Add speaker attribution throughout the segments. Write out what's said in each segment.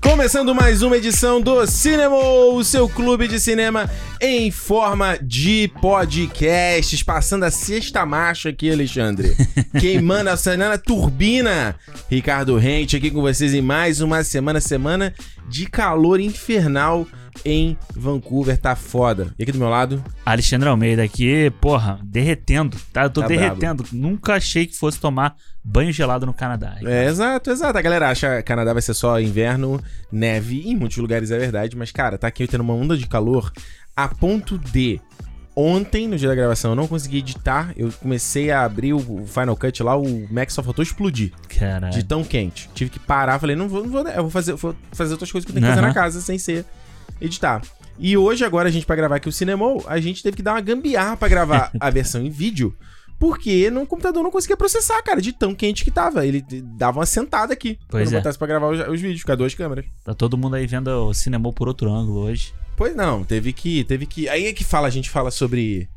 Speaker 1: Começando mais uma edição do Cinema, o seu clube de cinema em forma de podcasts, passando a sexta marcha aqui, Alexandre. Queimando a sanana turbina. Ricardo Rente aqui com vocês em mais uma semana, semana de calor infernal em Vancouver, tá foda. E aqui do meu lado,
Speaker 2: Alexandre Almeida aqui, porra, derretendo, tá? Eu tô
Speaker 1: Tá
Speaker 2: derretendo. Nunca achei que fosse tomar banho gelado no Canadá.
Speaker 1: É, exato, exato. A galera acha que Canadá vai ser só inverno, neve, em muitos lugares é verdade, mas, cara, tá aqui tendo uma onda de calor a ponto de. Ontem, no dia da gravação, eu não consegui editar. Eu comecei a abrir o Final Cut lá, o Mac só faltou explodir
Speaker 2: Caralho.
Speaker 1: de tão quente. Tive que parar, falei, não vou, não vou eu vou fazer, vou fazer outras coisas que eu tenho que fazer
Speaker 2: Aham.
Speaker 1: na casa sem ser editar. E hoje, agora, a gente, pra gravar aqui o Cinemol, a gente teve que dar uma gambiarra pra gravar a versão em vídeo, porque no computador não conseguia processar, cara, de tão quente que tava. Ele d- dava uma sentada aqui
Speaker 2: Pois
Speaker 1: quando
Speaker 2: é.
Speaker 1: botasse pra gravar os, os vídeos, com as duas câmeras.
Speaker 2: Tá todo mundo aí vendo o cinema por outro ângulo hoje.
Speaker 1: Pois não, teve que. Teve que. Aí é que fala, a gente fala sobre.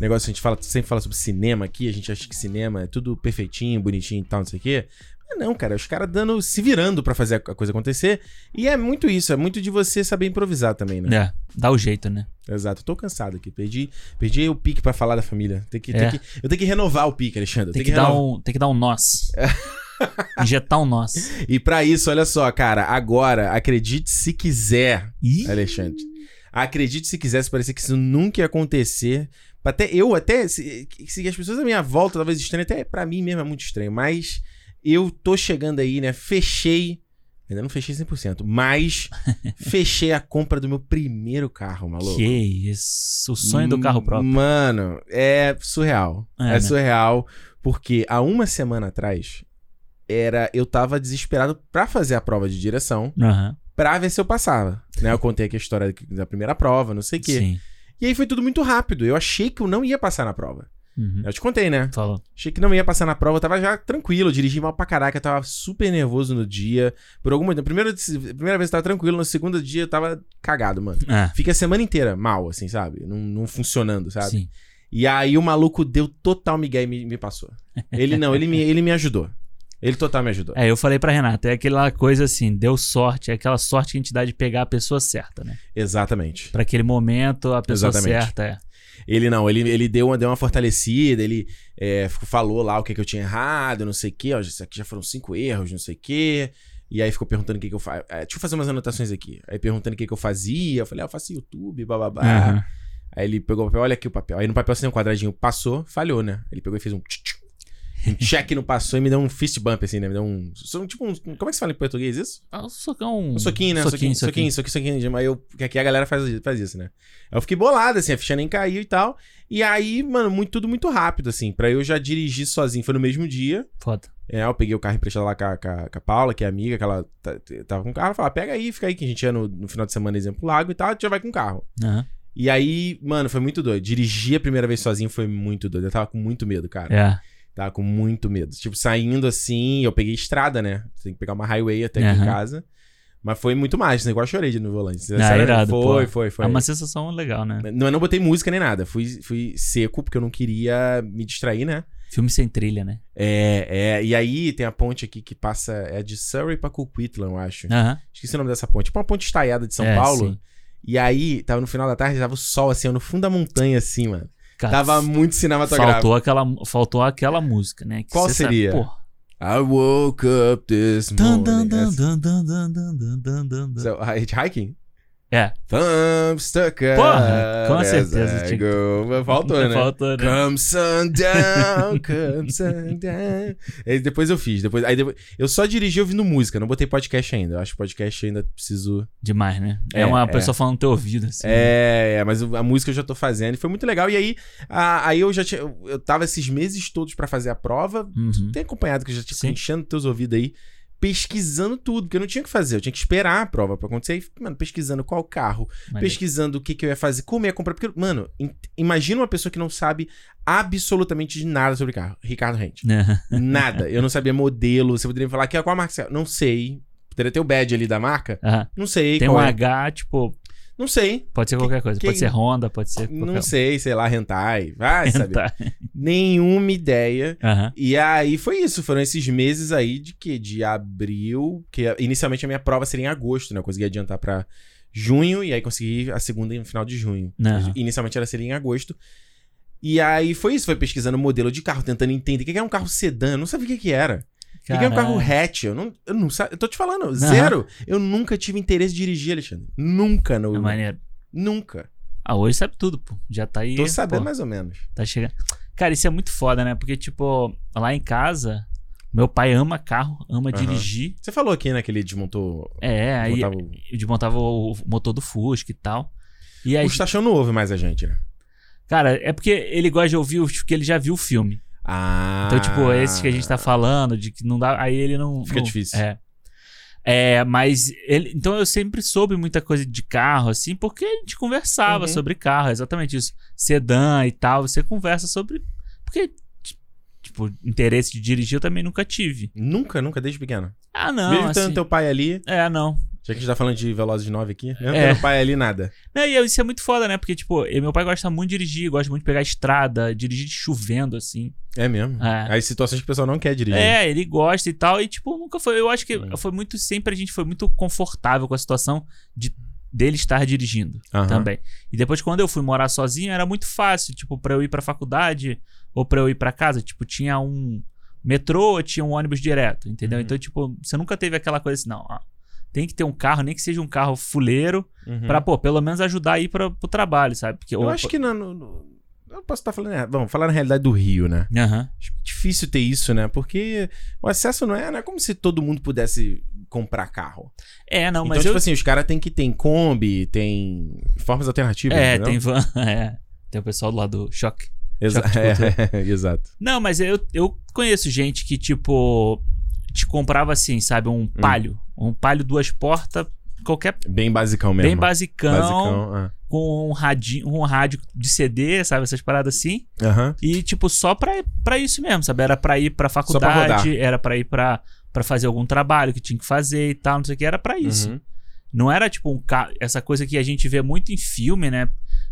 Speaker 1: Negócio, a gente fala, sempre fala sobre cinema aqui, a gente acha que cinema é tudo perfeitinho, bonitinho e tal, não sei o quê. Mas não, cara, os caras dando, se virando pra fazer a coisa acontecer. E é muito isso, é muito de você saber improvisar também, né?
Speaker 2: É, dá o jeito, né?
Speaker 1: Exato, tô cansado aqui, perdi, perdi o pique pra falar da família. Tem que, tem
Speaker 2: É.
Speaker 1: que- eu tenho que renovar o pique, Alexandre. eu
Speaker 2: Tem
Speaker 1: tenho
Speaker 2: que, dar
Speaker 1: renovar.
Speaker 2: um, tem que dar um nós. Injetar um nós.
Speaker 1: E pra isso, olha só, cara, agora, acredite se quiser,
Speaker 2: Ih,
Speaker 1: Alexandre. Acredite se quisesse, parecia que isso nunca ia acontecer. Até eu, até. Se, se as pessoas à minha volta, talvez estranho, até pra mim mesmo é muito estranho. Mas eu tô chegando aí, né? Fechei. Ainda não fechei 100%, mas fechei a compra do meu primeiro carro, maluco.
Speaker 2: que isso. O sonho do carro próprio.
Speaker 1: Mano, é surreal.
Speaker 2: É,
Speaker 1: É,
Speaker 2: né?
Speaker 1: surreal, porque há uma semana atrás era eu tava desesperado pra fazer a prova de direção
Speaker 2: Aham.
Speaker 1: pra ver se eu passava. Né? Eu contei aqui a história da primeira prova, não sei o quê.
Speaker 2: Sim.
Speaker 1: E aí foi tudo muito rápido. Eu achei que eu não ia passar na prova.
Speaker 2: Uhum.
Speaker 1: Eu te contei, né?
Speaker 2: Falou.
Speaker 1: Achei que não ia passar na prova, eu tava já tranquilo, eu dirigi mal pra caraca, eu tava super nervoso no dia. Por alguma. Na primeira, primeira vez eu tava tranquilo, no segundo dia eu tava cagado, mano.
Speaker 2: É,
Speaker 1: Fica a semana inteira mal, assim, sabe? Não, não funcionando, sabe?
Speaker 2: sim.
Speaker 1: E aí o maluco deu total migué e me, me passou. Ele não, ele me, ele me ajudou. Ele total me ajudou.
Speaker 2: É, eu falei pra Renata, é aquela coisa assim, deu sorte, é aquela sorte que a gente dá de pegar a pessoa certa, né?
Speaker 1: Exatamente.
Speaker 2: Pra aquele momento, a pessoa
Speaker 1: Exatamente.
Speaker 2: certa é.
Speaker 1: Ele não, ele, ele deu, uma, deu uma fortalecida, ele é, ficou- falou lá o que, que eu tinha errado, não sei o quê, ó, isso aqui já foram cinco erros, não sei o quê. E aí ficou perguntando o que, que eu faço. deixa eu fazer umas anotações aqui. Aí perguntando o que, que eu fazia. Eu falei, ah, eu faço YouTube, bababá.
Speaker 2: Aham.
Speaker 1: Aí ele pegou o papel, olha aqui o papel. Aí no papel assim, um quadradinho passou, falhou, né? Ele pegou e fez um. tch, tch, Um check não passou e me deu um fist bump, assim, né? Me deu um. só um- Tipo um. Como é que se fala em português isso?
Speaker 2: Ah, Um socão.
Speaker 1: Um soquinho, né? Soquinho,
Speaker 2: Soquinho,
Speaker 1: soquinho, soquinho, soquinho. de- Aí eu, que aqui a galera faz, faz isso, né? Aí eu fiquei bolado, assim, a ficha nem caiu e tal. E aí, mano, muito, tudo muito rápido, assim. Pra eu já dirigir sozinho, foi no mesmo dia.
Speaker 2: Foda.
Speaker 1: É, eu peguei o carro emprestado lá com a, com a- com a Paula, que é amiga, que ela tá- tava com o carro. Ela falou, pega aí, fica aí, que a gente ia no, no final de semana, exemplo, lago e tal, a gente já vai com o carro.
Speaker 2: Aham.
Speaker 1: E aí, mano, foi muito doido. Dirigir a primeira vez sozinho foi muito doido. Eu tava com muito medo, cara.
Speaker 2: É.
Speaker 1: Tava com muito medo. Tipo, saindo assim, eu peguei estrada, né? Tem que pegar uma highway até aqui em
Speaker 2: Aham.
Speaker 1: casa. Mas foi muito mais, né? Igual eu chorei de no volante.
Speaker 2: Ah, irado,
Speaker 1: foi,
Speaker 2: pô.
Speaker 1: foi, foi,
Speaker 2: É uma sensação legal, né?
Speaker 1: Não, eu não botei música nem nada. Fui, fui seco, porque eu não queria me distrair, né?
Speaker 2: Filme sem trilha, né?
Speaker 1: É, é. E aí tem a ponte aqui que passa. É de Surrey pra Coquitlam, eu acho.
Speaker 2: Aham.
Speaker 1: Esqueci o nome dessa ponte. Tipo uma ponte estaiada de São
Speaker 2: É,
Speaker 1: Paulo.
Speaker 2: sim.
Speaker 1: E aí, tava no final da tarde, tava o sol assim, ó, no fundo da montanha, assim, mano.
Speaker 2: Cara,
Speaker 1: Tava muito cinematográfico.
Speaker 2: faltou aquela, faltou aquela música, né? Que
Speaker 1: Qual
Speaker 2: você
Speaker 1: seria? né?
Speaker 2: Pô.
Speaker 1: I woke up this
Speaker 2: Tan,
Speaker 1: morning. assim.
Speaker 2: tan, tan,
Speaker 1: Essa-
Speaker 2: tan, tan, tan, tan, tan, tan, tan, tan.
Speaker 1: So, uh, Hitchhiking?
Speaker 2: É.
Speaker 1: Thumb stuck up
Speaker 2: Porra, com certeza
Speaker 1: as I
Speaker 2: tinha que-
Speaker 1: go. Faltou, né?
Speaker 2: Faltou, né?
Speaker 1: Come sundown, come sundown. Aí depois eu fiz. Depois, aí depois- eu só dirigi ouvindo música, não botei podcast ainda. Eu acho que podcast ainda preciso.
Speaker 2: Demais, né? É,
Speaker 1: É,
Speaker 2: uma
Speaker 1: é.
Speaker 2: pessoa falando no teu ouvido, assim.
Speaker 1: É, é, mas a música eu já tô fazendo. E foi muito legal. E aí, a- aí eu já tinha. Eu eu tava esses meses todos pra fazer a prova.
Speaker 2: Uhum.
Speaker 1: Tem acompanhado que eu já tinha
Speaker 2: Sim.
Speaker 1: enchendo teus ouvidos aí, pesquisando tudo, porque eu não tinha o que fazer, eu tinha que esperar a prova pra acontecer. E, mano, pesquisando qual carro,
Speaker 2: Maneiro.
Speaker 1: pesquisando o que, que eu ia fazer, como ia comprar. Porque, mano, in- imagina uma pessoa que não sabe absolutamente de nada sobre carro. Ricardo Rente.
Speaker 2: é. Aham.
Speaker 1: Nada. Eu não sabia modelo. Você poderia me falar que é qual marca? você é?" Não sei. Poderia ter o badge ali da marca?
Speaker 2: Aham.
Speaker 1: Não sei.
Speaker 2: Tem um
Speaker 1: qual é.
Speaker 2: H, tipo,
Speaker 1: Não sei.
Speaker 2: Pode ser qualquer coisa.
Speaker 1: que-
Speaker 2: Pode ser Honda, pode ser qualquer um.
Speaker 1: Não sei, sei lá, hentai. Vai saber.
Speaker 2: Tá.
Speaker 1: Nenhuma ideia.
Speaker 2: Aham.
Speaker 1: E aí foi isso, foram esses meses aí de que de abril, que é, inicialmente a minha prova seria em agosto, né? Eu consegui adiantar pra junho e aí consegui a segunda no final de junho.
Speaker 2: Aham.
Speaker 1: Inicialmente ela seria em agosto. E aí foi isso, foi pesquisando modelo de carro, tentando entender o que que era um carro sedã, eu não sabia o que que era. O que que era um carro
Speaker 2: Caralho.
Speaker 1: hatch? Eu não, eu não sabia, eu tô te falando, zero. Eu nunca tive interesse de dirigir, Alexandre. Nunca,
Speaker 2: É
Speaker 1: não.
Speaker 2: maneiro.
Speaker 1: Nunca.
Speaker 2: Ah, hoje sabe tudo, pô. Já tá aí.
Speaker 1: Tô sabendo
Speaker 2: pô,
Speaker 1: mais ou menos.
Speaker 2: Tá chegando. Cara, isso é muito foda, né? Porque, tipo, lá em casa, meu pai ama carro, ama
Speaker 1: Aham.
Speaker 2: dirigir.
Speaker 1: Você falou aqui, né, que ele desmontou,
Speaker 2: É, aí
Speaker 1: botava o-
Speaker 2: eu desmontava o motor do Fusca e tal. E aí,
Speaker 1: o Stachão não ouve tá mais a gente, né?
Speaker 2: cara, é porque ele gosta de ouvir, os- porque ele já viu o filme.
Speaker 1: Ah.
Speaker 2: Então, tipo, esses que a gente tá falando, de que não dá. Aí ele não.
Speaker 1: Fica
Speaker 2: não-
Speaker 1: difícil.
Speaker 2: É. É, mas ele. Então eu sempre soube muita coisa de carro, assim, porque a gente conversava
Speaker 1: Uhum.
Speaker 2: sobre carro, é exatamente isso. Sedã e tal, você conversa sobre. Porque, t- tipo, interesse de dirigir eu também nunca tive.
Speaker 1: Nunca, nunca, desde pequena.
Speaker 2: Ah,
Speaker 1: Mesmo
Speaker 2: não.
Speaker 1: tendo
Speaker 2: Assim,
Speaker 1: teu pai ali,
Speaker 2: é, não.
Speaker 1: já que a gente tá falando de Velozes 9 aqui, mesmo
Speaker 2: É.
Speaker 1: teu pai ali, nada.
Speaker 2: Não, e eu- isso é muito foda, né? Porque, tipo, eu- meu pai gosta muito de dirigir, gosta muito de pegar estrada, dirigir chovendo, assim.
Speaker 1: É mesmo.
Speaker 2: É.
Speaker 1: As situações que o pessoal não quer dirigir.
Speaker 2: É, ele gosta e tal. E, tipo, nunca foi. Eu acho que
Speaker 1: Hum.
Speaker 2: foi muito. Sempre a gente foi muito confortável com a situação de, dele estar dirigindo
Speaker 1: Aham.
Speaker 2: também. E depois, quando eu fui morar sozinho, era muito fácil. Tipo, pra eu ir pra faculdade ou pra eu ir pra casa, tipo, tinha um metrô, tinha um ônibus direto, entendeu?
Speaker 1: Uhum.
Speaker 2: Então, tipo, você nunca teve aquela coisa assim, não, ó, tem que ter um carro, nem que seja um carro fuleiro,
Speaker 1: Uhum.
Speaker 2: pra, pô, pelo menos ajudar a ir pra, pro trabalho, sabe? Porque,
Speaker 1: Eu acho que na- no, no- Eu posso estar falando. errado. Vamos falar na realidade do Rio, né?
Speaker 2: Aham.
Speaker 1: Acho difícil ter isso, né? Porque o acesso não é, não é como se todo mundo pudesse comprar carro.
Speaker 2: É, não,
Speaker 1: então,
Speaker 2: mas
Speaker 1: tipo
Speaker 2: eu...
Speaker 1: assim, os caras têm que ter Kombi, tem formas alternativas.
Speaker 2: é,
Speaker 1: entendeu?
Speaker 2: tem van, é. Tem o pessoal do lado do choque.
Speaker 1: Exa-
Speaker 2: choque tipo de
Speaker 1: é, exato.
Speaker 2: Não, mas eu, eu conheço gente que, tipo, te comprava assim, sabe?
Speaker 1: Hum.
Speaker 2: Um palio. Um palio duas portas, qualquer.
Speaker 1: Bem basicão mesmo.
Speaker 2: Bem basicão,
Speaker 1: basicão. é.
Speaker 2: com um, radinho, um rádio de CD, sabe? Essas paradas assim.
Speaker 1: Aham.
Speaker 2: E, tipo, só pra, pra isso mesmo, sabe? Era pra ir pra
Speaker 1: pra rodar.
Speaker 2: faculdade, era pra ir pra, pra fazer algum trabalho que tinha que fazer e tal, não sei o que. Era pra É isso.
Speaker 1: Uhum.
Speaker 2: Não era, tipo, um carro. Essa coisa que a gente vê muito em filme, né?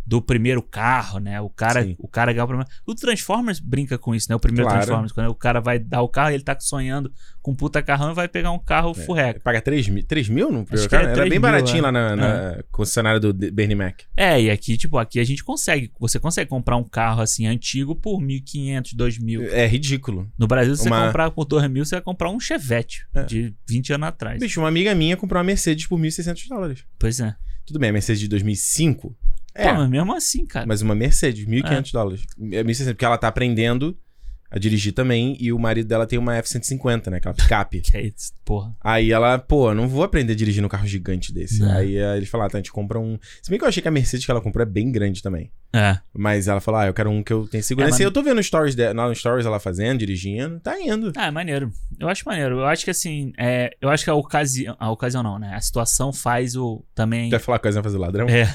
Speaker 2: Do primeiro carro, né? O cara,
Speaker 1: Sim.
Speaker 2: o cara ganha o primeiro. O Transformers brinca com isso, né? O primeiro
Speaker 1: Claro.
Speaker 2: Transformers. Quando o cara vai dar o carro, ele tá sonhando com um puta carrão e vai pegar um
Speaker 1: É.
Speaker 2: carro furreca.
Speaker 1: Paga 3 mil, 3 mil no primeiro
Speaker 2: que é
Speaker 1: carro? Era
Speaker 2: 3
Speaker 1: bem
Speaker 2: mil,
Speaker 1: baratinho
Speaker 2: é.
Speaker 1: lá na, na concessionária do D- Bernie Mac.
Speaker 2: É, e aqui, tipo, aqui a gente consegue. Você consegue comprar um carro assim antigo por 1.500, 2.000.
Speaker 1: É ridículo.
Speaker 2: No Brasil, se
Speaker 1: Uma-
Speaker 2: você comprar por 2.000, você vai comprar um Chevette
Speaker 1: É.
Speaker 2: de 20 anos atrás.
Speaker 1: Bicho, uma amiga minha comprou uma Mercedes por 1.600 dólares.
Speaker 2: Pois é.
Speaker 1: Tudo bem, a Mercedes de 2005? É,
Speaker 2: Pô, mas mesmo assim, cara.
Speaker 1: mas uma Mercedes, 1.500 dólares. É 1.600, porque ela tá aprendendo a dirigir também e o marido dela tem uma F-150, né? Aquela picape.
Speaker 2: Que é isso, porra.
Speaker 1: Aí ela, pô, não vou aprender a dirigir num carro gigante desse.
Speaker 2: Não.
Speaker 1: Aí eh, eles falaram, tá, a gente compra um... Se bem que eu achei que a Mercedes que ela comprou é bem grande também.
Speaker 2: É.
Speaker 1: Mas ela falou, ah, eu quero um que eu tenha segurança.
Speaker 2: É, mas-
Speaker 1: E eu tô vendo stories dela, no stories ela fazendo, dirigindo, tá indo.
Speaker 2: Ah, é maneiro. Eu acho maneiro. Eu acho que assim, é, eu acho que a ocasião, a ocasião não, né? A situação faz o também.
Speaker 1: Tu vai falar coisa vai fazer ladrão?
Speaker 2: É.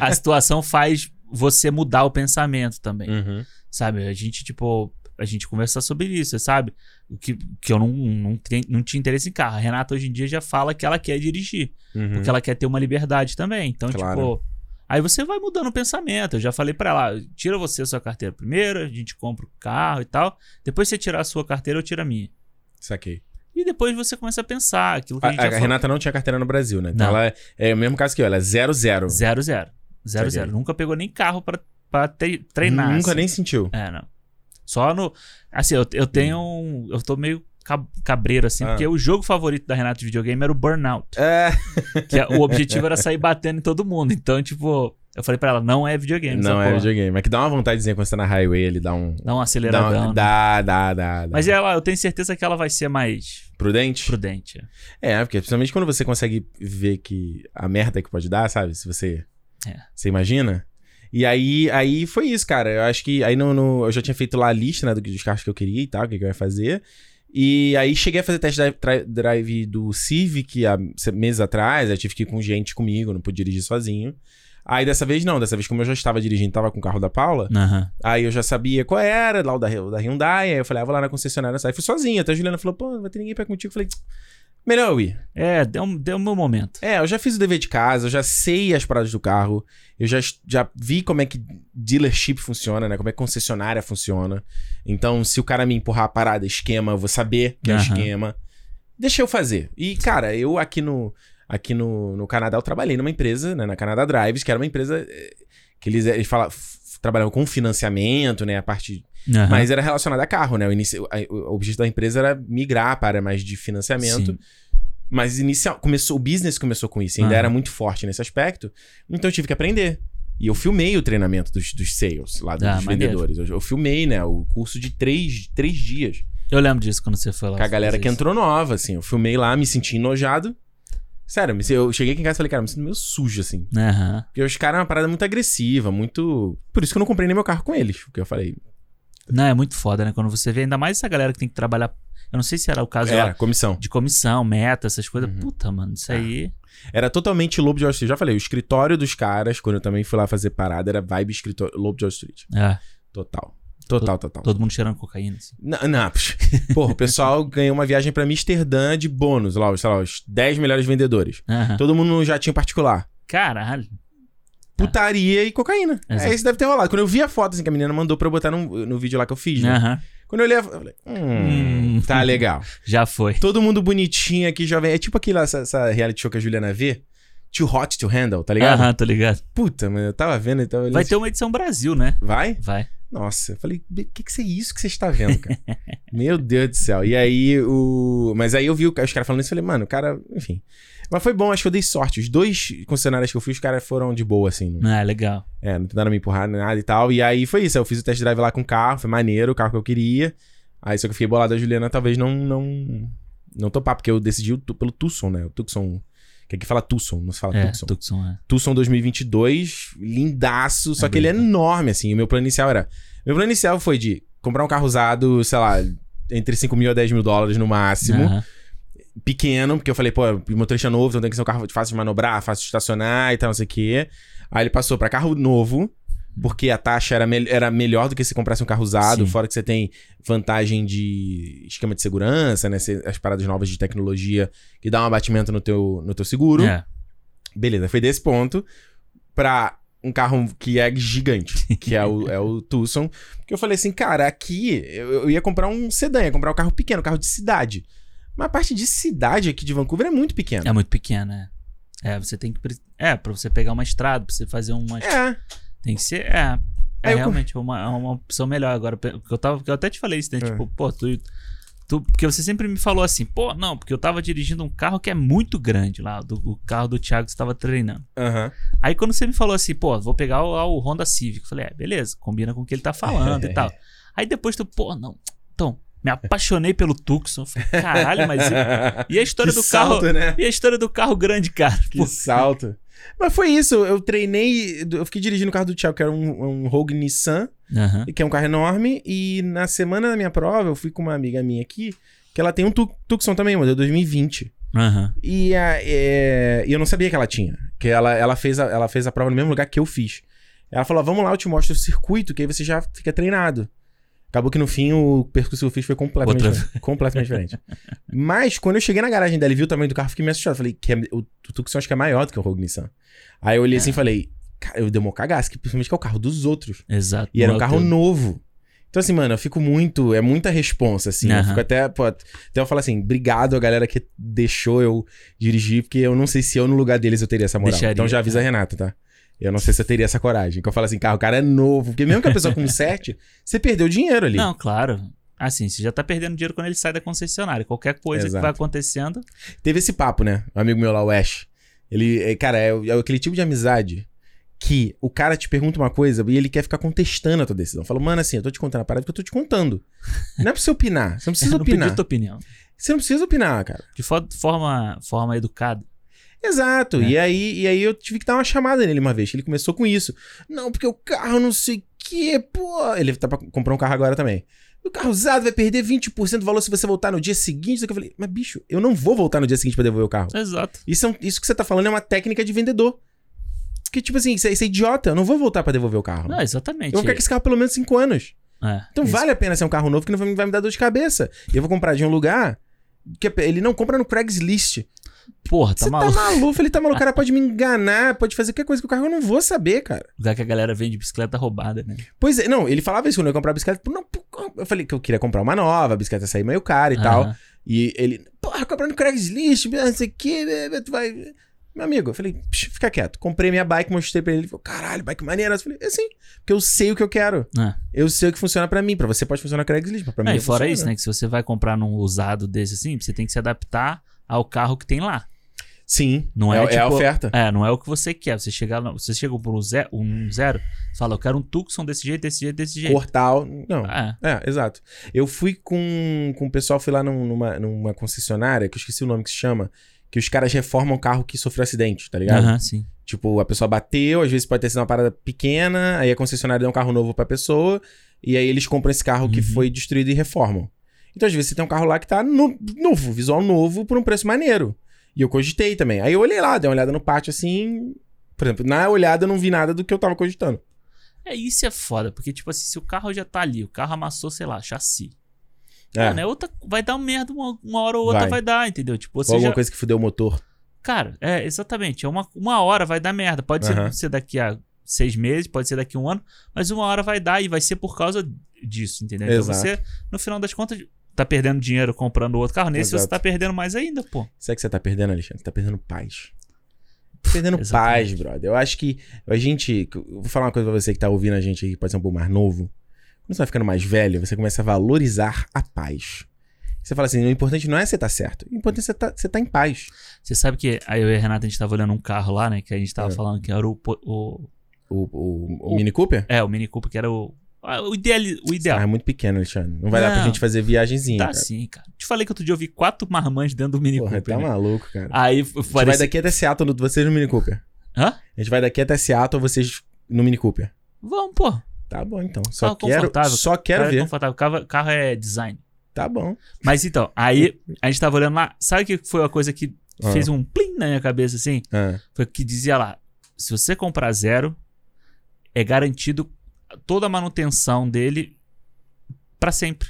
Speaker 2: a situação faz você mudar o pensamento também,
Speaker 1: Uhum.
Speaker 2: sabe? A gente tipo, a gente conversar sobre isso, sabe? O que, que eu não não, tem, não tinha interesse em carro. A Renata hoje em dia já fala que ela quer dirigir,
Speaker 1: Uhum.
Speaker 2: porque ela quer ter uma liberdade também. Então,
Speaker 1: Claro.
Speaker 2: tipo, aí você vai mudando o pensamento. Eu já falei pra ela, tira você a sua carteira primeiro, a gente compra o carro e tal. Depois você tirar a sua carteira, eu tiro a minha.
Speaker 1: Saquei.
Speaker 2: E depois você começa a pensar aquilo que
Speaker 1: A,
Speaker 2: a, gente
Speaker 1: a
Speaker 2: já falou.
Speaker 1: Renata não tinha carteira no Brasil, né? Então
Speaker 2: Não.
Speaker 1: ela é, é o mesmo caso que eu, ela é zero zero.
Speaker 2: Zero, zero. Zero,
Speaker 1: Saquei.
Speaker 2: zero. Nunca pegou nem carro pra, pra te- treinar.
Speaker 1: Nunca
Speaker 2: assim.
Speaker 1: nem sentiu.
Speaker 2: É, não. Só no... Assim, eu, eu tenho um... Eu tô meio cab- cabreiro, assim,
Speaker 1: Ah.
Speaker 2: porque o jogo favorito da Renata de videogame era o Burnout.
Speaker 1: É,
Speaker 2: Que a- o objetivo era sair batendo em todo mundo. Então, tipo... Eu falei pra ela, não é videogame
Speaker 1: não
Speaker 2: essa
Speaker 1: é
Speaker 2: porra.
Speaker 1: videogame. Mas que dá uma vontadezinha quando você tá na highway, ele dá um...
Speaker 2: Dá um
Speaker 1: Dá,
Speaker 2: aceleradão.
Speaker 1: uma,
Speaker 2: né?
Speaker 1: dá, dá, dá, dá.
Speaker 2: Mas é- ela, eu tenho certeza que ela vai ser mais
Speaker 1: Prudente?
Speaker 2: prudente.
Speaker 1: É, porque principalmente quando você consegue ver que a merda que pode dar, sabe? Se você.
Speaker 2: É.
Speaker 1: Você imagina? E aí, aí foi isso, cara. Eu acho que aí no, no- eu já tinha feito lá a lista né, do que- dos carros que eu queria e tal, o que, que eu ia fazer. E aí cheguei a fazer test drive, tra- drive do Civic há se- meses atrás. Eu tive que ir com gente comigo, não pude dirigir sozinho. Aí dessa vez não, dessa vez como eu já estava dirigindo, tava com o carro da Paula.
Speaker 2: Aham.
Speaker 1: Aí eu já sabia qual era, lá o da, o da Hyundai. Aí eu falei, ah, vou lá na concessionária, saí. Fui sozinho. Até a Juliana falou, pô, não vai ter ninguém pra ir contigo. Eu falei, Melhor eu ir.
Speaker 2: É, deu, deu o meu momento.
Speaker 1: É, eu já fiz o dever de casa, eu já sei as paradas do carro, eu já, já vi como é que dealership funciona, né? Como é que concessionária funciona. Então, se o cara me empurrar a parada, esquema, eu vou saber que é
Speaker 2: Aham.
Speaker 1: esquema. Deixa eu fazer. E, cara, eu aqui no, aqui no, no Canadá, eu trabalhei numa empresa, né? Na Canadá Drives, que era uma empresa eh, que eles, eles fala- f- trabalhavam com financiamento, né? A parte
Speaker 2: Aham.
Speaker 1: mas era relacionada a carro, né? O, inici- a- o objetivo da empresa era migrar para mais de financiamento.
Speaker 2: Sim.
Speaker 1: Mas inicial, começou, o business começou com isso, ainda
Speaker 2: Aham.
Speaker 1: era muito forte nesse aspecto. Então eu tive que aprender. E eu filmei o treinamento dos, dos sales, lá dos
Speaker 2: Ah, maneiro.
Speaker 1: vendedores. Eu, eu filmei, né? O curso de três, três dias.
Speaker 2: Eu lembro disso quando você foi lá.
Speaker 1: Com a galera
Speaker 2: fazer
Speaker 1: que
Speaker 2: isso.
Speaker 1: entrou nova, assim. Eu filmei lá, me senti enojado. Sério, me- eu cheguei aqui em casa e falei, cara, me sinto meio sujo, assim.
Speaker 2: Aham.
Speaker 1: Porque os caras é uma parada muito agressiva, muito. Por isso que eu não comprei nem meu carro com eles. Porque eu falei,
Speaker 2: Não, é muito foda, né? Quando você vê, ainda mais essa galera que tem que trabalhar. Eu não sei se era o caso
Speaker 1: era,
Speaker 2: lá
Speaker 1: comissão.
Speaker 2: de comissão, meta, essas coisas.
Speaker 1: É. Uhum.
Speaker 2: Puta, mano, isso
Speaker 1: Ah.
Speaker 2: aí.
Speaker 1: Era totalmente Lobo de Wall Street. Já falei, o escritório dos caras, quando eu também fui lá fazer parada, era vibe escritório Lobo de Wall Street.
Speaker 2: É,
Speaker 1: Total. Total, total.
Speaker 2: todo mundo cheirando cocaína. Assim.
Speaker 1: Não, não, psh. Porra, o pessoal ganhou uma viagem pra Amsterdã de bônus, lá, os, sei lá, os 10 melhores vendedores.
Speaker 2: Aham.
Speaker 1: Todo mundo num jatinho particular.
Speaker 2: Caralho.
Speaker 1: Putaria e cocaína.
Speaker 2: Tá. Exato.
Speaker 1: É, isso deve ter rolado. Quando eu vi a foto assim, que a menina mandou pra eu botar num- no vídeo lá que eu fiz, né?
Speaker 2: Aham.
Speaker 1: Quando eu olhei, a foto, eu falei, hum,
Speaker 2: Hum.
Speaker 1: tá legal.
Speaker 2: Já foi.
Speaker 1: Todo mundo bonitinho aqui, jovem. É tipo aquela, essa, essa reality show que a Juliana vê. Too hot to handle, tá ligado?
Speaker 2: Aham, tô ligado.
Speaker 1: Puta, mano, eu tava vendo e tava olhando
Speaker 2: Vai
Speaker 1: assim,
Speaker 2: ter uma edição Brasil, né?
Speaker 1: Vai?
Speaker 2: Vai.
Speaker 1: Nossa, eu falei, o que, que isso é isso que você está vendo, cara? Meu Deus do céu. E aí, o. Mas aí eu vi o ca- os caras falando isso e falei, mano, o cara, enfim. Mas foi bom, acho que eu dei sorte. Os dois concessionários que eu fui, os caras foram de boa, assim. Não,
Speaker 2: Ah, legal.
Speaker 1: é, não tentaram me empurrar, nada e tal. E aí foi isso. Eu fiz o test drive lá com o carro, foi maneiro, o carro que eu queria. Aí só que eu fiquei bolado a Juliana, talvez não. Não, não topar, porque eu decidi o tu- pelo Tucson, né? O Tucson. Que aqui fala Tucson, não se fala
Speaker 2: é,
Speaker 1: Tucson.
Speaker 2: Tucson, é.
Speaker 1: Tucson 2022, lindaço, só
Speaker 2: É
Speaker 1: que ele é
Speaker 2: bonito,
Speaker 1: enorme, assim. O meu plano inicial era. Meu plano inicial foi de comprar um carro usado, sei lá, entre 5 mil a 10 mil dólares no máximo.
Speaker 2: Aham.
Speaker 1: Pequeno, porque eu falei, pô, motorista novo, então tem que ser um carro fácil de manobrar, fácil de estacionar e tal, não sei o quê. Aí ele passou pra carro novo, porque a taxa era, mel- era melhor do que se comprasse um carro usado,
Speaker 2: Sim.
Speaker 1: fora que você tem vantagem de esquema de segurança, né? cê- As paradas novas de tecnologia que dá um abatimento no teu, no teu seguro.
Speaker 2: É.
Speaker 1: Beleza, foi desse ponto pra um carro que é gigante, que é o, é o Tucson. Que eu falei assim, cara, aqui eu, eu ia comprar um sedã, ia comprar um carro pequeno, um carro de cidade. Mas a parte de cidade aqui de Vancouver é muito pequena.
Speaker 2: É muito pequena, é. É, você tem que. pre- É, pra você pegar uma estrada, pra você fazer uma.
Speaker 1: É,
Speaker 2: Tem que ser. É. É
Speaker 1: Aí eu-
Speaker 2: realmente uma, é uma opção melhor agora. Porque eu, tava, porque eu até te falei isso, né?
Speaker 1: É.
Speaker 2: Tipo, pô, tu, tu. Porque você sempre me falou assim, pô, não, porque eu tava dirigindo um carro que é muito grande lá, do, o carro do Thiago que você tava treinando.
Speaker 1: aham.
Speaker 2: Aí quando você me falou assim, pô, vou pegar o, lá o Honda Civic, eu falei, é, beleza, combina com o que ele tá falando e tal. Aí depois tu, pô, não, então, me apaixonei pelo Tucson. Eu falei, caralho, mas. E, e a história
Speaker 1: Que
Speaker 2: do carro.
Speaker 1: salto, né?
Speaker 2: E a história do carro grande, cara?
Speaker 1: Que salto. Mas foi isso, eu treinei, eu fiquei dirigindo o carro do Thiago, que era um, um Rogue Nissan.
Speaker 2: Aham.
Speaker 1: que é um carro enorme. E na semana da minha prova, eu fui com uma amiga minha aqui, que ela tem um tu Tucson também, modelo 2020.
Speaker 2: Aham.
Speaker 1: E a- é, e eu não sabia que ela tinha. Que ela, ela, fez a, ela fez a prova no mesmo lugar que eu fiz. Ela falou: vamos lá, eu te mostro o circuito, que aí você já fica treinado. Acabou que no fim o percurso que eu fiz foi completamente,
Speaker 2: Outra
Speaker 1: diferente, completamente diferente. Mas quando eu cheguei na garagem dela e vi o tamanho do carro, eu fiquei meio assustado. Falei, que é, o, o Tucson acho que é maior do que o Rogue Nissan. Aí eu olhei assim e falei, cara, eu dei uma cagaça, que principalmente que é o carro dos outros.
Speaker 2: Exato.
Speaker 1: E era um
Speaker 2: Não é o
Speaker 1: carro
Speaker 2: teu.
Speaker 1: novo. Então, assim, mano, eu fico muito. É muita responsa, assim. Eu
Speaker 2: Aham.
Speaker 1: fico até. Pô, até eu falo assim, obrigado a galera que deixou eu dirigir, porque eu não sei se eu, no lugar deles, eu teria essa moral.
Speaker 2: Deixaria,
Speaker 1: então já avisa a Renata, tá? Eu não sei se eu teria essa coragem. Que eu falo assim, carro, o cara é novo. Porque mesmo que a pessoa com 7, você perdeu dinheiro ali.
Speaker 2: Não, claro. Assim, você já tá perdendo dinheiro quando ele sai da concessionária. Qualquer coisa
Speaker 1: Exato.
Speaker 2: que vai acontecendo.
Speaker 1: Teve esse papo, né? Um amigo meu lá, o Ash. Ele, é, cara, é, é aquele tipo de amizade que o cara te pergunta uma coisa e ele quer ficar contestando a tua decisão. Fala, mano, assim, eu tô te contando a parada porque eu tô te contando. Não é pra você opinar. Você não precisa
Speaker 2: não
Speaker 1: opinar.
Speaker 2: pedi tua opinião.
Speaker 1: Você não precisa opinar, cara.
Speaker 2: De fo- forma, forma educada.
Speaker 1: Exato.
Speaker 2: É.
Speaker 1: E, aí, e aí eu tive que dar uma chamada nele uma vez. que Ele começou com isso. Não, porque o carro não sei o quê, pô. Ele tá pra comprar um carro agora também. O carro usado vai perder 20% do valor se você voltar no dia seguinte. Só que Eu falei, mas bicho, eu não vou voltar no dia seguinte pra devolver o carro.
Speaker 2: Exato.
Speaker 1: Isso, é um- isso que você tá falando é uma técnica de vendedor. Que tipo assim, isso é, isso é idiota. Eu não vou voltar pra devolver o carro.
Speaker 2: Não, exatamente.
Speaker 1: eu vou ficar com esse carro pelo menos 5 anos.
Speaker 2: É.
Speaker 1: Então
Speaker 2: Isso.
Speaker 1: vale a pena ser um carro novo que não vai me vai me dar dor de cabeça. Eu vou comprar de um lugar que ele não compra no Craigslist.
Speaker 2: Porra, tá
Speaker 1: Você
Speaker 2: maluco.
Speaker 1: tá maluco? Ele tá maluco. O cara pode me enganar, pode fazer qualquer coisa com o carro, eu não vou saber, cara.
Speaker 2: Lugar que a galera vende bicicleta roubada, né?
Speaker 1: Pois é, não, ele falava isso quando eu ia comprar a bicicleta. pô, Não, pô, eu falei que eu queria comprar uma nova, a bicicleta ia sair meio cara e tal.
Speaker 2: Aham.
Speaker 1: E ele, porra, comprar no Craigslist, não sei o quê, eh, tu vai. Meu amigo, eu falei, "Psh, fica quieto. Comprei minha bike, mostrei pra ele. Ele falou, caralho, bike maneira. Eu falei, é sim, porque eu sei o que eu quero.
Speaker 2: É.
Speaker 1: Eu sei o que funciona pra mim. Pra você pode funcionar Craigslist, mas pra mim.
Speaker 2: É, e
Speaker 1: não
Speaker 2: fora
Speaker 1: funciona.
Speaker 2: isso, né? Que se você vai comprar num usado desse assim, você tem que se adaptar ao carro que tem lá.
Speaker 1: Sim.
Speaker 2: Não é,
Speaker 1: é, é a
Speaker 2: tipo-
Speaker 1: oferta.
Speaker 2: É, não é o que você quer. Você chega, lá- você chega por um zero, um zero, fala, eu quero um Tucson desse jeito, desse jeito, desse jeito.
Speaker 1: Cortal. Não.
Speaker 2: Ah,
Speaker 1: É, exato. Eu fui com, com o pessoal, fui lá num- numa, numa concessionária, que eu esqueci o nome que se chama, que os caras reformam o carro que sofreu acidente, tá
Speaker 2: é.
Speaker 1: ligado?
Speaker 2: Aham, sim.
Speaker 1: Tipo, a pessoa bateu, às vezes pode ter sido uma parada pequena, aí a concessionária dá um carro novo pra pessoa, e aí eles compram esse carro que
Speaker 2: Uhum.
Speaker 1: foi destruído e reformam. Então, às vezes, você tem um carro lá que tá no- novo, visual novo, por um preço maneiro. E eu cogitei também. Aí eu olhei lá, dei uma olhada no pátio assim. Por exemplo, na olhada eu não vi nada do que eu tava cogitando.
Speaker 2: É, isso é foda, porque, tipo assim, se o carro já tá ali, o carro amassou, sei lá, chassi.
Speaker 1: É,
Speaker 2: Mano, é outra, vai dar merda uma, uma hora ou outra,
Speaker 1: Vai.
Speaker 2: vai, dar, entendeu? Tipo,
Speaker 1: Ou
Speaker 2: você
Speaker 1: alguma
Speaker 2: já.
Speaker 1: coisa que fudeu o motor.
Speaker 2: Cara, é, exatamente. É uma, uma hora vai dar merda. Pode
Speaker 1: Aham.
Speaker 2: ser, ser daqui a seis meses, pode ser daqui a um ano, mas uma hora vai dar e vai ser por causa disso, entendeu?
Speaker 1: Exato.
Speaker 2: Então você, no final das contas, tá perdendo dinheiro comprando outro carro. Nesse
Speaker 1: Exato.
Speaker 2: você tá perdendo mais ainda, pô.
Speaker 1: Sabe o que você tá perdendo, Alexandre? Você tá perdendo paz. Tá Perdendo paz,
Speaker 2: Exatamente.
Speaker 1: brother. Eu acho que a gente. eu Vou falar uma coisa pra você que tá ouvindo a gente aí, que pode ser um pouco mais novo. Quando você vai ficando mais velho, você começa a valorizar a paz. Você fala assim: o importante não é você estar certo, o importante é você tá, você tá em paz.
Speaker 2: Você sabe que aí eu e a Renata, a gente tava olhando um carro lá, né? Que a gente tava
Speaker 1: É.
Speaker 2: falando que era o, po- o.
Speaker 1: O, o- o
Speaker 2: O-
Speaker 1: Mini Cooper?
Speaker 2: É, o Mini Cooper, que era o. ah, O, ideali, o
Speaker 1: Ah, é
Speaker 2: ideal.
Speaker 1: muito pequeno, Alexandre. Não vai dar pra
Speaker 2: Não.
Speaker 1: gente fazer viagenzinha.
Speaker 2: tá
Speaker 1: cara.
Speaker 2: sim, cara. Te falei que outro dia eu vi quatro marmãs dentro do Mini
Speaker 1: Porra,
Speaker 2: Cooper.
Speaker 1: tá
Speaker 2: né?
Speaker 1: maluco, cara.
Speaker 2: Aí eu
Speaker 1: a gente vai
Speaker 2: falei. assim,
Speaker 1: daqui até Seattle, no- vocês no Mini Cooper.
Speaker 2: Hã?
Speaker 1: A gente vai daqui até Seattle, vocês no Mini Cooper.
Speaker 2: Vamos, pô.
Speaker 1: Tá bom, então. Só
Speaker 2: Carro
Speaker 1: quero,
Speaker 2: confortável,
Speaker 1: só quero
Speaker 2: Cara, é
Speaker 1: ver.
Speaker 2: confortável. Carro, carro é design.
Speaker 1: Tá bom.
Speaker 2: Mas então, aí a gente tava olhando lá. Sabe o que foi uma coisa que
Speaker 1: Ah.
Speaker 2: fez um plim na minha cabeça assim?
Speaker 1: Ah.
Speaker 2: Foi que dizia lá: se você comprar zero, é garantido toda a manutenção dele pra sempre.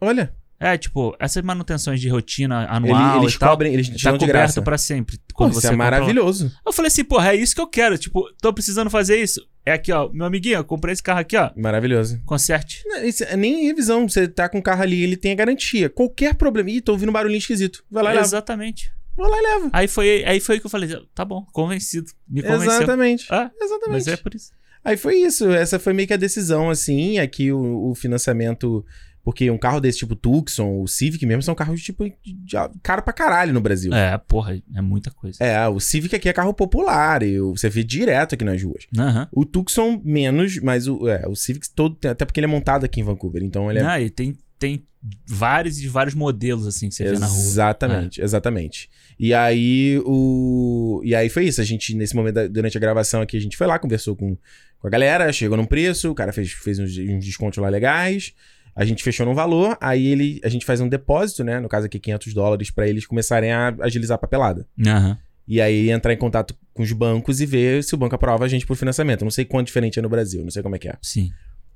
Speaker 1: Olha.
Speaker 2: É, tipo, essas manutenções de rotina
Speaker 1: Ele-
Speaker 2: anual
Speaker 1: eles
Speaker 2: e tal,
Speaker 1: cobrem, eles
Speaker 2: tá
Speaker 1: tiram de graça.
Speaker 2: coberto pra sempre.
Speaker 1: Pô,
Speaker 2: Quando
Speaker 1: isso
Speaker 2: você
Speaker 1: é
Speaker 2: compra lá.
Speaker 1: maravilhoso.
Speaker 2: Eu falei assim, porra, é isso que eu quero. Tipo, tô precisando fazer isso. É aqui, ó. Meu amiguinho, eu comprei esse carro aqui, ó.
Speaker 1: Maravilhoso.
Speaker 2: Conserte.
Speaker 1: Não, isso é nem revisão. Você tá com o carro ali, ele tem a garantia. Qualquer problema. Ih, tô ouvindo um barulhinho esquisito. Vai lá e leva.
Speaker 2: Exatamente.
Speaker 1: Vou lá e leva.
Speaker 2: Aí foi, aí foi que eu falei, tá bom, convencido. Me convenceu.
Speaker 1: Exatamente.
Speaker 2: Ah,
Speaker 1: Exatamente.
Speaker 2: mas é por isso.
Speaker 1: Aí foi isso. Essa foi meio que a decisão, assim. Aqui o, o financiamento. Porque um carro desse tipo Tucson, o Civic mesmo, são carros tipo de- de- caro pra caralho no Brasil.
Speaker 2: É, porra, é muita coisa.
Speaker 1: É, o Civic aqui é carro popular. E o- você vê direto aqui nas ruas.
Speaker 2: Aham.
Speaker 1: O Tucson menos, mas o, é, o Civic todo. Até porque ele é montado aqui em Vancouver. Então ele é
Speaker 2: Não, e tem, tem vários e vários modelos assim que você vê na rua. É.
Speaker 1: Exatamente, exatamente. E aí o e aí foi isso, a gente nesse momento da- durante a gravação aqui a gente foi lá, conversou com, com a galera, chegou num preço, o cara fez, fez uns, uns descontos lá legais. A gente fechou num valor, aí ele a gente faz um depósito, né, no caso aqui 500 dólares pra eles começarem a agilizar a papelada.
Speaker 2: Aham.
Speaker 1: E aí entrar em contato com os bancos e ver se o banco aprova a gente pro financiamento. Não sei quanto diferente é no Brasil, não sei como é que é.
Speaker 2: Sim.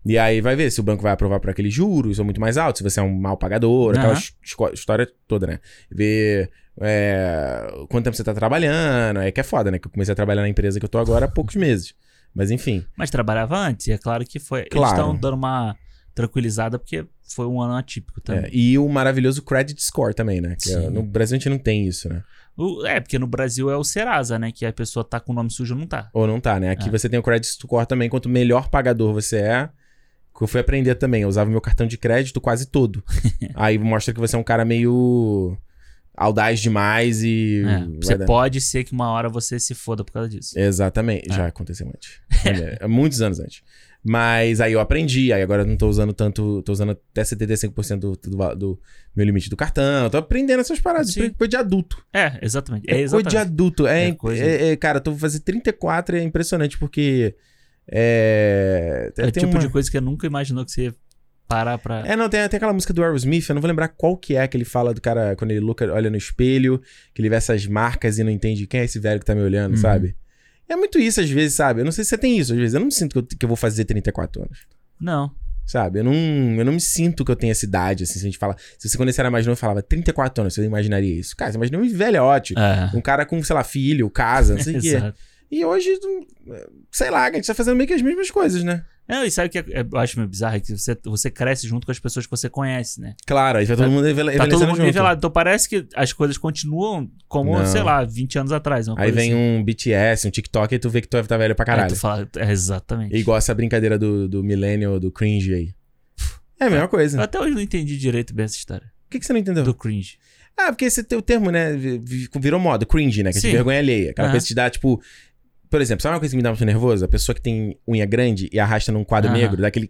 Speaker 1: E aí vai ver se o banco vai aprovar por aqueles juros, são muito mais altos, se você é um mal pagador, aquela
Speaker 2: Aham.
Speaker 1: his- esco- história toda, né? Ver é, quanto tempo você tá trabalhando, é que é foda, né? Que eu comecei a trabalhar na empresa que eu tô agora há poucos meses. Mas enfim,
Speaker 2: Mas trabalhava antes, e é claro que foi.
Speaker 1: Claro.
Speaker 2: Eles estão dando uma tranquilizada porque foi um ano atípico também.
Speaker 1: é, e o maravilhoso credit score também, né? Que é,
Speaker 2: Sim.
Speaker 1: no Brasil a gente não tem isso, né?
Speaker 2: O- É, porque no Brasil é o Serasa, né? Que a pessoa tá com o nome sujo não tá.
Speaker 1: Ou não tá, né? Aqui
Speaker 2: É.
Speaker 1: você tem o credit score também, quanto melhor pagador você é. Que eu fui aprender também, eu usava meu cartão de crédito quase todo. aí mostra que você é um cara meio audaz demais e.
Speaker 2: É,
Speaker 1: vai
Speaker 2: Você
Speaker 1: dar-
Speaker 2: pode ser que uma hora você se foda por causa disso.
Speaker 1: Exatamente.
Speaker 2: É.
Speaker 1: Já aconteceu antes. Olha, há muitos anos antes. Mas aí eu aprendi, aí agora eu não tô usando tanto, tô usando até 75% do, do, va- do meu limite do cartão. Tô aprendendo essas paradas.
Speaker 2: Sim.
Speaker 1: Coisa de adulto.
Speaker 2: É, exatamente.
Speaker 1: É
Speaker 2: É
Speaker 1: coisa de
Speaker 2: exatamente.
Speaker 1: adulto. É,
Speaker 2: É
Speaker 1: imp-
Speaker 2: coisa-
Speaker 1: é- é, cara, tô fazendo 34 e é impressionante porque. É.
Speaker 2: É o
Speaker 1: tem
Speaker 2: tipo
Speaker 1: uma-
Speaker 2: de coisa que eu nunca imaginou que você ia parar pra.
Speaker 1: É, não, tem, tem aquela música do Aerosmith, eu não vou lembrar qual que é que ele fala do cara quando ele louca- olha no espelho, que ele vê essas marcas e não entende quem é esse velho que tá me olhando,
Speaker 2: Uhum.
Speaker 1: sabe? É muito isso às vezes, sabe? Eu não sei se você tem isso às vezes. Eu não sinto que eu, que eu vou fazer 34 anos.
Speaker 2: Não.
Speaker 1: Sabe? Eu não, eu não me sinto que eu tenho essa idade, assim. Se a gente fala. Se você, quando você era mais novo, falava 34 anos, você imaginaria isso. Cara, você imagina um velhote.
Speaker 2: É.
Speaker 1: Um cara com, sei lá, filho, casa, não sei o quê.
Speaker 2: Exato.
Speaker 1: E hoje, hum, sei lá, a gente tá fazendo meio que as mesmas coisas, né?
Speaker 2: Não, e sabe o que é- eu acho meio bizarro? É que você, você cresce junto com as pessoas que você conhece, né?
Speaker 1: Claro, aí vai todo
Speaker 2: Tá-
Speaker 1: mundo envelhe-
Speaker 2: Tá
Speaker 1: envelhecendo
Speaker 2: todo mundo
Speaker 1: junto.
Speaker 2: nivelado. Então parece que as coisas continuam como,
Speaker 1: Não.
Speaker 2: sei lá, 20 anos atrás. uma
Speaker 1: Aí
Speaker 2: coisa
Speaker 1: vem
Speaker 2: assim.
Speaker 1: um BTS, um TikTok, e tu vê que tu tá velho pra
Speaker 2: Aí
Speaker 1: caralho.
Speaker 2: tu fala, é, exatamente.
Speaker 1: É igual essa brincadeira do, do millennial, do cringe aí. É a mesma
Speaker 2: Eu
Speaker 1: coisa.
Speaker 2: até hoje não entendi direito bem essa história
Speaker 1: Por que, que você não entendeu?
Speaker 2: Ah. do cringe.
Speaker 1: Ah, porque esse teu termo, né, vi- vi- virou moda, cringe, né? Que é de
Speaker 2: Sim.
Speaker 1: vergonha alheia. Aquela
Speaker 2: Aham.
Speaker 1: coisa que te dá, tipo... Por exemplo, sabe uma coisa que me dá muito nervoso? A pessoa que tem unha grande e arrasta num quadro
Speaker 2: Aham.
Speaker 1: negro, dá aquele...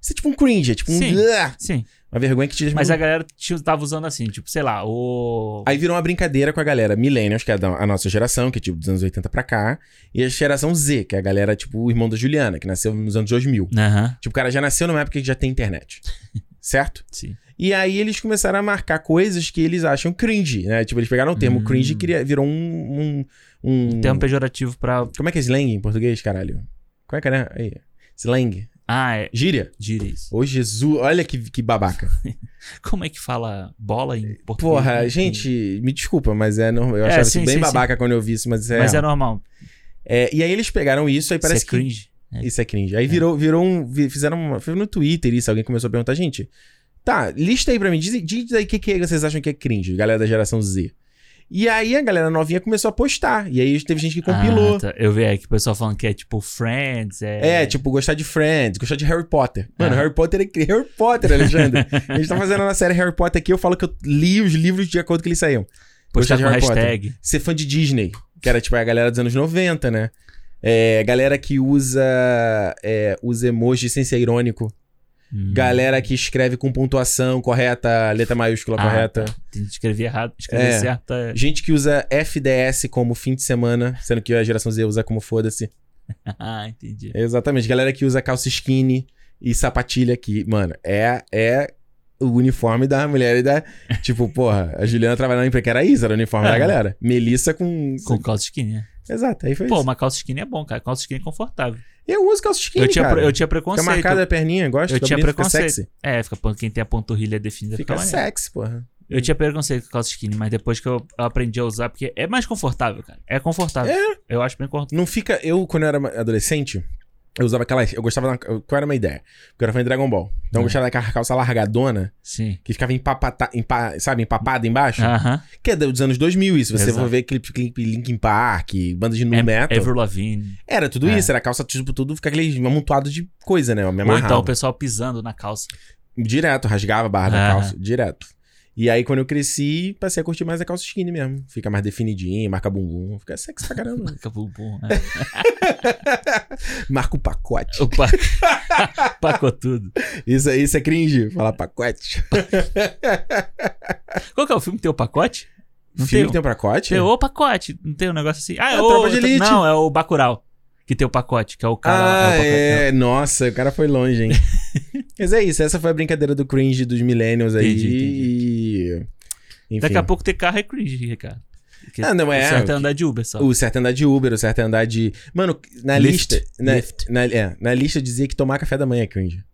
Speaker 1: Isso é tipo um cringe, é tipo um...
Speaker 2: Sim.
Speaker 1: "Ugh",
Speaker 2: Sim.
Speaker 1: Uma vergonha que te deixa...
Speaker 2: Mas a galera tinha- tava usando assim, tipo, sei lá, o.
Speaker 1: Aí virou uma brincadeira com a galera millennials, que é da- a nossa geração, que é tipo dos anos 80 pra cá, e a geração Z, que é a galera, tipo, o irmão da Juliana, que nasceu nos anos 2000.
Speaker 2: Aham,
Speaker 1: Tipo, o cara já nasceu numa época que já tem internet. certo?
Speaker 2: sim.
Speaker 1: E aí eles começaram a marcar coisas que eles acham cringe, né? Tipo, eles pegaram o termo
Speaker 2: Hum.
Speaker 1: cringe e cria- virou um. um, um-
Speaker 2: Tem um pejorativo pra.
Speaker 1: Como é que é slang em português, caralho? Como é que é, né? Aí. Slang.
Speaker 2: Ah, é.
Speaker 1: Gíria.
Speaker 2: Gira isso.
Speaker 1: Ô, Jesus, olha que, que babaca.
Speaker 2: Como é que fala bola em português?
Speaker 1: Porra,
Speaker 2: Enfim.
Speaker 1: gente, me desculpa, mas é normal. Eu
Speaker 2: É,
Speaker 1: achava
Speaker 2: sim,
Speaker 1: isso bem
Speaker 2: sim,
Speaker 1: babaca quando eu vi isso, mas é.
Speaker 2: Mas é normal.
Speaker 1: É, e aí eles pegaram isso, aí parece
Speaker 2: Parece
Speaker 1: que.
Speaker 2: cringe. É.
Speaker 1: Isso é cringe. Aí virou, virou um. vi- Fizeram uma. Foi no Twitter isso, alguém começou a perguntar, gente. Tá, lista aí pra mim. Diz, diz aí o que, que vocês acham que é cringe, galera da geração Z. E aí a galera novinha começou a postar. E aí teve gente que compilou.
Speaker 2: Ah, tá. Eu vi aí que o pessoal falando que é tipo Friends, é.
Speaker 1: É, tipo, gostar de Friends, gostar de Harry Potter. Mano,
Speaker 2: Ah.
Speaker 1: Harry Potter é cri- Harry Potter, Alexandre. a gente tá fazendo uma série Harry Potter aqui, eu falo que eu li os livros de acordo com eles saíam. gostar
Speaker 2: postar
Speaker 1: de
Speaker 2: com
Speaker 1: Harry Potter.
Speaker 2: hashtag.
Speaker 1: ser fã de Disney, que era tipo a galera dos anos 90, né? É, galera que usa, é, usa emoji sem ser irônico.
Speaker 2: Hum.
Speaker 1: Galera que escreve com pontuação correta, letra maiúscula
Speaker 2: Ah,
Speaker 1: correta.
Speaker 2: tá. Tem que escrever errado, escrever
Speaker 1: É.
Speaker 2: certo. é-
Speaker 1: Gente que usa FDS como fim de semana, sendo que a geração Z usa como foda-se.
Speaker 2: ah,
Speaker 1: É
Speaker 2: entendi.
Speaker 1: Exatamente. Galera que usa calça skinny e sapatilha, que, mano, é, é o uniforme da mulher e da. tipo, porra, a Juliana trabalhando em Precaraíza, era o uniforme
Speaker 2: É.
Speaker 1: da galera. Melissa com.
Speaker 2: Com calça skinny, né?
Speaker 1: Exato, aí foi
Speaker 2: Pô,
Speaker 1: isso.
Speaker 2: uma calça skinny é bom, cara. Calça skinny é confortável.
Speaker 1: Eu uso calça skinny.
Speaker 2: eu, tinha,
Speaker 1: cara.
Speaker 2: pre- eu tinha
Speaker 1: Fica
Speaker 2: preconceito.
Speaker 1: marcada a perninha, gosta?
Speaker 2: Eu
Speaker 1: fica
Speaker 2: tinha
Speaker 1: bonito, fica
Speaker 2: preconceito.
Speaker 1: sexy.
Speaker 2: É, fica, quem tem a panturrilha definida
Speaker 1: Fica
Speaker 2: maneiro.
Speaker 1: sexy, porra.
Speaker 2: Eu tinha preconceito com calça skinny, mas depois que eu eu aprendi a usar, porque é mais confortável, cara. É confortável. Eu acho bem confortável.
Speaker 1: Não fica. Eu, quando eu era ma- adolescente, eu usava aquela. Eu gostava. da- eu- Qual era uma ideia? Porque eu era fã de Dragon Ball. Então eu
Speaker 2: Ah.
Speaker 1: gostava daquela calça largadona,
Speaker 2: Sim.
Speaker 1: que ficava empapata, empa, sabe, empapada embaixo.
Speaker 2: Aham.
Speaker 1: Que é dos anos 2000, isso. Você
Speaker 2: Ah. Exato.
Speaker 1: for ver clipe, clipe Linkin Park, banda de nu metal.
Speaker 2: É, Avril Lavigne.
Speaker 1: Era tudo
Speaker 2: É.
Speaker 1: isso, era calça, tipo, tudo, fica aquele amontoado de coisa, né? Eu me
Speaker 2: Ou então o
Speaker 1: amarrava.
Speaker 2: pessoal pisando na calça.
Speaker 1: Direto, rasgava a barra da
Speaker 2: Ah.
Speaker 1: calça, direto. E aí, quando eu cresci, passei a curtir mais a calça skinny mesmo. Fica mais definidinha, marca bumbum, fica sexy pra caramba.
Speaker 2: Marca bumbum, né?
Speaker 1: Marca o pacote.
Speaker 2: O pa... Pacotudo.
Speaker 1: Isso, aí, isso é cringe, falar pacote.
Speaker 2: Qual que é o filme que tem o pacote? Não
Speaker 1: Filme
Speaker 2: tem
Speaker 1: que tem um pacote?
Speaker 2: Tem o pacote, não tem um negócio assim. Ah,
Speaker 1: É
Speaker 2: é,
Speaker 1: a
Speaker 2: o.
Speaker 1: Tropa de Elite.
Speaker 2: Não, é o Bacurau. Que tem o pacote, que é o cara.
Speaker 1: ah,
Speaker 2: o pacote,
Speaker 1: é. Nossa, o cara foi longe, hein? Mas é isso, essa foi a brincadeira do cringe dos millennials aí.
Speaker 2: Entendi,
Speaker 1: E... Enfim.
Speaker 2: Daqui a pouco ter carro é cringe, Ricardo. Porque
Speaker 1: Ah, não é,
Speaker 2: O certo
Speaker 1: o
Speaker 2: é andar de Uber só.
Speaker 1: O certo é andar de Uber, o certo é andar de. Mano, na
Speaker 2: Lyft.
Speaker 1: lista. Na,
Speaker 2: Lyft.
Speaker 1: na- é, na lista dizia que tomar café da manhã é cringe.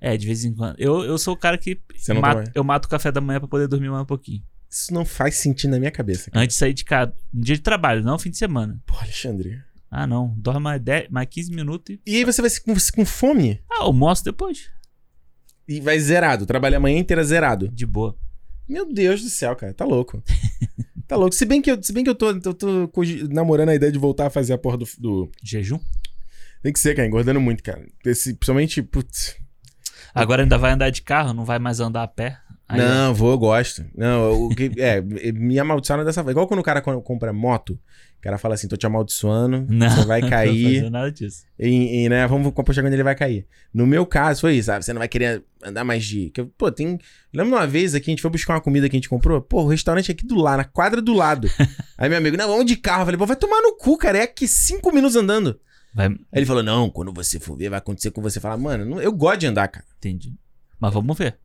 Speaker 2: É, de vez em quando. Eu, eu sou o cara que
Speaker 1: Você não
Speaker 2: mato-
Speaker 1: toma-
Speaker 2: eu mato o café da manhã pra poder dormir mais um pouquinho.
Speaker 1: Isso não faz sentido na minha cabeça.
Speaker 2: Antes de sair de casa. Um dia de trabalho, não fim de semana.
Speaker 1: Pô, Alexandre.
Speaker 2: Ah, não. Dorme mais, 10, mais 15 minutos e.
Speaker 1: E aí você vai se- com, com fome
Speaker 2: Ah, almoço depois.
Speaker 1: e vai zerado. Trabalha a manhã inteira zerado.
Speaker 2: De boa.
Speaker 1: Meu Deus do céu, cara, tá louco. tá louco. Se bem que eu, se bem que eu tô, eu tô cogi- namorando a ideia de voltar a fazer a porra do, do-
Speaker 2: Jejum.
Speaker 1: Tem que ser, cara, engordando muito, cara. Esse, principalmente, putz.
Speaker 2: Agora ainda vai andar de carro, não vai mais andar a pé. Aí-
Speaker 1: não, vou, eu gosto. Não, o que. É, me amaldiçoaram dessa forma. Igual quando o cara co- compra moto, o cara fala assim: tô te amaldiçoando,
Speaker 2: Não.
Speaker 1: você vai
Speaker 2: Não vou fazer
Speaker 1: cair.
Speaker 2: nada disso.
Speaker 1: e, e, né, vamos compostar quando ele vai cair. No meu caso, foi isso, sabe? Você não vai querer andar mais de. que eu- Pô, tem. Lembra uma vez aqui, a gente foi buscar uma comida que a gente comprou? Pô, o restaurante é aqui do lado, na quadra do lado. Aí meu amigo, não, vamos de carro. Eu falei, pô, vai tomar no cu, cara. É aqui cinco minutos andando.
Speaker 2: Vai...
Speaker 1: Aí ele falou, não, quando você for ver, vai acontecer com você. Falar, mano, não- eu gosto de andar, cara.
Speaker 2: Entendi. Mas vamos ver.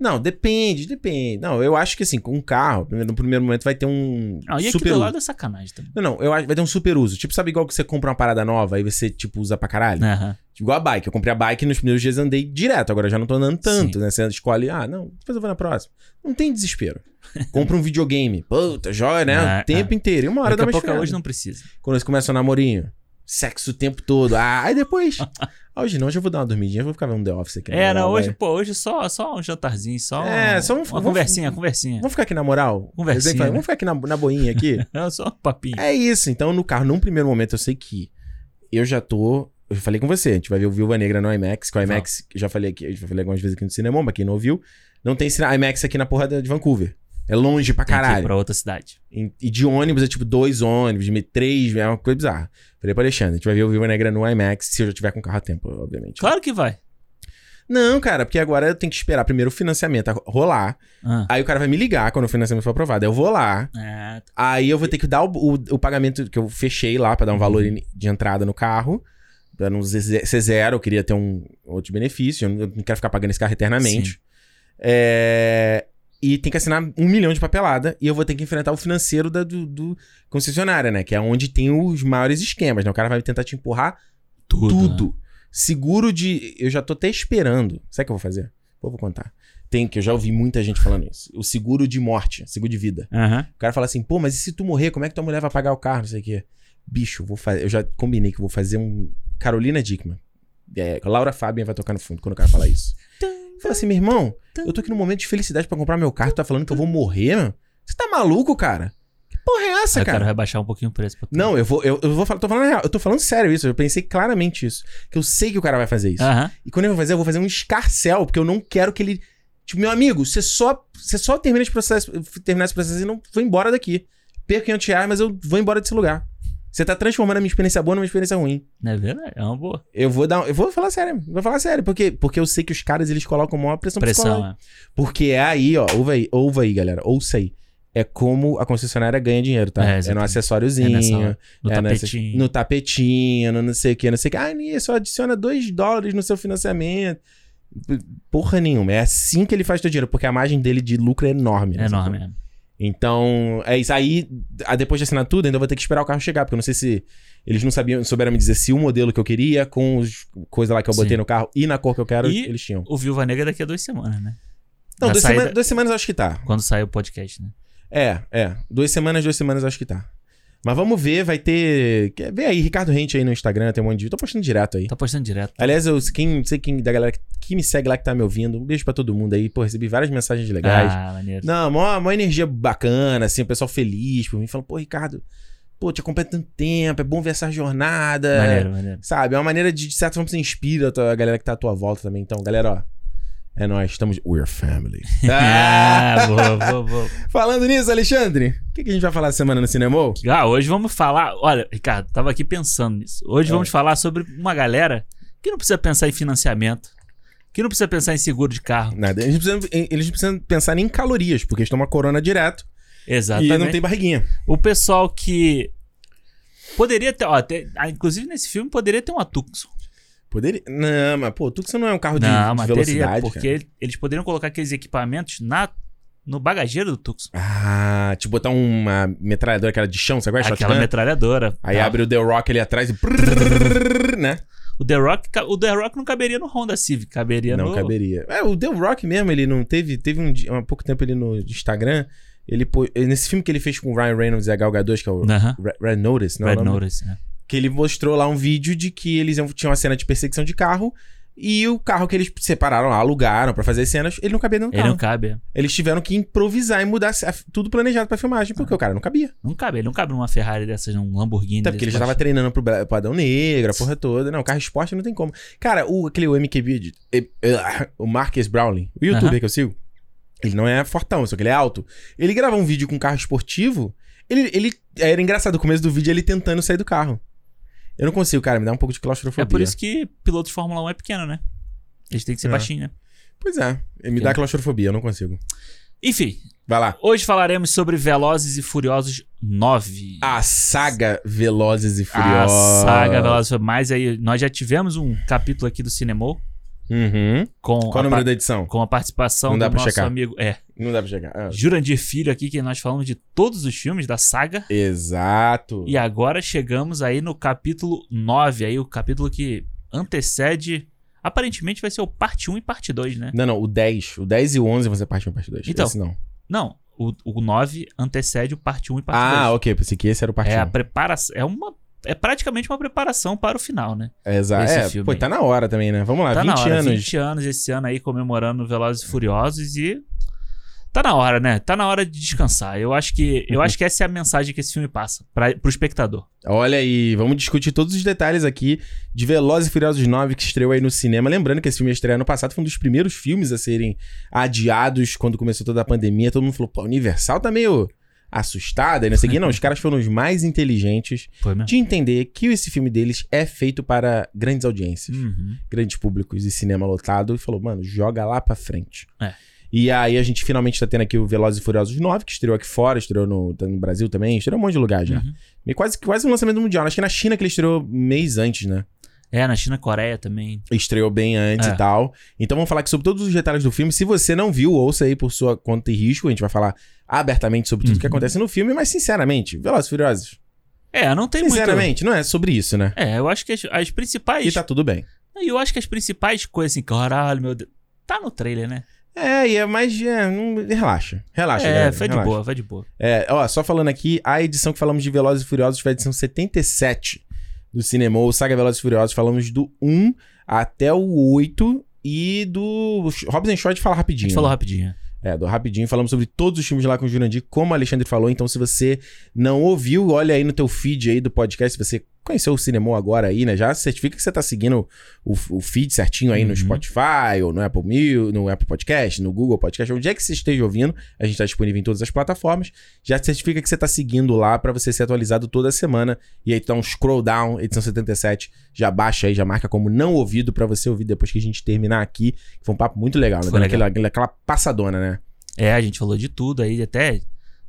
Speaker 1: Não, depende, depende. Não, eu acho que assim, com um carro, primeiro- no primeiro momento vai ter um
Speaker 2: Não, e aqui
Speaker 1: super
Speaker 2: do
Speaker 1: uso.
Speaker 2: lado é sacanagem também.
Speaker 1: Não, não, eu acho que vai ter um super uso. Tipo, sabe igual que você compra uma parada nova e você, tipo, usa pra caralho?
Speaker 2: Aham.
Speaker 1: Tipo, Igual a bike. Eu comprei a bike e nos primeiros dias andei direto. Agora eu já não tô andando tanto,
Speaker 2: Sim.
Speaker 1: né? Você escolhe, ah, não, depois eu vou na próxima. Não tem desespero. Compra um videogame. Puta, joga, né?
Speaker 2: Ah,
Speaker 1: o tempo inteiro. E uma hora
Speaker 2: Daqui
Speaker 1: da
Speaker 2: a
Speaker 1: manhã.
Speaker 2: pouco é hoje não precisa.
Speaker 1: Quando eles começam o namorinho. Sexo o tempo todo. Ah, aí depois. ah, hoje não, hoje eu vou dar uma dormidinha, eu vou ficar vendo The Office aqui. na
Speaker 2: É, não,
Speaker 1: moral,
Speaker 2: hoje,
Speaker 1: vai.
Speaker 2: pô, hoje só, só um jantarzinho, só,
Speaker 1: É, só um-
Speaker 2: uma
Speaker 1: vamos-
Speaker 2: conversinha, conversinha.
Speaker 1: Vamos ficar aqui na moral?
Speaker 2: Conversinha,
Speaker 1: Eles sempre falam,
Speaker 2: né?
Speaker 1: Vamos ficar aqui na, na boinha aqui?
Speaker 2: É só um papinho.
Speaker 1: É isso. Então, no carro, num primeiro momento, eu sei que eu já tô. Eu falei com você, a gente vai ver o Viúva Negra no IMAX, que o IMAX, eu já falei aqui, eu já falei algumas vezes aqui no cinema, mas quem não ouviu, não tem cine- IMAX aqui na porra da- de Vancouver. É longe pra
Speaker 2: Tem que ir
Speaker 1: caralho.
Speaker 2: Pra outra cidade.
Speaker 1: E e de ônibus é tipo dois ônibus, de três, é uma coisa bizarra. Falei pra Alexandre, a gente vai ver o Viúva Negra no IMAX, se eu já tiver com carro a tempo, obviamente.
Speaker 2: Claro que vai.
Speaker 1: Não, cara, porque agora eu tenho que esperar primeiro o financiamento a- rolar,
Speaker 2: Ah.
Speaker 1: aí o cara vai me ligar quando o financiamento for aprovado, aí eu vou lá,
Speaker 2: Ah, tá.
Speaker 1: Aí eu vou ter que dar o, o- o pagamento que eu fechei lá
Speaker 2: Uhum.
Speaker 1: pra dar um valor in- de entrada no carro. Pra não ze- ze- ser zero, eu queria ter um outro benefício. Eu não, eu não quero ficar pagando esse carro eternamente. É, E tem que assinar um milhão de papelada. E eu vou ter que enfrentar o financeiro da, do, do concessionária, né? Que é onde tem os maiores esquemas, né? O cara vai tentar te empurrar
Speaker 2: tudo.
Speaker 1: tudo.
Speaker 2: né?
Speaker 1: Seguro de. Eu já tô até esperando. Sabe o que eu vou fazer? Pô, vou contar. Tem, que eu já ouvi muita gente falando isso. O seguro de morte, seguro de vida.
Speaker 2: Aham.
Speaker 1: O cara fala assim, pô, mas e se tu morrer, como é que tua mulher vai pagar o carro? Não sei o quê. Bicho, eu vou fazer. Eu já combinei que eu vou fazer um. Carolina Dickman. É, Laura Fabian vai tocar no fundo quando o cara falar isso. Fala assim, meu irmão, eu tô aqui num momento de felicidade pra comprar meu carro, tu tá falando que eu vou morrer, mano? Você tá maluco, cara? Que porra é essa,
Speaker 2: Aí o
Speaker 1: cara?
Speaker 2: cara vai baixar um pouquinho o preço. Pra tu.
Speaker 1: Não, eu vou, eu, eu vou falar, tô falando real, eu tô falando sério isso, eu pensei claramente isso. Que eu sei que o cara vai fazer isso.
Speaker 2: Aham.
Speaker 1: E quando eu vou fazer, eu vou fazer um escarcel, porque eu não quero que ele. Tipo, meu amigo, você só, você só termina esse processo, terminar esse processo e não vou embora daqui. Perco 500 reais, mas eu vou embora desse lugar. Você tá transformando a minha experiência boa numa experiência ruim.
Speaker 2: Não é verdade? É uma boa
Speaker 1: Eu vou dar. Eu vou falar sério. Vou falar sério. Porque, porque eu sei que os caras eles colocam maior pressão,
Speaker 2: pressão.
Speaker 1: psicológica.
Speaker 2: né?
Speaker 1: Porque é aí, ó. Ouve aí, ouve aí, galera. Ouça aí. É como a concessionária ganha dinheiro, tá?
Speaker 2: É,
Speaker 1: É, no
Speaker 2: exatamente.
Speaker 1: acessóriozinho.
Speaker 2: É nessa hora. No
Speaker 1: É, nessas-
Speaker 2: tapetinho.
Speaker 1: no tapetinho, no não sei o que, não sei o que. Ah, Nia, só adiciona 2 dólares no seu financiamento. P- Porra nenhuma. É assim que ele faz teu dinheiro, porque a margem dele de lucro é enorme. né?
Speaker 2: É enorme. né?
Speaker 1: Então, é isso. Aí, a- depois de assinar tudo, ainda vou ter que esperar o carro chegar, porque eu não sei se. Eles não sabiam, souberam me dizer se o modelo que eu queria, com os coisa lá que eu botei
Speaker 2: Sim.
Speaker 1: no carro e na cor que eu quero,
Speaker 2: E-
Speaker 1: eles tinham.
Speaker 2: O Viúva Negra daqui a duas semanas, né?
Speaker 1: Não,
Speaker 2: na
Speaker 1: duas,
Speaker 2: saída-
Speaker 1: semanas- duas semanas eu acho que tá.
Speaker 2: Quando sair o podcast, né?
Speaker 1: É, é. Duas semanas, duas semanas eu acho que tá. Mas vamos ver, vai ter. quer- Vê aí, Ricardo Rente aí no Instagram, tem um monte de. Tô postando direto aí.
Speaker 2: Tá postando direto.
Speaker 1: Aliás, eu quem, não sei quem da galera que- que me segue lá que tá me ouvindo. Um beijo pra todo mundo aí. Pô, recebi várias mensagens legais.
Speaker 2: Ah, maneiro.
Speaker 1: Não, mó, mó energia bacana, assim, o pessoal feliz por mim. Falando, pô, Ricardo, pô, te acompanho há tanto tempo, é bom ver essa jornada.
Speaker 2: Maneiro, maneiro.
Speaker 1: Sabe? É uma maneira de, de certa forma, você inspira a, tua- a galera que tá à tua volta também. Então, galera, ó. É nóis, estamos. We're family. Ah,
Speaker 2: Ah, boa, boa, boa.
Speaker 1: falando nisso, Alexandre, o que, que a gente vai falar essa semana no cinema?
Speaker 2: Ah, hoje vamos falar. Olha, Ricardo, tava aqui pensando nisso. Hoje
Speaker 1: É.
Speaker 2: vamos falar sobre uma galera que não precisa pensar em financiamento, que não precisa pensar em seguro de carro.
Speaker 1: Nada. Eles precisam, eles precisam pensar nem em calorias, porque eles tomam corona direto
Speaker 2: Exatamente.
Speaker 1: e não tem barriguinha.
Speaker 2: O pessoal que. Poderia ter, ó, ter- ah, inclusive nesse filme poderia ter um uma Tucson.
Speaker 1: Poderia. Não, mas pô, Tucson não é um carro de,
Speaker 2: Não,
Speaker 1: de
Speaker 2: mas teria,
Speaker 1: velocidade.
Speaker 2: porque
Speaker 1: cara.
Speaker 2: eles poderiam colocar aqueles equipamentos na, no bagageiro do Tucson.
Speaker 1: Ah, tipo, botar uma metralhadora aquela de chão, sabe qual é?
Speaker 2: Aquela
Speaker 1: Shotgun?
Speaker 2: metralhadora.
Speaker 1: Aí
Speaker 2: Tá.
Speaker 1: abre o The Rock ali atrás e. prrrr, né?
Speaker 2: O The, Rock, ca- o The Rock não caberia no Honda Civic, caberia
Speaker 1: Não
Speaker 2: no.
Speaker 1: caberia. É, o The Rock mesmo, ele não teve. Teve um, dia- há pouco tempo ele no Instagram. Ele pô, nesse filme que ele fez com o Ryan Reynolds e a Gal Gadot, que é o
Speaker 2: Aham.
Speaker 1: Re- Red Notice, não é o
Speaker 2: Red
Speaker 1: nome?
Speaker 2: Notice, né?
Speaker 1: Que ele mostrou lá um vídeo de que eles iam- tinham uma cena de perseguição de carro e o carro que eles separaram lá, alugaram pra fazer cenas, ele não cabia dentro do
Speaker 2: Ele
Speaker 1: carro.
Speaker 2: não cabe. é.
Speaker 1: Eles tiveram que improvisar e mudar a- tudo planejado pra filmagem, porque o cara não cabia.
Speaker 2: Não cabe, ele não cabe numa Ferrari dessas, num Lamborghini.
Speaker 1: Até porque ele
Speaker 2: desse
Speaker 1: já tava
Speaker 2: baixo.
Speaker 1: treinando pro Bra- pro Adão Negro, a porra toda. Não, carro esporte não tem como. Cara, o, aquele o MKB, de- eh, eh, o Marcus Browning, o youtuber
Speaker 2: Aham.
Speaker 1: que eu sigo, ele não é fortão, só que ele é alto. Ele gravou um vídeo com um carro esportivo, ele, ele... Era engraçado, o começo do vídeo é ele tentando sair do carro. Eu não consigo, cara, me dá um pouco de claustrofobia.
Speaker 2: É por isso que piloto de Fórmula 1 é pequeno, né? Eles têm que ser
Speaker 1: É.
Speaker 2: baixinho, né?
Speaker 1: Pois é, me dá claustrofobia, eu não consigo.
Speaker 2: Enfim,
Speaker 1: Vai lá.
Speaker 2: hoje falaremos sobre Velozes e Furiosos 9.
Speaker 1: A saga Velozes e
Speaker 2: A
Speaker 1: Ah, Furiosos.
Speaker 2: saga Velozes e Furiosos. Mas aí, nós já tivemos um capítulo aqui do Cinemol
Speaker 1: Uhum.
Speaker 2: Com,
Speaker 1: Qual
Speaker 2: a,
Speaker 1: o número
Speaker 2: pa-
Speaker 1: da edição?
Speaker 2: com a participação
Speaker 1: Não dá
Speaker 2: do
Speaker 1: pra
Speaker 2: nosso
Speaker 1: checar.
Speaker 2: amigo. É,
Speaker 1: Não dá pra chegar. Ah.
Speaker 2: Jurandir Filho aqui, que nós falamos de todos os filmes da saga.
Speaker 1: Exato.
Speaker 2: E agora chegamos aí no capítulo 9, aí o capítulo que antecede. Aparentemente vai ser o parte 1 e parte 2, né?
Speaker 1: Não, não, o 10. O 10 e o 11 você parte 1 parte 2.
Speaker 2: Então,
Speaker 1: esse não.
Speaker 2: Não, o, o 9 antecede o parte 1 e parte 2.
Speaker 1: Ah, ok. Pensei que esse era o parte
Speaker 2: é a
Speaker 1: 1.
Speaker 2: preparação. É uma. É praticamente uma preparação para o final, né?
Speaker 1: É, Exato.
Speaker 2: esse
Speaker 1: É,
Speaker 2: filme
Speaker 1: pô,
Speaker 2: aí.
Speaker 1: tá na hora também, né? Vamos lá,
Speaker 2: tá
Speaker 1: 20
Speaker 2: na hora,
Speaker 1: anos.
Speaker 2: 20 anos esse ano aí comemorando Velozes e Furiosos e tá na hora, né? Tá na hora de descansar. Eu acho que eu acho que essa é a mensagem que esse filme passa para pro espectador.
Speaker 1: Olha aí, vamos discutir todos os detalhes aqui de Velozes e Furiosos 9 que estreou aí no cinema. Lembrando que esse filme ia estrear ano passado, foi um dos primeiros filmes a serem adiados quando começou toda a pandemia. Todo mundo falou, pô, a Universal tá meio assustada, e não sei o quê. Não, os caras foram os mais inteligentes
Speaker 2: Foi mesmo?
Speaker 1: de entender que esse filme deles é feito para grandes audiências.
Speaker 2: Uhum.
Speaker 1: grandes públicos e cinema lotado e falou, mano, joga lá pra frente.
Speaker 2: É.
Speaker 1: E aí a gente finalmente tá tendo aqui o Velozes e Furiosos 9, que estreou aqui fora, estreou no, tá no Brasil também, estreou em um monte de lugar já.
Speaker 2: Uhum.
Speaker 1: E quase, quase um lançamento mundial. Acho que na China que ele estreou mês antes, né?
Speaker 2: É, na China, Coreia também.
Speaker 1: Estreou bem antes
Speaker 2: É.
Speaker 1: e tal. Então vamos falar aqui sobre todos os detalhes do filme. Se você não viu, ouça aí por sua conta e risco. A gente vai falar abertamente sobre tudo que
Speaker 2: Uhum.
Speaker 1: acontece no filme, mas sinceramente, Velozes e Furiosos,
Speaker 2: É, não tem muito.
Speaker 1: sinceramente, não é sobre isso, né?
Speaker 2: É, eu acho que as, as
Speaker 1: E
Speaker 2: principais.
Speaker 1: tá tudo bem.
Speaker 2: Eu acho que as principais coisas assim, caralho, meu Deus. Tá no trailer, né?
Speaker 1: É, e é mais... é, não- relaxa, relaxa,
Speaker 2: é,
Speaker 1: galera,
Speaker 2: foi de
Speaker 1: relaxa.
Speaker 2: boa, foi de boa.
Speaker 1: É, ó, só falando aqui, a edição que falamos de Velozes e Furiosos foi a edição 77 do cinema, ou Saga Velozes e Furiosos, falamos do 1 até o 8 e do Robson Short fala
Speaker 2: A
Speaker 1: rapidinho.
Speaker 2: gente falou rapidinho.
Speaker 1: É, do rapidinho, falamos sobre todos os filmes lá com o Jurandir, como o Alexandre falou, então se você não ouviu, olha aí no teu feed aí do podcast, se você conheceu o cinema agora aí, né, já certifica que você tá seguindo o, o feed certinho aí
Speaker 2: Uhum.
Speaker 1: no Spotify, ou no Apple Music, no Apple Podcast, no Google Podcast, onde é que você esteja ouvindo, a gente tá disponível em todas as plataformas, já certifica que você tá seguindo lá pra você ser atualizado toda semana, e aí tu dá um scroll down, edição 77, já baixa aí, já marca como não ouvido pra você ouvir depois que a gente terminar aqui, que foi um papo muito legal, né,
Speaker 2: Foi
Speaker 1: Dando
Speaker 2: legal.
Speaker 1: Aquela, aquela passadona, né.
Speaker 2: É, a gente falou de tudo aí, até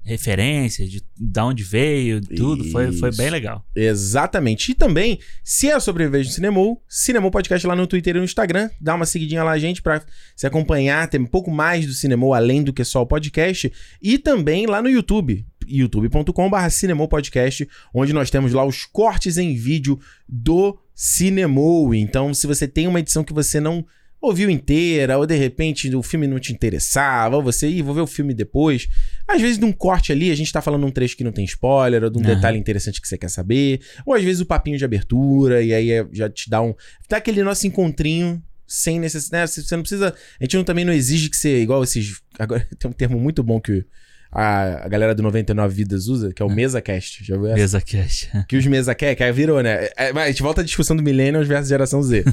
Speaker 2: referências, de, de onde veio, de tudo. Foi, foi
Speaker 1: Isso.
Speaker 2: bem legal.
Speaker 1: Exatamente. E também, se é sobre Vejo Cinemou, Cinemou Podcast lá no Twitter e no Instagram. Dá uma seguidinha lá, gente, pra se acompanhar. Tem um pouco mais do Cinemou, além do que só o podcast. E também lá no YouTube, youtube.com.br Cinemou Podcast, onde nós temos lá os cortes em vídeo do Cinemou. Então, se você tem uma edição que você não ouviu inteira, ou de repente o filme não te interessava, ou você, ih, vou ver o filme depois. Às vezes, num corte ali, a gente tá falando um trecho que não tem spoiler, ou de um
Speaker 2: Aham.
Speaker 1: detalhe interessante que você quer saber, ou às vezes o papinho de abertura, e aí é- já te dá um. Dá aquele nosso encontrinho. Sem necessidade, você não precisa. A gente não, também não exige que você, igual esses. Agora tem um termo muito bom que a, a galera do 99 Vidas usa, que é o MesaCast. Já viu essa?
Speaker 2: Mesa Cash.
Speaker 1: Que os mesa quer, que aí virou, né? É, mas A gente volta à discussão do Millennials versus Geração Z.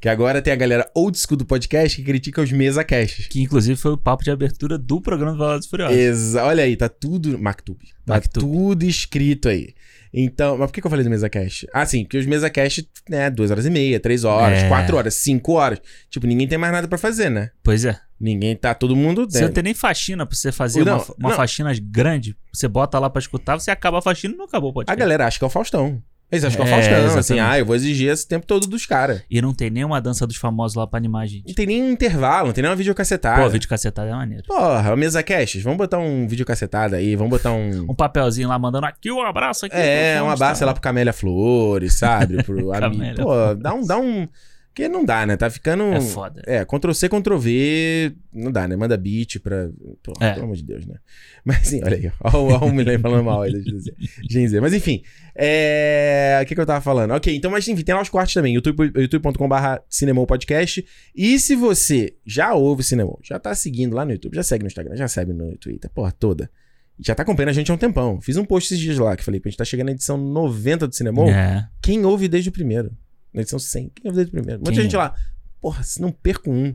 Speaker 1: que agora tem a galera old school do podcast que critica os mesa casts.
Speaker 2: Que inclusive foi o papo de abertura do programa do Velozes e Furiosos.
Speaker 1: Exa olha aí, tá tudo. Mactube. Tá
Speaker 2: Mactube.
Speaker 1: tudo escrito aí. Então, mas por que que eu falei do mesa cast? Ah, sim, porque os mesa cast, né, duas horas e meia, três horas,
Speaker 2: É.
Speaker 1: quatro horas, cinco horas. Tipo, ninguém tem mais nada pra fazer, né?
Speaker 2: Pois é.
Speaker 1: Ninguém tá, todo mundo.
Speaker 2: Você não
Speaker 1: né?
Speaker 2: tem nem faxina pra você fazer
Speaker 1: Não,
Speaker 2: uma, fa- uma
Speaker 1: não.
Speaker 2: faxina grande, você bota lá pra escutar, você acaba a faxina e não acabou o
Speaker 1: A
Speaker 2: podcast.
Speaker 1: galera acha que é o Faustão. Eles acham que é
Speaker 2: É,
Speaker 1: o Faustão, assim,
Speaker 2: exatamente.
Speaker 1: ah, eu vou exigir esse tempo todo dos caras.
Speaker 2: E não tem nenhuma dança dos famosos lá pra animar a gente.
Speaker 1: Não tem nenhum intervalo, não tem nenhuma videocassetada.
Speaker 2: Pô, vídeo cacetado é maneiro.
Speaker 1: Porra, mesa caches, vamos botar um vídeo cacetado aí, vamos botar um.
Speaker 2: Um papelzinho lá mandando aqui, um abraço aqui.
Speaker 1: é,
Speaker 2: um
Speaker 1: um abraço lá pro Camélia Flores, sabe? Pro
Speaker 2: Camélia
Speaker 1: amigo. Pô, dá um. Dá um... Porque não dá, né? Tá ficando.
Speaker 2: É foda.
Speaker 1: É, Ctrl C, Ctrl V, não dá, né? Manda beat pra. Pô,
Speaker 2: É.
Speaker 1: Pelo amor de Deus, né? Mas assim, olha aí, ó. Olha o Milene falando mal aí, deixa eu dizer. Gen Z. Mas enfim, é. O que, que eu tava falando? Ok, então, mas enfim, tem lá os cortes também, youtube- youtube.com.br Cinemou Podcast. E se você já ouve o Cinemou, já tá seguindo lá no YouTube, já segue no Instagram, já segue no Twitter, porra toda. e Já tá acompanhando a gente há um tempão. Fiz um post esses dias lá que falei, pô, a gente tá chegando na edição 90 do Cinemou
Speaker 2: É.
Speaker 1: quem ouve desde o primeiro. Na edição 100, quem ouve desde o primeiro. Muita
Speaker 2: Quem é?
Speaker 1: gente lá, porra, se não perco um,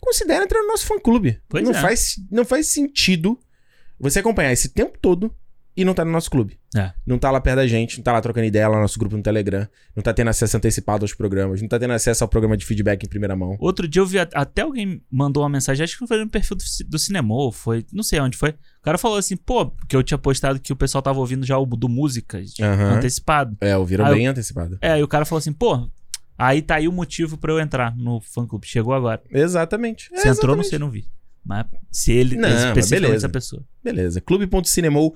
Speaker 1: considera entrar no nosso fã-clube.
Speaker 2: Pois
Speaker 1: não,
Speaker 2: é.
Speaker 1: faz, não faz sentido você acompanhar esse tempo todo e não tá no nosso clube.
Speaker 2: É.
Speaker 1: Não tá lá perto da gente, não tá lá trocando ideia lá no nosso grupo no Telegram, não tá tendo acesso antecipado aos programas, não tá tendo acesso ao programa de feedback em primeira mão.
Speaker 2: Outro dia eu vi, a- até alguém mandou uma mensagem, acho que foi no perfil do, ci- do cinema, ou foi, não sei onde foi. O cara falou assim, pô, que eu tinha postado que o pessoal tava ouvindo já o do música,
Speaker 1: Aham.
Speaker 2: antecipado.
Speaker 1: É, ouviram
Speaker 2: Ah, eu-
Speaker 1: bem antecipado.
Speaker 2: É, e o cara falou assim, pô, Aí tá aí o motivo pra eu entrar no fã clube. Chegou agora.
Speaker 1: Exatamente. É,
Speaker 2: Se entrou, não
Speaker 1: exatamente.
Speaker 2: sei, não vi. Mas se ele
Speaker 1: Não, mas
Speaker 2: especificamente
Speaker 1: beleza.
Speaker 2: essa pessoa.
Speaker 1: Beleza. Clube.cinemou.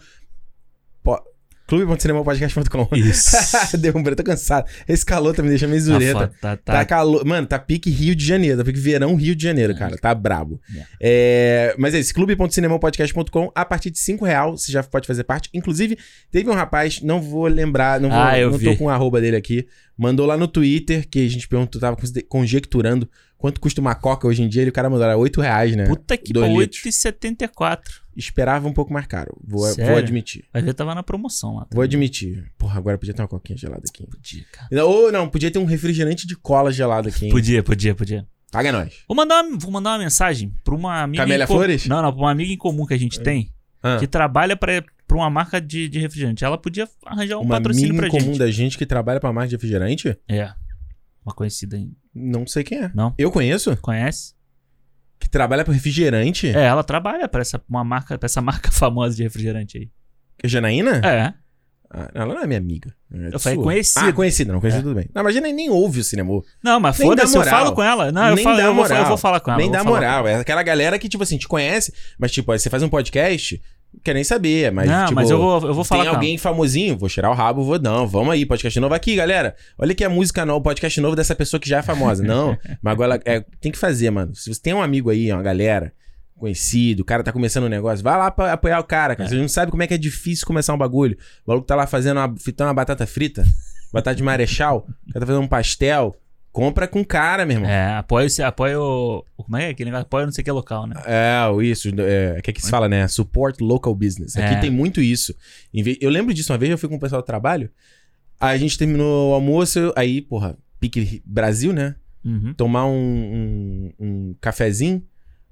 Speaker 1: Po... Clube.cinemopodcast.com.
Speaker 2: Isso.
Speaker 1: Deu um breu, tô cansado. Esse calor tá me deixando meio
Speaker 2: Tá
Speaker 1: zureta.
Speaker 2: foda, tá, tá.
Speaker 1: Tá. calor. Mano, tá pique Rio de Janeiro. Tá pique verão Rio de Janeiro,
Speaker 2: É.
Speaker 1: cara. Tá brabo.
Speaker 2: Yeah.
Speaker 1: É, mas é isso. clube.cinemopodcast.com. A partir de 5 reais você já pode fazer parte. Inclusive, teve um rapaz, não vou lembrar, não, vou,
Speaker 2: Ah, eu
Speaker 1: não tô
Speaker 2: vi.
Speaker 1: com o arroba dele aqui. Mandou lá no Twitter, que a gente perguntou, tava conde- conjecturando quanto custa uma coca hoje em dia. E o cara mandou, era 8 reais, né?
Speaker 2: Puta que
Speaker 1: Dois
Speaker 2: pariu,
Speaker 1: litros.
Speaker 2: 8,74.
Speaker 1: Esperava um pouco mais caro. Vou,
Speaker 2: Sério?
Speaker 1: vou admitir.
Speaker 2: Vai ver, tava na promoção lá. tá
Speaker 1: Vou admitir. Porra, agora podia ter uma coquinha gelada aqui.
Speaker 2: Podia, cara.
Speaker 1: Ou não, podia ter um refrigerante de cola gelado aqui. hein?
Speaker 2: Podia, podia, podia.
Speaker 1: Paga nós.
Speaker 2: Vou mandar uma, vou mandar uma mensagem pra uma amiga.
Speaker 1: Camélia
Speaker 2: em co-
Speaker 1: Flores?
Speaker 2: Não, não, pra uma amiga em comum que a gente tem,
Speaker 1: Ah,
Speaker 2: que trabalha pra, pra uma marca de, de refrigerante. Ela podia arranjar um
Speaker 1: uma
Speaker 2: patrocínio
Speaker 1: amiga
Speaker 2: pra
Speaker 1: em comum
Speaker 2: gente.
Speaker 1: da gente que trabalha pra marca de refrigerante?
Speaker 2: É. Uma conhecida aí.
Speaker 1: Não sei quem é.
Speaker 2: Não?
Speaker 1: Eu conheço?
Speaker 2: Conhece?
Speaker 1: Que trabalha pra refrigerante?
Speaker 2: É, ela trabalha pra essa, uma marca, pra essa marca famosa de refrigerante aí.
Speaker 1: Que é Janaína?
Speaker 2: É.
Speaker 1: Ah, ela não é minha amiga. É
Speaker 2: Eu falei
Speaker 1: sua.
Speaker 2: conhecida. É.
Speaker 1: Ah, conhecida. Não, conhecida tudo bem. Não, imagina, nem ouve o cinema.
Speaker 2: Não, mas
Speaker 1: Nem
Speaker 2: foda-se,
Speaker 1: dá
Speaker 2: eu
Speaker 1: moral.
Speaker 2: falo com ela. Não, eu
Speaker 1: Nem
Speaker 2: falo,
Speaker 1: dá
Speaker 2: eu vou, falar- eu
Speaker 1: moral.
Speaker 2: vou falar com ela.
Speaker 1: nem
Speaker 2: Tá, eu
Speaker 1: dá
Speaker 2: vou falar.
Speaker 1: moral. É aquela galera que, tipo assim, te conhece, mas tipo, aí você faz um podcast, quer nem saber, mas
Speaker 2: não,
Speaker 1: tipo...
Speaker 2: mas eu vou, eu vou falar
Speaker 1: Tem
Speaker 2: com
Speaker 1: alguém famosinho, vou cheirar o rabo, vou não, vamos aí, podcast novo aqui, galera. Olha que a música nova, o podcast novo dessa pessoa que já é famosa. Não, mas agora é, tem que fazer, mano. Se você tem um amigo aí, uma galera conhecido, o cara tá começando um negócio, vai lá pra apoiar o cara, cara. Você não sabe como é que é difícil começar um bagulho. O maluco tá lá fazendo uma, fritando uma batata frita, batata de marechal, o cara tá fazendo um pastel, compra com o cara, meu
Speaker 2: ela.
Speaker 1: irmão.
Speaker 2: É, apoia, o- apoia o. Como é aquele negócio? Apoia não sei o que local, né?
Speaker 1: É, o isso. É, que é que se fala, né? Support local business. Aqui
Speaker 2: É.
Speaker 1: tem muito isso. Em vez- Eu lembro disso uma vez, eu fui com o pessoal do trabalho. A gente terminou o almoço, eu- aí, porra, pique Brasil, né?
Speaker 2: Uhum.
Speaker 1: Tomar um, um, um cafezinho.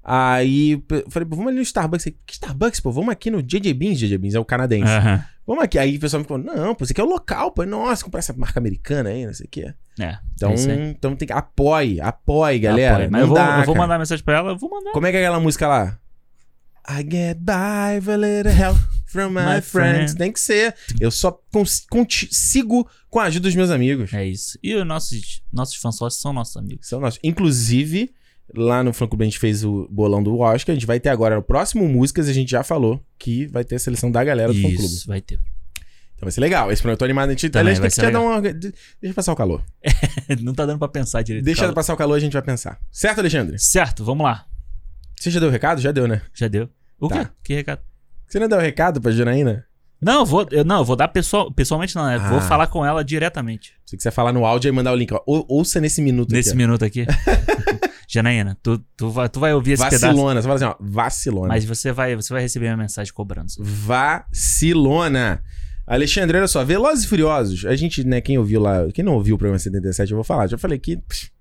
Speaker 1: Aí p- eu falei, pô, vamos ali no Starbucks. Aí, Que Starbucks, pô? Vamos aqui no JJ Beans, JJ Beans, é o canadense.
Speaker 2: Aham.
Speaker 1: Vamos aqui. Aí o pessoal me falou, não, pô, você quer o local, pô. Nossa, comprar essa marca americana aí, não sei o quê.
Speaker 2: É.
Speaker 1: Então,
Speaker 2: é isso aí.
Speaker 1: então tem que... Apoie, apoie, galera.
Speaker 2: Apoia. Mas
Speaker 1: Não
Speaker 2: Ah, eu vou,
Speaker 1: dá,
Speaker 2: eu vou
Speaker 1: cara.
Speaker 2: mandar mensagem pra ela, eu vou mandar.
Speaker 1: Como é que é aquela música lá? I get by with a little help from my,
Speaker 2: My
Speaker 1: friends.
Speaker 2: friend.
Speaker 1: Tem que ser. Eu só cons- consigo com a ajuda dos meus amigos.
Speaker 2: É isso. E os nossos, nossos fãs sócios são nossos amigos.
Speaker 1: São nossos. Inclusive, lá no Fã Clube a gente fez o bolão do Oscar. A gente vai ter agora o próximo Músicas. A gente já falou que vai ter a seleção da
Speaker 2: É
Speaker 1: galera do Fã Clube.
Speaker 2: Isso, vai ter.
Speaker 1: Então vai ser legal. Esse programa eu tô animado. A gente,
Speaker 2: Também
Speaker 1: aliás,
Speaker 2: vai
Speaker 1: tem
Speaker 2: ser
Speaker 1: que dar uma... Deixa eu passar o calor.
Speaker 2: Não tá dando pra pensar direito.
Speaker 1: Deixa
Speaker 2: Calma.
Speaker 1: passar o calor a gente vai pensar. Certo, Alexandre?
Speaker 2: Certo, vamos lá.
Speaker 1: Você já deu o recado? Já deu, né?
Speaker 2: Já deu. O
Speaker 1: Tá.
Speaker 2: quê? Que recado?
Speaker 1: Você não deu o recado pra Janaína?
Speaker 2: Não, eu vou, eu, não, eu vou dar pessoal, pessoalmente, não. né? Vou
Speaker 1: Ah.
Speaker 2: falar com ela diretamente.
Speaker 1: Se quiser falar no áudio e mandar o link. Ó, Ou- ouça nesse minuto
Speaker 2: Nesse
Speaker 1: aqui. ó.
Speaker 2: minuto aqui. Janaína, tu, tu, vai, tu vai ouvir esse pedaço.
Speaker 1: Vacilona, você fala assim, ó, vacilona.
Speaker 2: Mas você vai, você vai receber minha mensagem cobrando.
Speaker 1: Vacilona. Alexandre, olha só, Velozes e Furiosos. A gente, né, quem ouviu lá, quem não ouviu o programa 77, eu vou falar. Já falei que psh,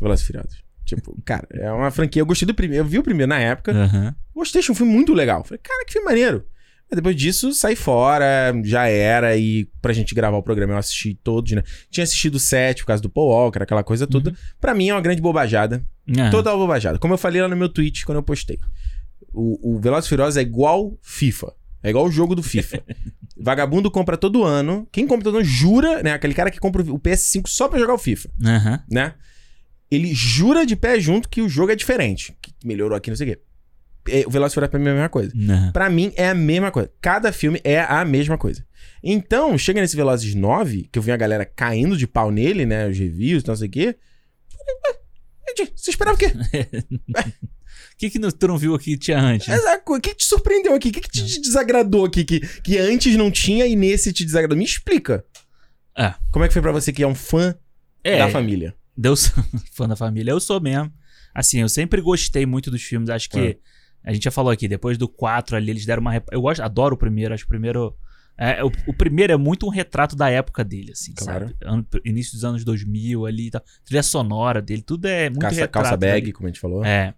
Speaker 1: Velozes e Furiosos. Tipo, cara, é uma franquia. Eu gostei do primeiro, eu vi o primeiro na época.
Speaker 2: Aham.
Speaker 1: Gostei, achei um filme muito legal. Falei, cara, que filme maneiro. Mas depois disso, saí fora, já era. E pra gente gravar o programa, eu assisti todos, né? Tinha assistido o 7 por causa do Paul Walker, aquela coisa
Speaker 2: Uhum.
Speaker 1: toda. Pra mim é uma grande bobajada.
Speaker 2: Aham.
Speaker 1: Toda bobajada. Como eu falei lá no meu tweet quando eu postei. O, o Velozes e Furiosos é igual FIFA. É igual o jogo do FIFA. Vagabundo compra todo ano. Quem compra todo ano jura, né? Aquele cara que compra o PS5 só pra jogar o FIFA,
Speaker 2: Aham.
Speaker 1: né? Ele jura de pé junto que o jogo é diferente. Que melhorou aqui, não sei o quê. É, O Velozes e Furiosos pra mim é a mesma coisa.
Speaker 2: Aham.
Speaker 1: Pra mim é a mesma coisa. Cada filme é a mesma coisa. Então, chega nesse Velozes 9, que eu vi a galera caindo de pau nele, né? Os reviews, não sei o quê. Falei, "Ué, gente, Você esperava o quê?
Speaker 2: O que que tu não viu aqui que tinha antes?
Speaker 1: Exato. O que te surpreendeu aqui? O que, que
Speaker 2: É.
Speaker 1: te desagradou aqui? Que, que antes não tinha e nesse te desagradou? Me explica.
Speaker 2: É.
Speaker 1: Como é que foi pra você que é um fã
Speaker 2: É,
Speaker 1: da família?
Speaker 2: Deu fã da família. Eu sou mesmo. Assim, eu sempre gostei muito dos filmes. Acho que.
Speaker 1: É.
Speaker 2: A gente já falou aqui, depois do 4 ali, eles deram uma. repa- Eu gosto, adoro o primeiro. Acho que o primeiro. é, o, o primeiro é muito um retrato da época dele, assim,
Speaker 1: Claro.
Speaker 2: sabe? Ano- início dos anos 2000 ali e tal. Trilha sonora dele, tudo é muito
Speaker 1: Calça,
Speaker 2: retrato.
Speaker 1: calça bag,
Speaker 2: ali.
Speaker 1: como a gente falou.
Speaker 2: É.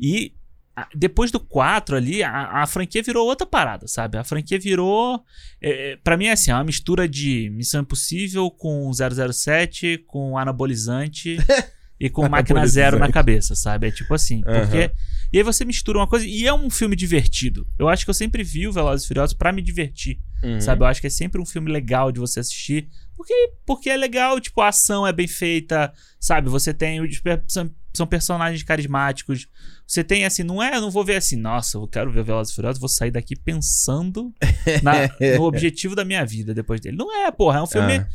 Speaker 2: E a- depois do 4 ali, a, a franquia virou outra parada, sabe? A franquia virou. É, é, para mim é assim, é uma mistura de Missão Impossível com 007, com Anabolizante e com Máquina Zero na
Speaker 1: Anabolizante.
Speaker 2: cabeça, sabe? É tipo assim.
Speaker 1: Aham.
Speaker 2: Porque. E aí você mistura uma coisa. E é um filme divertido. Eu acho que eu sempre vi o Velozes e Furiosos pra me divertir.
Speaker 1: Uhum.
Speaker 2: Sabe? Eu acho que é sempre um filme legal de você assistir. Porque, porque é legal, tipo, a ação é bem feita, sabe? Você tem. os per- São, são personagens carismáticos. Você tem assim, não é, eu não vou ver assim, nossa, eu quero ver Velozes e Furiosos, vou sair daqui pensando na- no objetivo da minha vida depois dele. Não é, porra, é um filme
Speaker 1: Ah.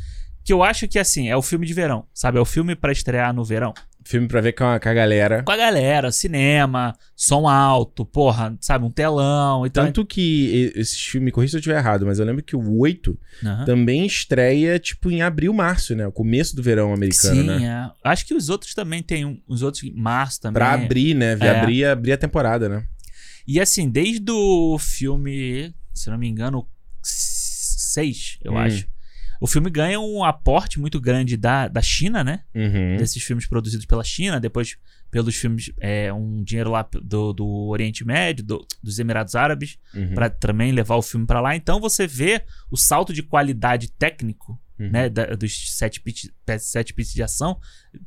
Speaker 2: que eu acho que assim, é o filme de verão, sabe? É o filme pra estrear no verão.
Speaker 1: Filme pra ver com a, com a galera.
Speaker 2: Com a galera, cinema, som alto, porra, sabe, um telão e tal.
Speaker 1: Tanto que e- esse filme, me corrija se eu estiver errado, mas eu lembro que o 8
Speaker 2: Aham.
Speaker 1: também estreia, tipo, em abril, março, né? O começo do verão americano,
Speaker 2: Sim,
Speaker 1: né?
Speaker 2: é. Acho que os outros também tem um, os outros março também.
Speaker 1: Pra abrir, né?
Speaker 2: É.
Speaker 1: Abrir, abrir a temporada, né?
Speaker 2: E assim, desde o filme, se eu não me engano, 6, eu
Speaker 1: Hum.
Speaker 2: acho. O filme ganha um aporte muito grande da, da China, né?
Speaker 1: Uhum.
Speaker 2: Desses filmes produzidos pela China, depois pelos filmes, é, um dinheiro lá do, do Oriente Médio, do- dos Emirados Árabes,
Speaker 1: uhum.
Speaker 2: pra também levar o filme pra lá. Então você vê o salto de qualidade técnico,
Speaker 1: Uhum.
Speaker 2: né, da- dos sete pits, sete pits de ação,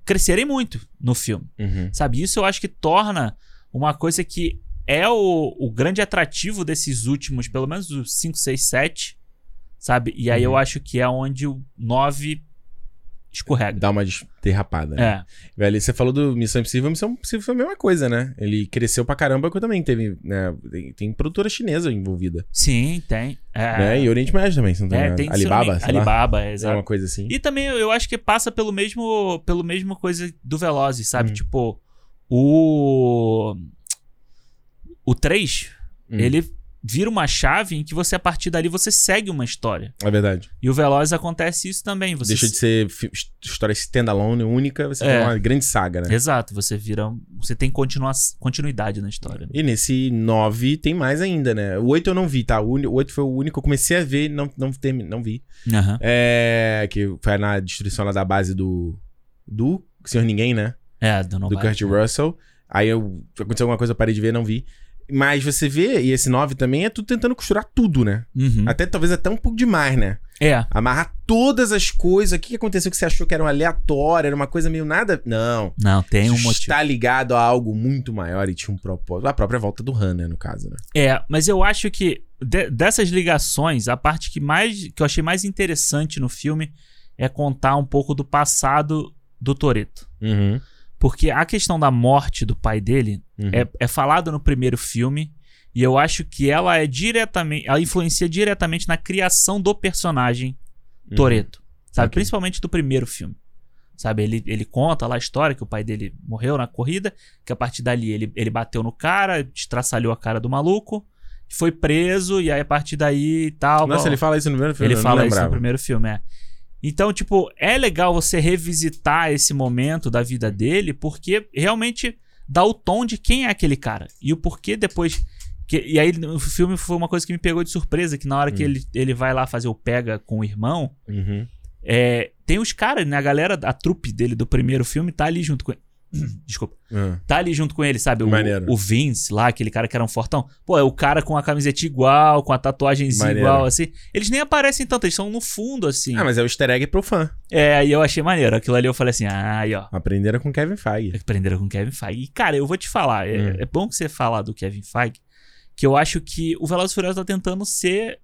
Speaker 2: crescerem muito no filme.
Speaker 1: Uhum.
Speaker 2: Sabe? Isso eu acho que torna uma coisa que é o, o grande atrativo desses últimos, pelo menos os 5, 6, 7, sabe? E aí
Speaker 1: Uhum.
Speaker 2: eu acho que é onde o 9 escorrega.
Speaker 1: Dá uma des- derrapada, né?
Speaker 2: É,
Speaker 1: Velho, você falou do Missão Impossível, Missão Impossível foi a mesma coisa, né? Ele cresceu pra caramba, que também teve, né? Tem, tem produtora chinesa envolvida,
Speaker 2: sim, tem. É,
Speaker 1: né? E Oriente Médio também, se não tem,
Speaker 2: é, tem
Speaker 1: Alibaba,
Speaker 2: se
Speaker 1: sei
Speaker 2: não me-
Speaker 1: lá.
Speaker 2: Alibaba, é,
Speaker 1: É
Speaker 2: exato.
Speaker 1: uma coisa assim.
Speaker 2: E também eu acho que passa pelo mesmo, pelo mesmo coisa do Velozes, sabe?
Speaker 1: Hum.
Speaker 2: Tipo, o o 3,
Speaker 1: Hum.
Speaker 2: ele vira uma chave em que você a partir dali você segue uma história.
Speaker 1: É verdade.
Speaker 2: E o Velozes acontece isso também, você
Speaker 1: Deixa de ser fi- his- história standalone, única, você
Speaker 2: É.
Speaker 1: tem uma grande saga, né?
Speaker 2: Exato, você vira, um- você tem continua... continuidade na história.
Speaker 1: E nesse 9 tem mais ainda, né? O 8 eu não vi, tá? O uni- o 8 foi o único, eu comecei a ver e não, não, termi- não vi.
Speaker 2: Aham.
Speaker 1: É. Que foi na destruição lá da base do. Do Senhor Ninguém, né?
Speaker 2: É, do
Speaker 1: do
Speaker 2: Nobody.
Speaker 1: Kurt Russell. Aí eu, aconteceu alguma coisa, eu parei de ver, não vi. Mas você vê, e esse 9 também, é tu tentando costurar tudo, né?
Speaker 2: Uhum.
Speaker 1: Até talvez até um pouco demais, né?
Speaker 2: É.
Speaker 1: Amarrar todas as coisas. O que que aconteceu que você achou que era um aleatório, era uma coisa meio nada? Não.
Speaker 2: Não, tem um
Speaker 1: Isso
Speaker 2: motivo.
Speaker 1: Está ligado a algo muito maior e tinha um propósito. A própria volta do Han, né, no caso, né?
Speaker 2: É, mas eu acho que de- dessas ligações, a parte que mais que eu achei mais interessante no filme é contar um pouco do passado do Toreto.
Speaker 1: Uhum.
Speaker 2: Porque a questão da morte do pai dele
Speaker 1: Uhum.
Speaker 2: é, é falada no primeiro filme. E eu acho que ela é diretamente. Ela influencia diretamente na criação do personagem
Speaker 1: Uhum.
Speaker 2: Toreto. Sabe?
Speaker 1: Ok.
Speaker 2: Principalmente do primeiro filme. Sabe? Ele, ele conta lá a história que o pai dele morreu na corrida, que a partir dali ele, ele bateu no cara, estraçalhou a cara do maluco, foi preso, e aí a partir daí e tal. blá,
Speaker 1: Nossa,
Speaker 2: blá.
Speaker 1: ele fala isso no primeiro filme.
Speaker 2: Tá Ele
Speaker 1: eu não
Speaker 2: fala isso no
Speaker 1: lembrava.
Speaker 2: primeiro filme, é. Então, tipo, é legal você revisitar esse momento da vida dele, porque realmente dá o tom de quem é aquele cara. E o porquê depois. que- e aí, o filme foi uma coisa que me pegou de surpresa, que na hora que
Speaker 1: Hum.
Speaker 2: ele, ele vai lá fazer o pega com o irmão,
Speaker 1: Uhum.
Speaker 2: é, tem os caras, né? A galera, a trupe dele do primeiro filme tá ali junto com ele. Desculpa.
Speaker 1: Ah.
Speaker 2: Tá ali junto com ele, sabe? O,
Speaker 1: Maneiro.
Speaker 2: o Vince lá, aquele cara que era um fortão. Pô, é o cara com a camiseta igual, com a tatuagemzinha
Speaker 1: Maneiro.
Speaker 2: igual, assim. Eles nem aparecem tanto, eles são no fundo, assim.
Speaker 1: Ah, mas é o easter egg pro fã.
Speaker 2: É, e eu achei maneiro. Aquilo ali eu falei assim, ah, aí, ó.
Speaker 1: Aprenderam com Kevin Feige.
Speaker 2: Prenderam com Kevin Feige. E, cara, eu vou te falar, é,
Speaker 1: Hum.
Speaker 2: é bom que você falar do Kevin Feige, que eu acho que o Velozes e Furiosos tá tentando ser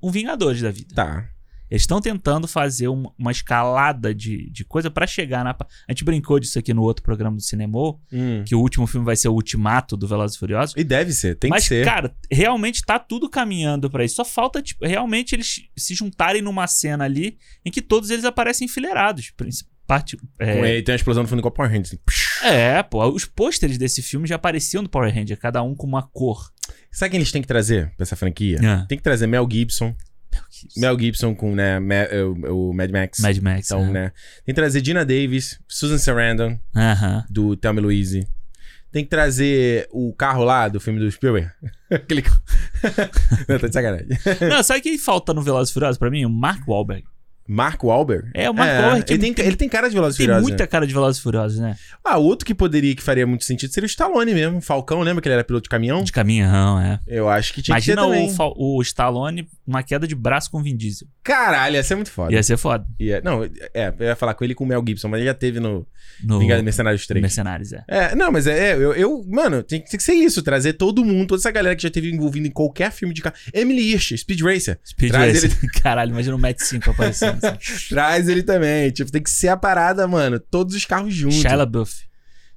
Speaker 2: um Vingadores da vida.
Speaker 1: Tá.
Speaker 2: Eles estão tentando fazer um- uma escalada de, de coisa pra chegar na. pa- A gente brincou disso aqui no outro programa do Cinemô,
Speaker 1: Hum.
Speaker 2: que o último filme vai ser o Ultimato do Velozes e Furiosos.
Speaker 1: E deve ser, tem
Speaker 2: Mas,
Speaker 1: que ser.
Speaker 2: cara, realmente tá tudo caminhando pra isso. Só falta tipo, realmente eles se juntarem numa cena ali em que todos eles aparecem enfileirados. princi- Parte,
Speaker 1: Com
Speaker 2: é,
Speaker 1: ele tem uma assim. explosão no fundo do copo Power Rangers.
Speaker 2: é, pô. Os pôsteres desse filme já apareciam do Power Ranger, cada um com uma cor.
Speaker 1: Sabe quem eles têm que trazer pra essa franquia?
Speaker 2: Ah.
Speaker 1: Tem que trazer Mel Gibson. Mel Gibson com né, Ma- eh, o, o Mad Max.
Speaker 2: Mad Max.
Speaker 1: então,
Speaker 2: né?
Speaker 1: né? Tem que trazer Gina Davis, Susan Sarandon,
Speaker 2: Aham.
Speaker 1: do Tell Me Louise. Tem que trazer o carro lá do filme do Spielberg. Aquele carro. Não, tá de sacanagem.
Speaker 2: Não, sabe quem falta no Velozes e Furiosos pra mim? O Mark Wahlberg.
Speaker 1: Marco Albert?
Speaker 2: É, o Mark Wahlberg que
Speaker 1: ele, tem, ele tem cara de Velozes e
Speaker 2: Tem
Speaker 1: Furiosos, né?
Speaker 2: muita cara de Velozes e Furiosos, né?
Speaker 1: Ah, outro que poderia, que faria muito sentido seria o Stallone mesmo. Falcão, lembra que ele era piloto de caminhão?
Speaker 2: De caminhão, é.
Speaker 1: Eu acho que tinha que
Speaker 2: Imagina
Speaker 1: ser
Speaker 2: o,
Speaker 1: também.
Speaker 2: Fal- o Stallone, uma queda de braço com o Vin Diesel.
Speaker 1: Caralho, ia ser muito foda.
Speaker 2: Ia ser foda.
Speaker 1: Ia- Não, é, eu ia falar com ele e com o Mel Gibson, mas ele já teve no
Speaker 2: No
Speaker 1: Vingadores Mercenários 3.
Speaker 2: Mercenários, é.
Speaker 1: É, não, mas é, é, eu, eu- mano, tem, que- tem que ser isso, trazer todo mundo, toda essa galera que já teve envolvido em qualquer filme de carro. Emily Hirsch, Speed Racer,
Speaker 2: Speed
Speaker 1: Traz
Speaker 2: Racer. Caralho, imagina o Matt 5 aparecendo. assim.
Speaker 1: traz ele também, tipo, tem que ser a parada, mano, todos os carros juntos.
Speaker 2: Shia LaBeouf.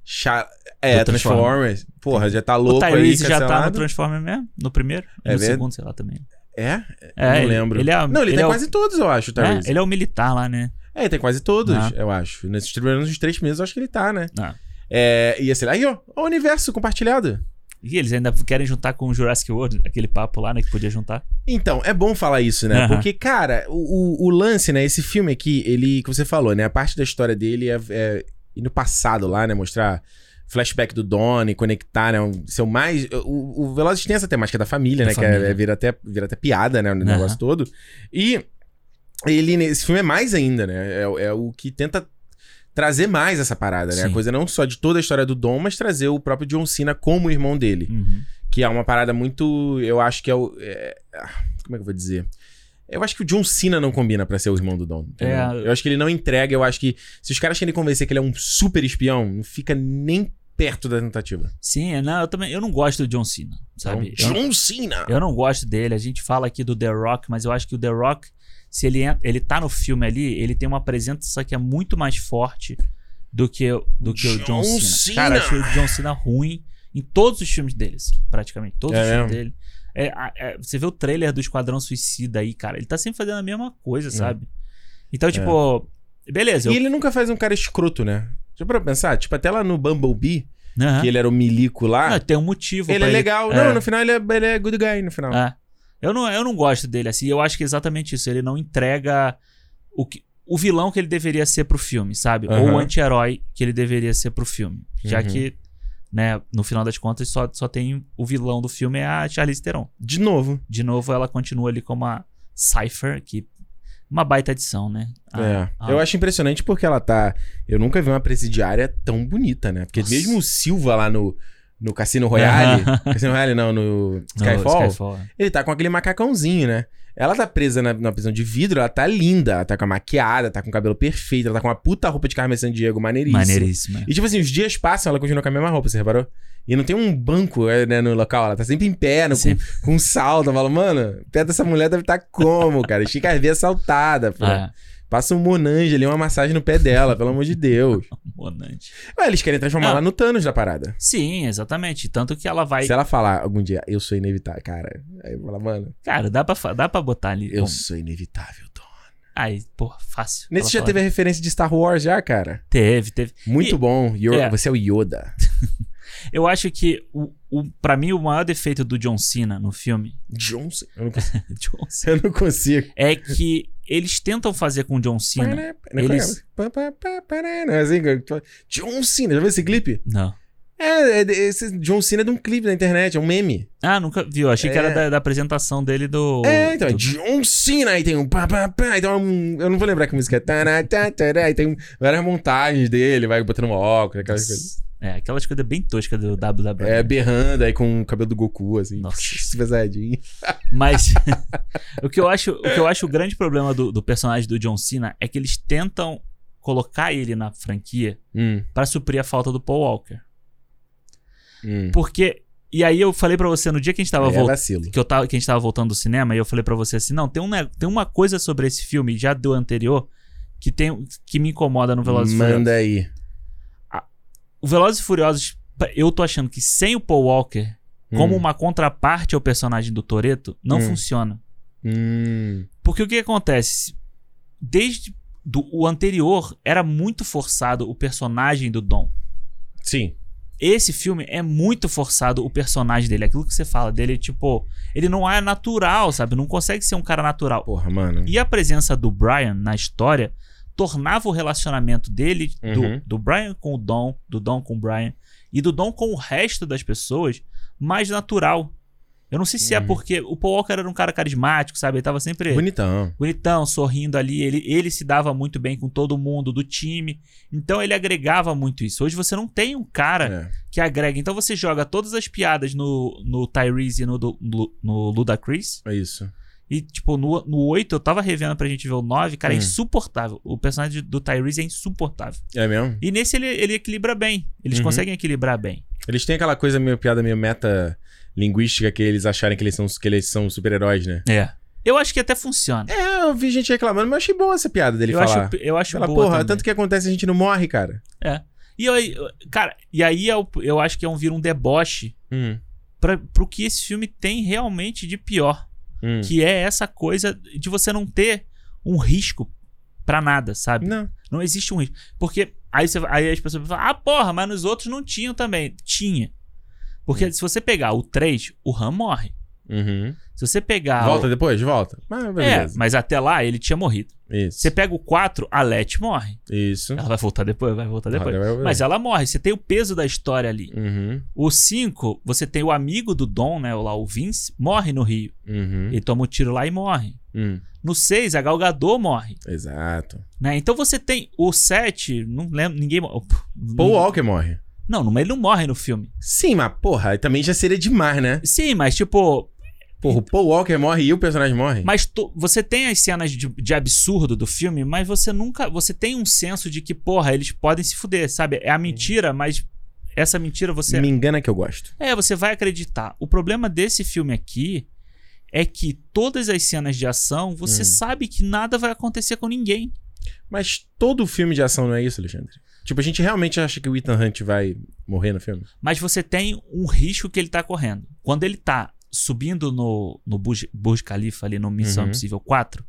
Speaker 1: Sha- é,
Speaker 2: Do Transformers.
Speaker 1: Transformers. Porra, já tá
Speaker 2: O
Speaker 1: louco aí,
Speaker 2: Tyrese já tá no
Speaker 1: cancelado.
Speaker 2: Transformer mesmo? No primeiro? E
Speaker 1: É
Speaker 2: no
Speaker 1: verdade.
Speaker 2: segundo, sei lá, também.
Speaker 1: É?
Speaker 2: É,
Speaker 1: não
Speaker 2: ele-
Speaker 1: lembro.
Speaker 2: ele é-
Speaker 1: não, ele,
Speaker 2: ele
Speaker 1: tem
Speaker 2: é o-
Speaker 1: quase todos, eu acho, o
Speaker 2: É,
Speaker 1: Tyrese.
Speaker 2: ele é o militar lá, né?
Speaker 1: É, ele tem quase todos,
Speaker 2: Ah.
Speaker 1: eu acho. Nesses pelo menos uns três meses, eu acho que ele tá, né?
Speaker 2: Ah.
Speaker 1: É, e assim, aí, ó, o universo compartilhado.
Speaker 2: E eles ainda querem juntar com o Jurassic World, aquele papo lá, né? Que podia juntar.
Speaker 1: Então, é bom falar isso, né?
Speaker 2: Aham.
Speaker 1: Porque, cara, o, o- o lance, né? Esse filme aqui, ele, que você falou, né? A parte da história dele é, é ir no passado lá, né? Mostrar flashback do Donnie, conectar, né? Um, seu mais. O, o Velozes tem essa temática da família,
Speaker 2: Da
Speaker 1: né? Que
Speaker 2: família.
Speaker 1: é, é vira, até, vira até piada, né? O negócio
Speaker 2: Aham.
Speaker 1: todo. E ele, nesse filme, é mais ainda, né? É, é o que tenta. Trazer mais essa parada, né? A
Speaker 2: Sim.
Speaker 1: coisa não só de toda a história do Dom, mas trazer o próprio John Cena como irmão dele.
Speaker 2: Uhum.
Speaker 1: Que é uma parada muito. Eu acho que é o. é- ah, como é que eu vou dizer? Eu acho que o John Cena não combina pra ser o irmão do Dom. entendeu?
Speaker 2: É.
Speaker 1: Eu acho que ele não entrega. Eu acho que. Se os caras querem convencer que ele é um super espião, não fica nem perto da tentativa.
Speaker 2: Sim, é, não, eu também. Eu não gosto do John Cena,
Speaker 1: Então,
Speaker 2: sabe? Eu,
Speaker 1: John Cena!
Speaker 2: eu não gosto dele. A gente fala aqui do The Rock, mas eu acho que o The Rock, se ele, en- ele tá no filme ali, ele tem uma presença que é muito mais forte do que, do que o
Speaker 1: John
Speaker 2: John Cena.
Speaker 1: Cena.
Speaker 2: Cara, eu achei o John Cena ruim em todos os filmes dele, assim, praticamente. Todos
Speaker 1: É
Speaker 2: os filmes
Speaker 1: mesmo?
Speaker 2: dele. É, a- é, você vê o trailer do Esquadrão Suicida aí, cara. Ele tá sempre fazendo a mesma
Speaker 1: É.
Speaker 2: coisa, sabe? Então, tipo. Beleza, eu
Speaker 1: E ele nunca faz um cara escroto, né? Deixa pra pensar, tipo, até lá no Bumblebee,
Speaker 2: Aham.
Speaker 1: que ele era o milico lá,
Speaker 2: Não, tem um motivo.
Speaker 1: ele
Speaker 2: pra
Speaker 1: é legal.
Speaker 2: É.
Speaker 1: Não, no final ele é, ele é good guy no final.
Speaker 2: É. Eu, não, eu não gosto dele assim. Eu acho que é exatamente isso. Ele não entrega o, que, o vilão que ele deveria ser pro filme, sabe? Ou
Speaker 1: Aham.
Speaker 2: o anti-herói que ele deveria ser pro filme. Já
Speaker 1: Uhum.
Speaker 2: que, né, no final das contas, só, só tem o vilão do filme é a Charlize Theron.
Speaker 1: De novo.
Speaker 2: De novo, ela continua ali como a Cypher, que uma baita edição, né? A-
Speaker 1: É.
Speaker 2: a-
Speaker 1: Eu acho impressionante porque ela tá. Eu nunca vi uma presidiária tão bonita, né? Porque
Speaker 2: Nossa.
Speaker 1: mesmo o Silva lá no, no Cassino Royale. Cassino Royale não, no
Speaker 2: no
Speaker 1: Skyfall,
Speaker 2: Skyfall. é.
Speaker 1: Ele tá com aquele macacãozinho, né? Ela tá presa na, na prisão de vidro, ela tá linda. Ela tá com a maquiada, tá com o cabelo perfeito, ela tá com uma puta roupa de Carmen Sandiego, maneiríssima.
Speaker 2: Maneiríssima.
Speaker 1: E tipo assim, os dias passam, ela continua com a mesma roupa, você reparou? E não tem um banco é, né, no local, ela tá sempre em pé, no, com,
Speaker 2: Sempre.
Speaker 1: com salto. Eu falo, mano, o pé dessa mulher deve estar tá como, cara? Chica às vezes é assaltada, pô.
Speaker 2: Ah,
Speaker 1: Passa um Monange ali, uma massagem no pé dela, pelo amor de Deus.
Speaker 2: É. bonante.
Speaker 1: Ué, eles querem transformar
Speaker 2: Não.
Speaker 1: ela no Thanos da parada.
Speaker 2: Sim, exatamente. Tanto que ela vai.
Speaker 1: Se ela falar algum dia, eu sou inevitável, cara. Aí eu vou falar, mano,
Speaker 2: Cara, dá pra, fa- dá pra botar ali.
Speaker 1: eu
Speaker 2: Bom,
Speaker 1: sou inevitável, Tom.
Speaker 2: Aí, porra, fácil.
Speaker 1: Nesse
Speaker 2: Ela
Speaker 1: já
Speaker 2: fala-
Speaker 1: teve a referência de Star Wars já, cara.
Speaker 2: Teve, teve.
Speaker 1: Muito
Speaker 2: E-
Speaker 1: bom. Yo-
Speaker 2: é.
Speaker 1: Você é o Yoda.
Speaker 2: Eu acho que, o, o, pra mim, o maior defeito do John Cena no filme
Speaker 1: Johnson. Eu não consigo.
Speaker 2: John Cena,
Speaker 1: eu não consigo.
Speaker 2: é que eles tentam fazer com o John
Speaker 1: né?
Speaker 2: Cena.
Speaker 1: é
Speaker 2: Eles-
Speaker 1: Não, assim, John Cena. Já viu esse clipe?
Speaker 2: Não.
Speaker 1: É, é de- esse John Cena é de um clipe da internet, é um meme.
Speaker 2: Ah, nunca viu. Achei que
Speaker 1: É.
Speaker 2: era da, da apresentação dele do.
Speaker 1: É, então, é
Speaker 2: do-
Speaker 1: John Cena, aí tem um pá, pá, pá, aí tem um, eu não vou lembrar que música é, tará, tá, tará, aí tem um- várias montagens dele, vai botando um óculos, aquelas coisas.
Speaker 2: É, aquelas coisas bem toscas do WWE.
Speaker 1: É, berrando aí com o cabelo do Goku, assim,
Speaker 2: Nossa.
Speaker 1: super saiyajin.
Speaker 2: Mas o, que eu acho, o que eu acho o grande problema do, do personagem do John Cena é que eles tentam colocar ele na franquia
Speaker 1: Hum,
Speaker 2: pra suprir a falta do Paul Walker.
Speaker 1: hum.
Speaker 2: Porque. E aí eu falei pra você no dia que a gente tava
Speaker 1: Aí é
Speaker 2: voltando.
Speaker 1: vacilo.
Speaker 2: que, eu tava, que a gente tava voltando do cinema e eu falei pra você assim: não, tem, um, ne- tem uma coisa sobre esse filme já do anterior que, tem, que me incomoda no Velozes e Furiosos.
Speaker 1: Manda aí.
Speaker 2: O Velozes e Furiosos, pa- eu tô achando que sem o Paul Walker, como
Speaker 1: Hum,
Speaker 2: uma contraparte ao personagem do Toreto, não
Speaker 1: Hum.
Speaker 2: funciona.
Speaker 1: hum.
Speaker 2: Porque o que acontece? Desde do, o anterior, era muito forçado o personagem do Dom.
Speaker 1: Sim.
Speaker 2: Esse filme é muito forçado o personagem dele. Aquilo que você fala dele, tipo, ele não é natural, sabe? Não consegue ser um cara natural.
Speaker 1: Porra, mano.
Speaker 2: E a presença do Brian na história tornava o relacionamento dele,
Speaker 1: Uhum.
Speaker 2: do, do Brian com o Dom, do Dom com o Brian, e do Dom com o resto das pessoas, mais natural. Eu não sei se é
Speaker 1: Uhum.
Speaker 2: porque o Paul Walker era um cara carismático, sabe? Ele tava sempre
Speaker 1: Bonitão.
Speaker 2: bonitão, sorrindo ali. Ele, ele se dava muito bem com todo mundo do time. Então ele agregava muito isso. Hoje você não tem um cara
Speaker 1: É.
Speaker 2: que agrega. Então você joga todas as piadas no, no Tyrese e no, do- no, no Ludacris.
Speaker 1: É isso.
Speaker 2: E, tipo, no, no 8, eu tava revendo pra gente ver o 9. Cara, é
Speaker 1: Hum.
Speaker 2: insuportável. O personagem do Tyrese é insuportável.
Speaker 1: É mesmo?
Speaker 2: E nesse ele, ele equilibra bem. Eles
Speaker 1: Uhum.
Speaker 2: conseguem equilibrar bem.
Speaker 1: Eles têm aquela coisa meio piada, meio meta linguística que eles acharem que eles são, que eles são super-heróis, né?
Speaker 2: É. Eu acho que até funciona.
Speaker 1: É, eu vi gente reclamando, mas eu achei boa essa piada dele
Speaker 2: eu,
Speaker 1: falar.
Speaker 2: acho, eu acho
Speaker 1: Fala,
Speaker 2: boa
Speaker 1: porra,
Speaker 2: também.
Speaker 1: tanto que acontece a gente não morre, cara.
Speaker 2: E eu, eu- cara, e aí eu, eu acho que é um vir um deboche
Speaker 1: Hum,
Speaker 2: pra, pro que esse filme tem realmente de pior.
Speaker 1: hum.
Speaker 2: Que é essa coisa de você não ter um risco pra nada, sabe?
Speaker 1: Não.
Speaker 2: Não existe um risco. Porque aí, você- aí as pessoas falam, ah, porra, mas nos outros não tinham também. Tinha. Porque
Speaker 1: É.
Speaker 2: se você pegar o 3, o Ram morre.
Speaker 1: Uhum.
Speaker 2: Se você pegar.
Speaker 1: volta
Speaker 2: Ah, o...
Speaker 1: depois? Volta. Mas
Speaker 2: É,
Speaker 1: Ah, beleza.
Speaker 2: mas até lá ele tinha morrido.
Speaker 1: Isso.
Speaker 2: Você pega o 4, a Let morre.
Speaker 1: Isso.
Speaker 2: Ela vai voltar depois, vai voltar Ah, depois.
Speaker 1: Ah, vai- vai-
Speaker 2: Mas ela morre, você tem o peso da história ali.
Speaker 1: Uhum.
Speaker 2: O 5, você tem o amigo do Dom, né? Lá, o Vince, morre no Rio.
Speaker 1: Uhum.
Speaker 2: Ele toma um tiro lá e morre.
Speaker 1: Hum.
Speaker 2: No 6, a Galgador morre.
Speaker 1: Exato.
Speaker 2: Né? Então você tem o 7, não lembro, ninguém. mo-
Speaker 1: Paul Walker morre.
Speaker 2: Não, não, ele não morre no filme.
Speaker 1: Sim, mas porra, aí também já seria demais, né?
Speaker 2: Sim, mas tipo.
Speaker 1: Porra, o Paul Walker morre e o personagem morre.
Speaker 2: Mas tu- você tem as cenas de, de absurdo do filme, mas você nunca. Você tem um senso de que, porra, eles podem se fuder, sabe? É a mentira, mas essa mentira você
Speaker 1: Me engana que eu gosto.
Speaker 2: É, você vai acreditar. O problema desse filme aqui é que todas as cenas de ação, você
Speaker 1: Uhum.
Speaker 2: sabe que nada vai acontecer com ninguém.
Speaker 1: Mas todo filme de ação não é isso, Alexandre? Tipo, a gente realmente acha que o Ethan Hunt vai morrer no filme?
Speaker 2: Mas você tem um risco que ele tá correndo. Quando ele tá subindo no, no Burj, Burj Khalifa ali no Missão
Speaker 1: Uhum.
Speaker 2: Impossível 4,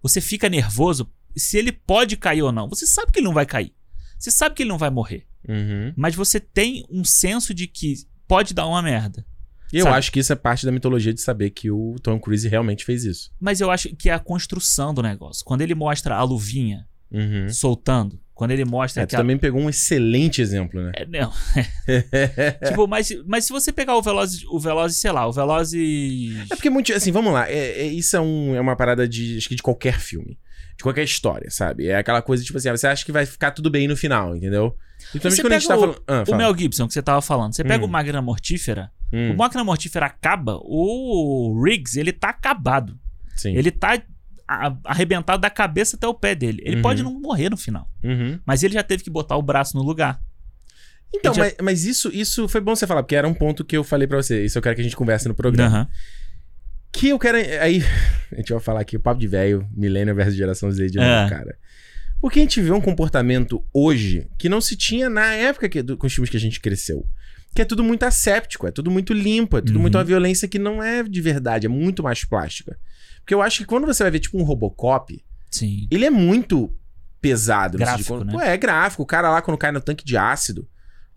Speaker 2: você fica nervoso se ele pode cair ou não. Você sabe que ele não vai cair. Você sabe que ele não vai morrer.
Speaker 1: Uhum.
Speaker 2: Mas você tem um senso de que pode dar uma merda.
Speaker 1: E eu
Speaker 2: Sabe-
Speaker 1: acho que isso é parte da mitologia de saber que o Tom Cruise realmente fez isso.
Speaker 2: Mas eu acho que é a construção do negócio. Quando ele mostra a luvinha
Speaker 1: Uhum.
Speaker 2: soltando. Quando ele mostra
Speaker 1: É, tu
Speaker 2: que a-
Speaker 1: também pegou um excelente exemplo, né?
Speaker 2: É, não. tipo, mas, mas se você pegar o Velozes, o Velozes, sei lá, o Velozes...
Speaker 1: É porque muito. Assim, vamos lá. é- é- isso é, um- é uma parada de. Acho que de qualquer filme. De qualquer história, sabe? É aquela coisa, tipo assim, ah, você acha que vai ficar tudo bem no final, entendeu? E
Speaker 2: você
Speaker 1: principalmente quando a gente
Speaker 2: pega
Speaker 1: tá
Speaker 2: o-
Speaker 1: falando. Ah,
Speaker 2: O
Speaker 1: fala.
Speaker 2: Mel Gibson, que você tava falando. Você pega
Speaker 1: Hum.
Speaker 2: o Máquina Mortífera,
Speaker 1: Hum,
Speaker 2: o Máquina Mortífera acaba, o Riggs, ele tá acabado.
Speaker 1: sim.
Speaker 2: Ele tá a- arrebentado da cabeça até o pé dele. Ele
Speaker 1: Uhum.
Speaker 2: pode não morrer no final,
Speaker 1: Uhum.
Speaker 2: mas ele já teve que botar o braço no lugar.
Speaker 1: Então,
Speaker 2: Ele já-
Speaker 1: mas, mas isso, isso foi bom você falar, porque era um ponto que eu falei pra você. Isso eu quero que a gente converse no programa.
Speaker 2: Aham.
Speaker 1: Que eu quero. eh, Aí, a gente vai falar aqui, o papo de velho, milênio versus geração Z de novo,
Speaker 2: É.
Speaker 1: cara. Porque a gente vê um comportamento hoje que não se tinha na época que, do, com os filmes que a gente cresceu. Que é tudo muito asséptico, é tudo muito limpo, é tudo
Speaker 2: Uhum.
Speaker 1: muito uma violência que não é de verdade, é muito mais plástica. Porque eu acho que quando você vai ver, tipo, um Robocop,
Speaker 2: Sim.
Speaker 1: ele é muito pesado. no
Speaker 2: Gráfico,
Speaker 1: sentido de-
Speaker 2: né?
Speaker 1: Pô, é gráfico. O cara lá, quando cai no tanque de ácido,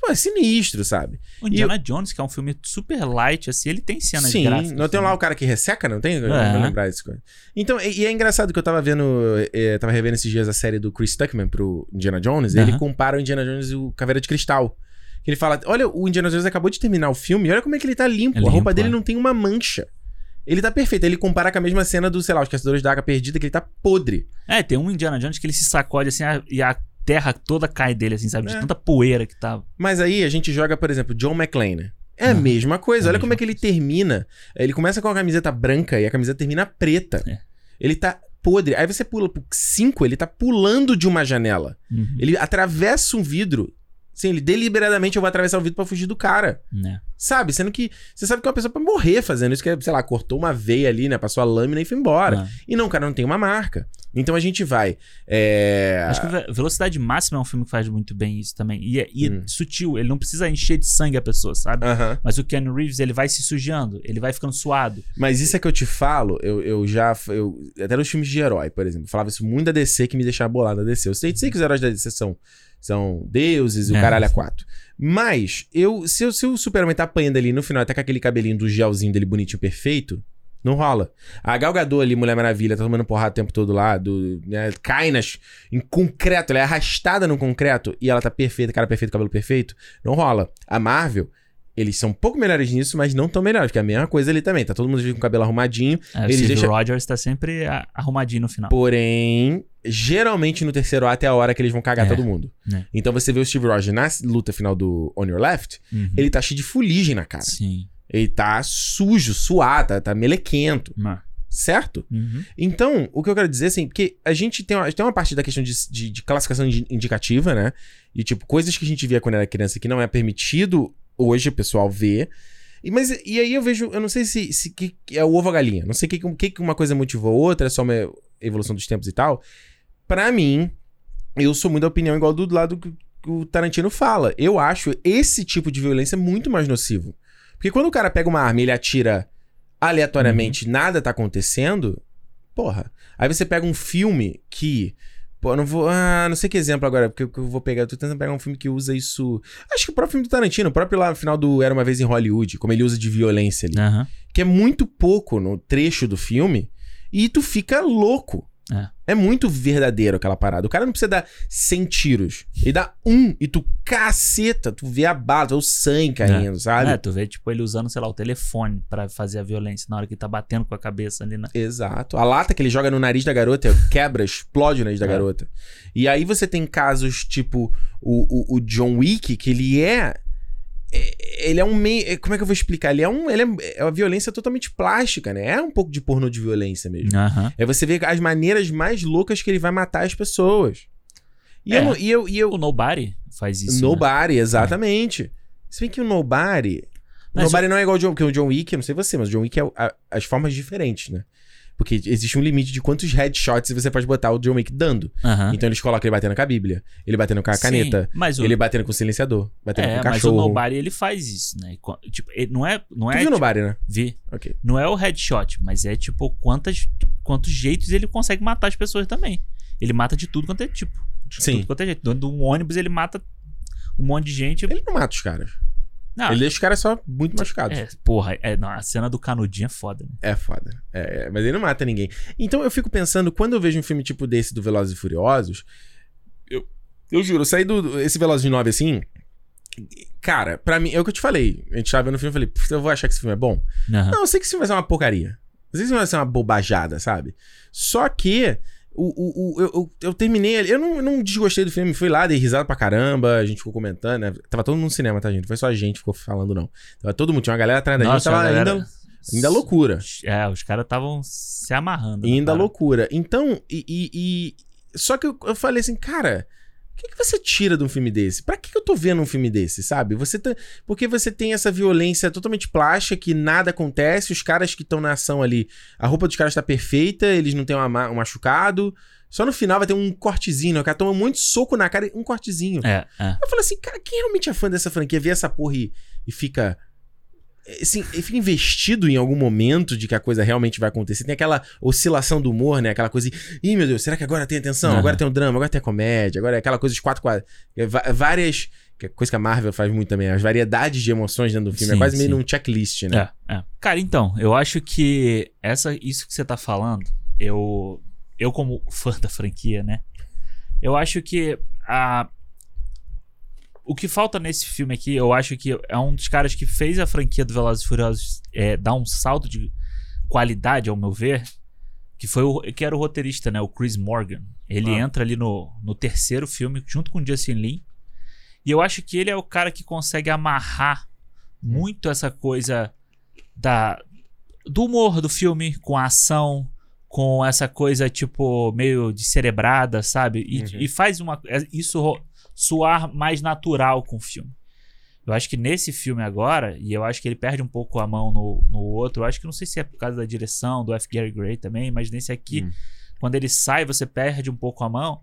Speaker 1: pô, é sinistro, sabe?
Speaker 2: O Indiana Jones, que é um filme super light, assim, ele tem cenas
Speaker 1: Sim,
Speaker 2: gráficas.
Speaker 1: não tem
Speaker 2: né?
Speaker 1: lá o cara que resseca, não tem? Eu
Speaker 2: É.
Speaker 1: Não vou lembrar isso. Então, e, e é engraçado que eu tava vendo, eh, tava revendo esses dias a série do Chris Tuckman pro Indiana Jones, e ele
Speaker 2: Aham.
Speaker 1: compara o Indiana Jones e o Caveira de Cristal. Que ele fala, olha, o Indiana Jones acabou de terminar o filme, e olha como é que ele tá limpo,
Speaker 2: É
Speaker 1: a roupa
Speaker 2: limpo,
Speaker 1: dele
Speaker 2: é.
Speaker 1: não tem uma mancha. Ele tá perfeito. Ele compara com a mesma cena do, sei lá, Os Caçadores da Água Perdida, que ele tá podre.
Speaker 2: É, tem um Indiana Jones que ele se sacode assim a- e a terra toda cai dele, assim, sabe?
Speaker 1: É.
Speaker 2: De tanta poeira que tá.
Speaker 1: Mas aí a gente joga, por exemplo, John McClane. É a
Speaker 2: Não,
Speaker 1: mesma coisa.
Speaker 2: é a
Speaker 1: Olha como
Speaker 2: mesma
Speaker 1: é que ele termina. Ele começa com a camiseta branca e a camiseta termina preta.
Speaker 2: É.
Speaker 1: Ele tá podre. Aí você pula pro 5, ele tá pulando de uma janela. Ele atravessa um vidro. Sim, ele deliberadamente eu vou atravessar o vidro pra fugir do cara.
Speaker 2: Né?
Speaker 1: Sabe? Sendo que você sabe que é uma pessoa pra morrer fazendo isso, que é, sei lá, cortou uma veia ali, né? Passou a lâmina e foi embora.
Speaker 2: Né?
Speaker 1: E não, o cara não tem uma marca. Então a gente vai. É...
Speaker 2: Acho que Ve- Velocidade Máxima é um filme que faz muito bem isso também. E é, e é
Speaker 1: Hum. Ah.
Speaker 2: sutil, ele não precisa encher de sangue a pessoa, sabe?
Speaker 1: Aham.
Speaker 2: Mas o Keanu Reeves, ele vai se sujando, ele vai ficando suado.
Speaker 1: Mas isso é que eu te falo, eu, eu já. Eu, até nos filmes de herói, por exemplo. eu Falava isso muito da DC que me deixava bolado da DC. Eu sei, sei que os heróis da DC são, são deuses e o
Speaker 2: É.
Speaker 1: caralho a quatro. Mas, eu, se, eu, se o Superman tá apanhando ali no final, até com aquele cabelinho do gelzinho dele bonitinho perfeito, não rola. A Gal Gadot ali, Mulher Maravilha, tá tomando porrada o tempo todo lá, do, né, cai nas, em concreto, ela é arrastada no concreto e ela tá perfeita, cara perfeito, cabelo perfeito, não rola. A Marvel. Eles são um pouco melhores nisso, mas não tão melhores, porque é a mesma coisa ali também. Tá todo mundo com o cabelo arrumadinho.
Speaker 2: É, o
Speaker 1: Ele
Speaker 2: Steve
Speaker 1: deixa-
Speaker 2: Rogers tá sempre a- arrumadinho no final.
Speaker 1: Porém, geralmente no terceiro ato é a hora que eles vão cagar
Speaker 2: É,
Speaker 1: todo mundo.
Speaker 2: né.
Speaker 1: Então você vê o Steve Rogers na luta final do On Your Left,
Speaker 2: Uhum.
Speaker 1: ele tá cheio de fuligem na cara.
Speaker 2: Sim.
Speaker 1: Ele tá sujo, suado, tá, tá melequento,
Speaker 2: Mas-
Speaker 1: certo?
Speaker 2: Uhum.
Speaker 1: Então, o que eu quero dizer, assim, porque a gente tem uma, tem uma parte da questão de, de- de classificação indi- indicativa, né? E, tipo, coisas que a gente via quando era criança que não é permitido hoje o pessoal ver. E, mas, e aí eu vejo, eu não sei se, se que, que é o ovo ou a galinha. Não sei o que, que- que que uma coisa motivou a outra, é só uma evolução dos tempos e tal. Pra mim, eu sou muito da opinião igual do lado que, que o Tarantino fala. Eu acho esse tipo de violência muito mais nocivo. Porque quando o cara pega uma arma e ele atira aleatoriamente, nada tá acontecendo, porra. Aí você pega um filme que. Pô, eu não vou. Ah, não sei que exemplo agora, porque eu- que eu vou pegar. Eu tô tentando pegar um filme que usa isso. Acho que o próprio filme do Tarantino, o próprio lá no final do Era uma Vez em Hollywood, como ele usa de violência ali.
Speaker 2: Aham.
Speaker 1: Que é muito pouco no trecho do filme. E tu fica louco.
Speaker 2: É.
Speaker 1: É muito verdadeiro aquela parada. O cara não precisa dar 100 tiros. Ele dá um e tu caceta, tu vê a bala, tu vê o sangue caindo, sabe?
Speaker 2: É, tu vê, tipo, ele usando, sei lá, o telefone pra fazer a violência na hora que tá batendo com a cabeça ali na.
Speaker 1: Exato. A lata que ele joga no nariz da garota quebra, explode o nariz da
Speaker 2: É.
Speaker 1: garota. E aí você tem casos tipo o, o, o John Wick, que ele é. é- Ele é um meio. é, Como é que eu vou explicar? Ele é um. Ele é, é uma violência totalmente plástica, né? É um pouco de pornô de violência mesmo.
Speaker 2: Aham.
Speaker 1: É você ver as maneiras mais loucas que ele vai matar as pessoas. E eu
Speaker 2: É.
Speaker 1: não- E eu. E eu
Speaker 2: O Nobody faz isso. né?
Speaker 1: nobody, exatamente. Se bem que o Nobody. O
Speaker 2: Mas
Speaker 1: Nobody não é igual ao John, porque o John Wick, eu não sei você, mas o John Wick é o- a- as formas diferentes, né? Porque existe um limite de quantos headshots você pode botar o John Wick dando.
Speaker 2: né? Aham.
Speaker 1: Então eles colocam ele batendo com a Bíblia, ele batendo com a
Speaker 2: Ah. Sim,
Speaker 1: caneta,
Speaker 2: mas o,
Speaker 1: ele batendo com o silenciador, batendo com
Speaker 2: é,
Speaker 1: o
Speaker 2: mas o
Speaker 1: cachorro.
Speaker 2: Nobody ele faz isso, né? E co- Tipo, ele não é. Não
Speaker 1: Tu
Speaker 2: é
Speaker 1: viu o
Speaker 2: tipo,
Speaker 1: Nobody, né?
Speaker 2: vi.
Speaker 1: Ok.
Speaker 2: Não é o headshot, mas é tipo quantas, quantos jeitos ele consegue matar as pessoas também. Ele mata de tudo quanto é tipo. De
Speaker 1: Sim.
Speaker 2: tudo quanto é jeito. Dentro de um ônibus ele mata um monte de gente.
Speaker 1: Ele não mata os caras.
Speaker 2: Não,
Speaker 1: Ele deixa os caras só muito machucados.
Speaker 2: Ah. é, porra, é, não, a cena do canudinho é foda, né?
Speaker 1: É foda. É, é, mas ele não mata ninguém. Então eu fico pensando, quando eu vejo um filme tipo desse do Velozes e Furiosos, eu, eu juro, eu saí do do- esse Velozes e 9 assim, cara, pra mim, é o que eu te falei. A gente tava vendo o filme e falei, "Putz, eu vou achar que esse filme é bom.
Speaker 2: né? Aham.
Speaker 1: Não, eu sei que esse filme vai ser uma porcaria. Eu sei que esse filme vai ser uma bobajada, sabe? Só que o, o, o- eu, eu, eu terminei ali. Eu não, eu não desgostei do filme, fui lá, dei risada pra caramba, a gente ficou comentando, né? Tava todo mundo no cinema, tá, gente? Não foi só a gente que ficou falando, não. Tava todo mundo, tinha uma galera atrás da gente, tava
Speaker 2: a galera-
Speaker 1: ainda, ainda loucura.
Speaker 2: É, os caras estavam se amarrando. né,
Speaker 1: Ainda é
Speaker 2: cara?
Speaker 1: loucura. Então, e, e- e- Só que eu, eu falei assim, cara, o que, que você tira de um filme desse? Pra que, que eu tô vendo um filme desse, sabe? Você tá- Porque você tem essa violência totalmente plástica, que nada acontece, os caras que estão na ação ali, a roupa dos caras tá perfeita, eles não têm uma ma- um machucado. Só no final vai ter um cortezinho, né? o cara toma muito soco na cara e um cortezinho.
Speaker 2: É, é.
Speaker 1: Eu falo assim, cara, quem realmente é fã dessa franquia vê essa porra e, e fica. Assim, e fica investido em algum momento de que a coisa realmente vai acontecer. Tem aquela oscilação do humor, né? Aquela coisa de, ih, meu Deus, será que agora tem a tensão?
Speaker 2: Aham.
Speaker 1: Agora tem o drama, agora tem a comédia, agora é aquela coisa dos quatro quadros. Várias. que é coisa que a Marvel faz muito também, as variedades de emoções dentro do filme. é
Speaker 2: Sim,
Speaker 1: quase meio
Speaker 2: sim.
Speaker 1: num checklist, né?
Speaker 2: É, é. Cara, então, eu acho que essa, isso que você tá falando, eu, eu como fã da franquia, né? Eu acho que a, o que falta nesse filme aqui, eu acho que é um dos caras que fez a franquia do Velozes e Furiosos é, dar um salto de qualidade, ao meu ver, que foi o, que era o roteirista, né? O Chris Morgan. Ele
Speaker 1: Ah.
Speaker 2: entra ali no, no terceiro filme, junto com o Justin Lin. E eu acho que ele é o cara que consegue amarrar
Speaker 1: Hum.
Speaker 2: muito essa coisa da do humor do filme com a ação, com essa coisa tipo meio descerebrada, sabe? E,
Speaker 1: Uhum.
Speaker 2: e faz uma é, isso ro- soar mais natural com o filme. Eu acho que nesse filme agora, e eu acho que ele perde um pouco a mão no, no outro, eu acho que não sei se é por causa da direção, do F. Gary Gray também, mas nesse aqui,
Speaker 1: Hum.
Speaker 2: quando ele sai, você perde um pouco a mão,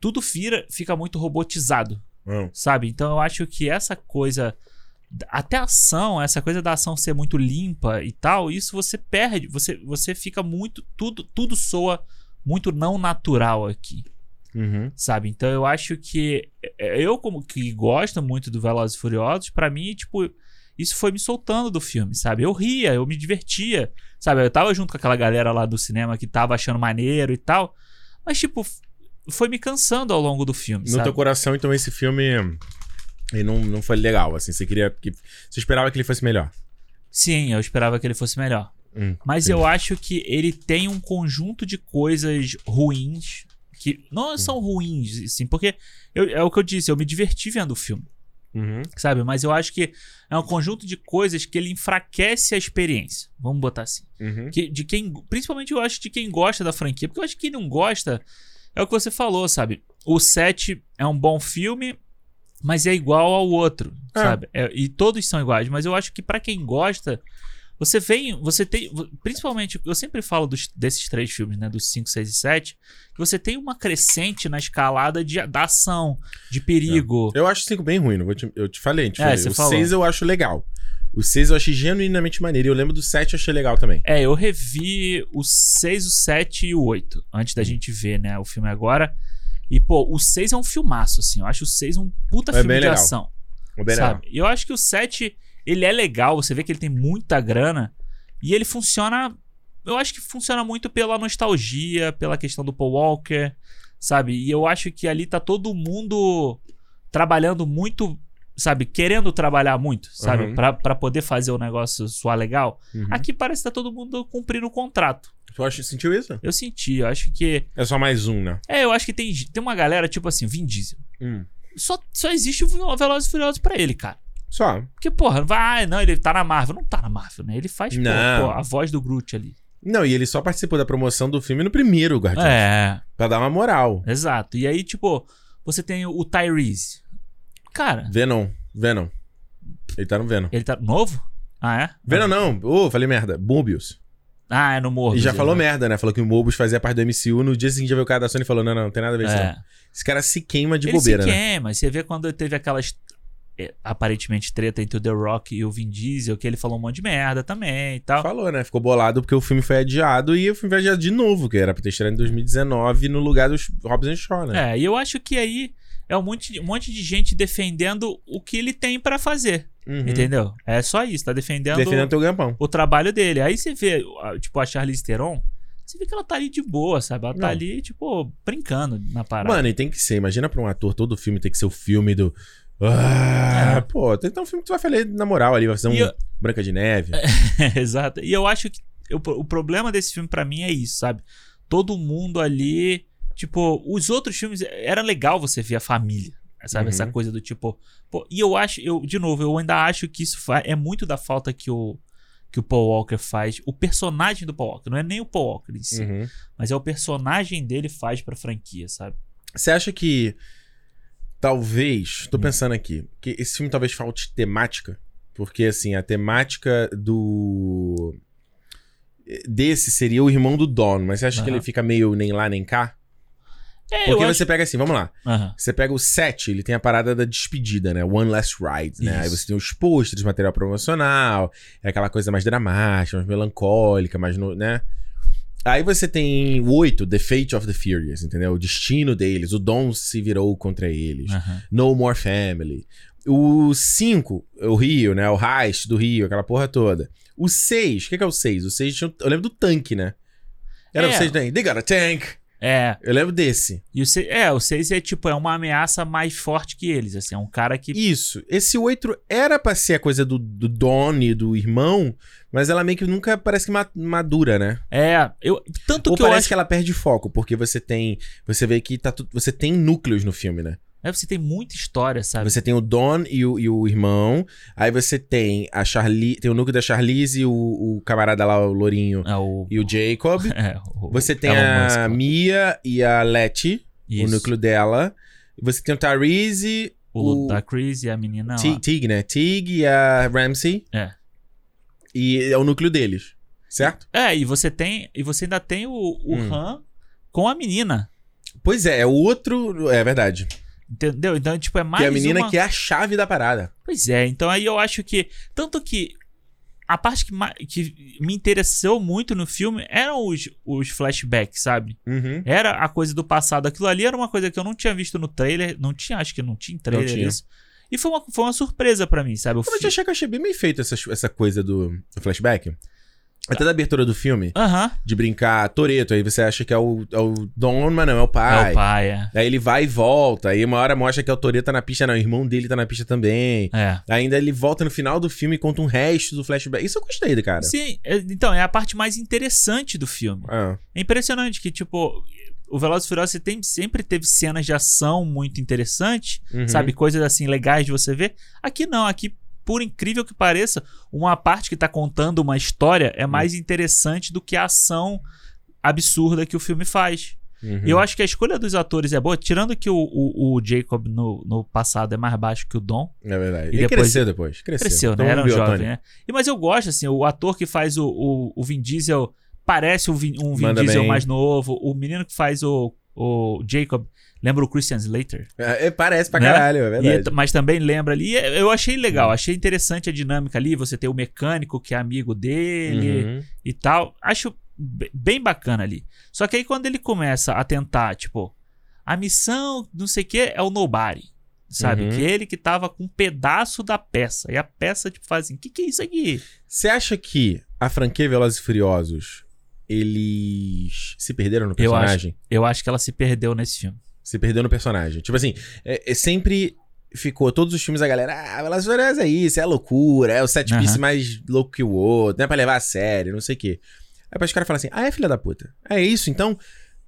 Speaker 2: tudo vira, fica muito robotizado
Speaker 1: Não.
Speaker 2: sabe? Então eu acho que essa coisa, até a ação, essa coisa da ação ser muito limpa e tal, isso você perde, você, você fica muito, tudo, tudo soa muito não natural aqui,
Speaker 1: Uhum.
Speaker 2: sabe? Então eu acho que é, eu como que gosto muito do Velozes e Furiosos, pra mim, tipo, isso foi me soltando do filme, sabe? Eu ria, eu me divertia, sabe? Eu tava junto com aquela galera lá do cinema que tava achando maneiro e tal, mas tipo, f- foi me cansando ao longo do filme,
Speaker 1: No
Speaker 2: sabe?
Speaker 1: teu coração, então, esse filme E não, não foi legal, assim. Você queria. Que, você esperava que ele fosse melhor.
Speaker 2: Sim, eu esperava que ele fosse melhor.
Speaker 1: Hum,
Speaker 2: Mas
Speaker 1: entendi.
Speaker 2: eu acho que ele tem um conjunto de coisas ruins que
Speaker 1: Hum.
Speaker 2: não são ruins, assim, porque eu- é o que eu disse, eu me diverti vendo o filme,
Speaker 1: Uhum.
Speaker 2: sabe? Mas eu acho que é um conjunto de coisas que ele enfraquece a experiência. Vamos botar assim.
Speaker 1: Uhum.
Speaker 2: Que- de quem, principalmente eu acho de quem gosta da franquia, porque eu acho que quem não gosta é o que você falou, sabe? O 7 é um bom filme, mas é igual ao outro,
Speaker 1: É.
Speaker 2: sabe? É, e todos são iguais, mas eu acho que pra quem gosta, você vem, você tem, vo- principalmente, eu sempre falo dos- desses três filmes, né, dos 5, 6 e 7, que você tem uma crescente na escalada de, da ação, de perigo.
Speaker 1: Eu acho 5 bem ruim, não vou te- eu te falei, te
Speaker 2: É,
Speaker 1: falei.
Speaker 2: você
Speaker 1: O
Speaker 2: falou.
Speaker 1: 6 eu acho legal. O 6 eu achei genuinamente maneiro. E eu lembro do 7 eu achei legal também.
Speaker 2: É, eu revi o 6, o 7 e o 8, antes
Speaker 1: Hum.
Speaker 2: da gente ver, né, o filme agora. E, pô, o 6 é um filmaço, assim. Eu acho o 6 um puta
Speaker 1: É
Speaker 2: filme
Speaker 1: bem
Speaker 2: de
Speaker 1: legal,
Speaker 2: ação,
Speaker 1: O bem legal.
Speaker 2: sabe? E eu acho que o 7, ele é legal. Você vê que ele tem muita grana. E ele funciona... Eu acho que funciona muito pela nostalgia, pela questão do Paul Walker, sabe? E eu acho que ali tá todo mundo trabalhando muito, sabe? Querendo trabalhar muito, sabe?
Speaker 1: Uhum.
Speaker 2: Pra, pra poder fazer o negócio soar legal.
Speaker 1: Uhum.
Speaker 2: Aqui parece que tá todo mundo cumprindo o contrato.
Speaker 1: Tu acha, sentiu isso?
Speaker 2: Eu senti, eu acho que.
Speaker 1: É só mais um, né?
Speaker 2: É, eu acho que tem, tem uma galera, tipo assim, Vin Diesel.
Speaker 1: Hum.
Speaker 2: Só, só existe o Velo- Velozes e Furiosos pra ele, cara.
Speaker 1: Só.
Speaker 2: Porque, porra, vai, não, ele tá na Marvel. Não tá na Marvel, né? Ele faz, pô,
Speaker 1: Não.
Speaker 2: pô, a voz do Groot ali.
Speaker 1: Não, e ele só participou da promoção do filme no primeiro, Guardiões.
Speaker 2: É,
Speaker 1: Pra dar uma moral.
Speaker 2: exato. E aí, tipo, você tem o Tyrese. Cara,
Speaker 1: Venom. Venom. Ele tá no Venom.
Speaker 2: ele tá novo? Ah, é?
Speaker 1: Venom não. Ô, falei merda. Mobius.
Speaker 2: Ah, é no Morro.
Speaker 1: E já falou merda, né? Falou que o Mobius fazia parte do MCU. No dia seguinte já veio o cara da Sony e falou: não, não, não tem nada a ver com isso. não.
Speaker 2: É.
Speaker 1: Esse cara se queima de
Speaker 2: ele
Speaker 1: bobeira,
Speaker 2: se
Speaker 1: né?
Speaker 2: queima. Você vê quando teve aquelas é, aparentemente treta entre o The Rock e o Vin Diesel, que ele falou um monte de merda também e tal.
Speaker 1: Falou, né? Ficou bolado porque o filme foi adiado e o filme foi adiado de novo, que era pra ter estreado em 2019 no lugar dos Robson Shaw, né?
Speaker 2: É, e eu acho que aí é um monte, de- um monte de gente defendendo o que ele tem pra fazer,
Speaker 1: Uhum.
Speaker 2: entendeu? É só isso, tá defendendo,
Speaker 1: Defendendo teu gampão.
Speaker 2: o trabalho dele. Aí você vê, ah, tipo, a Charlize Theron, você vê que ela tá ali de boa, sabe? Ela
Speaker 1: Não.
Speaker 2: tá ali, tipo, brincando na parada.
Speaker 1: Mano, e tem que ser. Imagina pra um ator todo filme tem que ser o filme do. Ah,
Speaker 2: É.
Speaker 1: Pô, tem que ter um filme que tu vai fazer na moral ali, vai fazer um
Speaker 2: E eu- É.
Speaker 1: Branca de Neve.
Speaker 2: Exato. E eu acho que eu- o problema desse filme pra mim é isso, sabe? Todo mundo ali. Tipo, os outros filmes. Era legal você ver a família. Sabe?
Speaker 1: Uhum.
Speaker 2: Essa coisa do tipo. pô, e eu acho, eu, de novo, eu ainda acho que isso fa- é muito da falta que o, que o Paul Walker faz. O personagem do Paul Walker. Não é nem o Paul Walker em si,
Speaker 1: Uhum.
Speaker 2: mas é o personagem dele faz pra franquia, sabe?
Speaker 1: Você acha que. Talvez. Tô pensando aqui. Que esse filme talvez falte temática. Porque, assim, a temática do. Desse seria o irmão do Don, mas você acha que
Speaker 2: Aham.
Speaker 1: ele fica meio nem lá nem cá?
Speaker 2: É,
Speaker 1: Porque
Speaker 2: eu
Speaker 1: você pega assim, vamos lá.
Speaker 2: acho- Aham.
Speaker 1: Você pega o 7, ele tem a parada da despedida, né? One Last Ride, né?
Speaker 2: Isso.
Speaker 1: Aí você tem os posters, material promocional, é aquela coisa mais dramática, mais melancólica, mais, no, né? Aí você tem o 8, The Fate of the Furious, entendeu? O destino deles, o Dom se virou contra eles.
Speaker 2: Aham.
Speaker 1: No More Family. O 5, o Rio, né? O Heist do Rio, aquela porra toda. O 6, o que, que é o 6? O 6, eu lembro do tanque, né? Era o
Speaker 2: É.
Speaker 1: 6 daí. They got a tank!
Speaker 2: É,
Speaker 1: Eu lembro desse.
Speaker 2: e o seis, é, o seis é tipo, é uma ameaça mais forte que eles, assim, é um cara que
Speaker 1: Isso. Esse 8 era pra ser a coisa do, do Don e do irmão, mas ela meio que nunca parece que ma- madura, né?
Speaker 2: É, eu. Tanto
Speaker 1: Ou
Speaker 2: que eu
Speaker 1: parece
Speaker 2: acho.
Speaker 1: que ela perde foco, porque você tem. Você vê que tá tudo. Você tem núcleos no filme, né?
Speaker 2: É, você tem muita história, sabe?
Speaker 1: Você tem o Don e o, e o irmão. Aí você tem a Charlie. Tem o núcleo da Charlize e o, o camarada lá, o Lourinho
Speaker 2: É o.
Speaker 1: e o Jacob.
Speaker 2: é, o-
Speaker 1: Você tem
Speaker 2: Elon
Speaker 1: a
Speaker 2: Musk lá.
Speaker 1: Mia e a Letty, o
Speaker 2: Isso.
Speaker 1: núcleo dela. Você tem o Tyrese,
Speaker 2: O,
Speaker 1: o-
Speaker 2: da Chris e a menina.
Speaker 1: Ti-
Speaker 2: lá.
Speaker 1: Tig, né? Tig e a Ramsey.
Speaker 2: É.
Speaker 1: E é o núcleo deles, certo?
Speaker 2: É, e você tem. E você ainda tem o, o
Speaker 1: Hum.
Speaker 2: Han com a menina.
Speaker 1: Pois é, é o outro. É verdade.
Speaker 2: Entendeu? Então, tipo, é mais.
Speaker 1: que é a menina
Speaker 2: uma...
Speaker 1: que é a chave da parada.
Speaker 2: Pois é, então aí eu acho que. Tanto que. A parte que, ma- que me interessou muito no filme eram os, os flashbacks, sabe?
Speaker 1: Uhum.
Speaker 2: Era a coisa do passado. Aquilo ali era uma coisa que eu não tinha visto no trailer. Não tinha, acho que não tinha em trailer
Speaker 1: tinha.
Speaker 2: isso. E foi uma, foi uma surpresa pra mim, sabe? Eu
Speaker 1: Eu vou te
Speaker 2: fi-
Speaker 1: achar que eu achei bem bem feito essa, essa coisa do, do flashback. Até da abertura do filme,
Speaker 2: Aham.
Speaker 1: de brincar Toreto, aí você acha que é o, é o Don, mas não, é o pai.
Speaker 2: É o pai, é.
Speaker 1: Aí ele vai e volta, aí uma hora mostra que é o Toreto tá na pista, não, o irmão dele tá na pista também.
Speaker 2: É.
Speaker 1: Ainda ele volta no final do filme e conta um resto do flashback. Isso eu gostei, cara.
Speaker 2: Sim, é- então, é a parte mais interessante do filme.
Speaker 1: Ah,
Speaker 2: É impressionante que, tipo, o Velozes e Furiosos você tem- sempre teve cenas de ação muito interessantes,
Speaker 1: uhum.
Speaker 2: sabe? Coisas, assim, legais de você ver. Aqui não, aqui, por incrível que pareça, uma parte que tá contando uma história é
Speaker 1: Uhum.
Speaker 2: mais interessante do que a ação absurda que o filme faz.
Speaker 1: Uhum.
Speaker 2: E eu acho que a escolha dos atores é boa, tirando que o, o- o Jacob no, no passado é mais baixo que o Dom.
Speaker 1: É verdade.
Speaker 2: E
Speaker 1: ele
Speaker 2: depois-
Speaker 1: cresceu depois. Cresceu,
Speaker 2: Cresceu, né?
Speaker 1: Então,
Speaker 2: Era um
Speaker 1: biotônico.
Speaker 2: jovem, né? E, mas eu gosto, assim, o ator que faz o, o, o Vin Diesel parece um Vin, um Vin
Speaker 1: Manda
Speaker 2: Diesel
Speaker 1: bem.
Speaker 2: mais novo. O menino que faz o, o Jacob lembra o Christian Slater.
Speaker 1: É, é, parece pra
Speaker 2: Né?
Speaker 1: caralho, é
Speaker 2: E
Speaker 1: verdade. Uhum.
Speaker 2: é- mas também lembra ali. E é- Eu achei legal, achei interessante a dinâmica ali. Você tem o mecânico que é amigo dele
Speaker 1: Uhum.
Speaker 2: e tal. Acho be- bem bacana ali. Só que aí quando ele começa a tentar, tipo, a missão, não sei o que, é o Nobody. Sabe?
Speaker 1: Uhum.
Speaker 2: Que ele que tava com um pedaço da peça. E a peça, tipo, faz assim: o que, que é isso aqui?
Speaker 1: Você acha que a franquia Velozes e Furiosos, eles se perderam no
Speaker 2: Eu acho.
Speaker 1: personagem?
Speaker 2: Eu acho que ela se perdeu nesse filme.
Speaker 1: Se perdeu no personagem. Tipo assim, é, é sempre ficou todos os filmes a galera, ah, Velozes e Furiosos é isso, é loucura, é o set
Speaker 2: Aham.
Speaker 1: piece mais louco que o outro, não é pra levar a sério, não sei o quê. Aí depois os caras falam assim, ah, é filha da puta. É isso, então...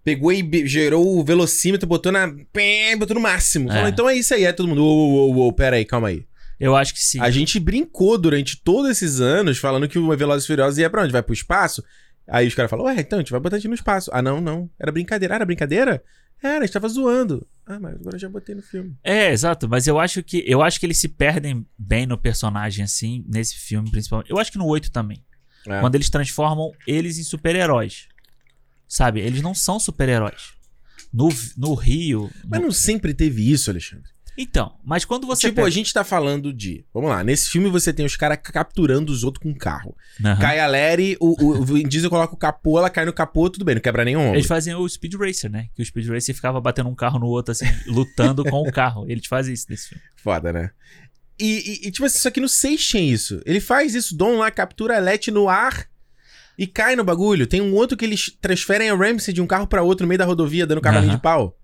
Speaker 1: Pegou e be- gerou o velocímetro, botou na... pé, Botou no máximo.
Speaker 2: É.
Speaker 1: Falou, então é isso aí. Aí todo mundo, uou, uou, uou, pera aí, calma aí.
Speaker 2: Eu acho que sim.
Speaker 1: A gente brincou durante todos esses anos falando que o Velozes e Furiosos ia pra onde? Vai pro espaço? Aí os caras falam, ué, então a gente vai botar a gente no espaço. Ah, não, não. Era brincadeira. Ah, era brincadeira? Era, a gente tava zoando. Ah, mas agora eu já botei no filme.
Speaker 2: É, exato, mas eu acho que eu acho que eles se perdem bem no personagem, assim, nesse filme, principalmente. Eu acho que no 8 também.
Speaker 1: É.
Speaker 2: Quando eles transformam eles em super-heróis. Sabe? Eles não são super-heróis. No, no Rio.
Speaker 1: Mas
Speaker 2: no-
Speaker 1: não sempre teve isso, Alexandre.
Speaker 2: Então, mas quando você.
Speaker 1: tipo, a gente tá falando de. Vamos lá, nesse filme você tem os caras capturando os outros com um carro.
Speaker 2: Aham.
Speaker 1: Cai a Larry, o, o, o Vin Diesel coloca o capô, ela cai no capô, tudo bem, não quebra nenhum ombro.
Speaker 2: Eles fazem o Speed Racer, né? Que o Speed Racer ficava batendo um carro no outro, assim, lutando com o carro. Eles fazem isso nesse filme.
Speaker 1: Foda, né? E, e- e, tipo assim, só que no Seis tem isso. Ele faz isso, Dom lá, captura a Letty no ar e cai no bagulho. Tem um outro que eles transferem a Ramsey de um carro pra outro no meio da rodovia, dando cavalinho
Speaker 2: Aham.
Speaker 1: de pau.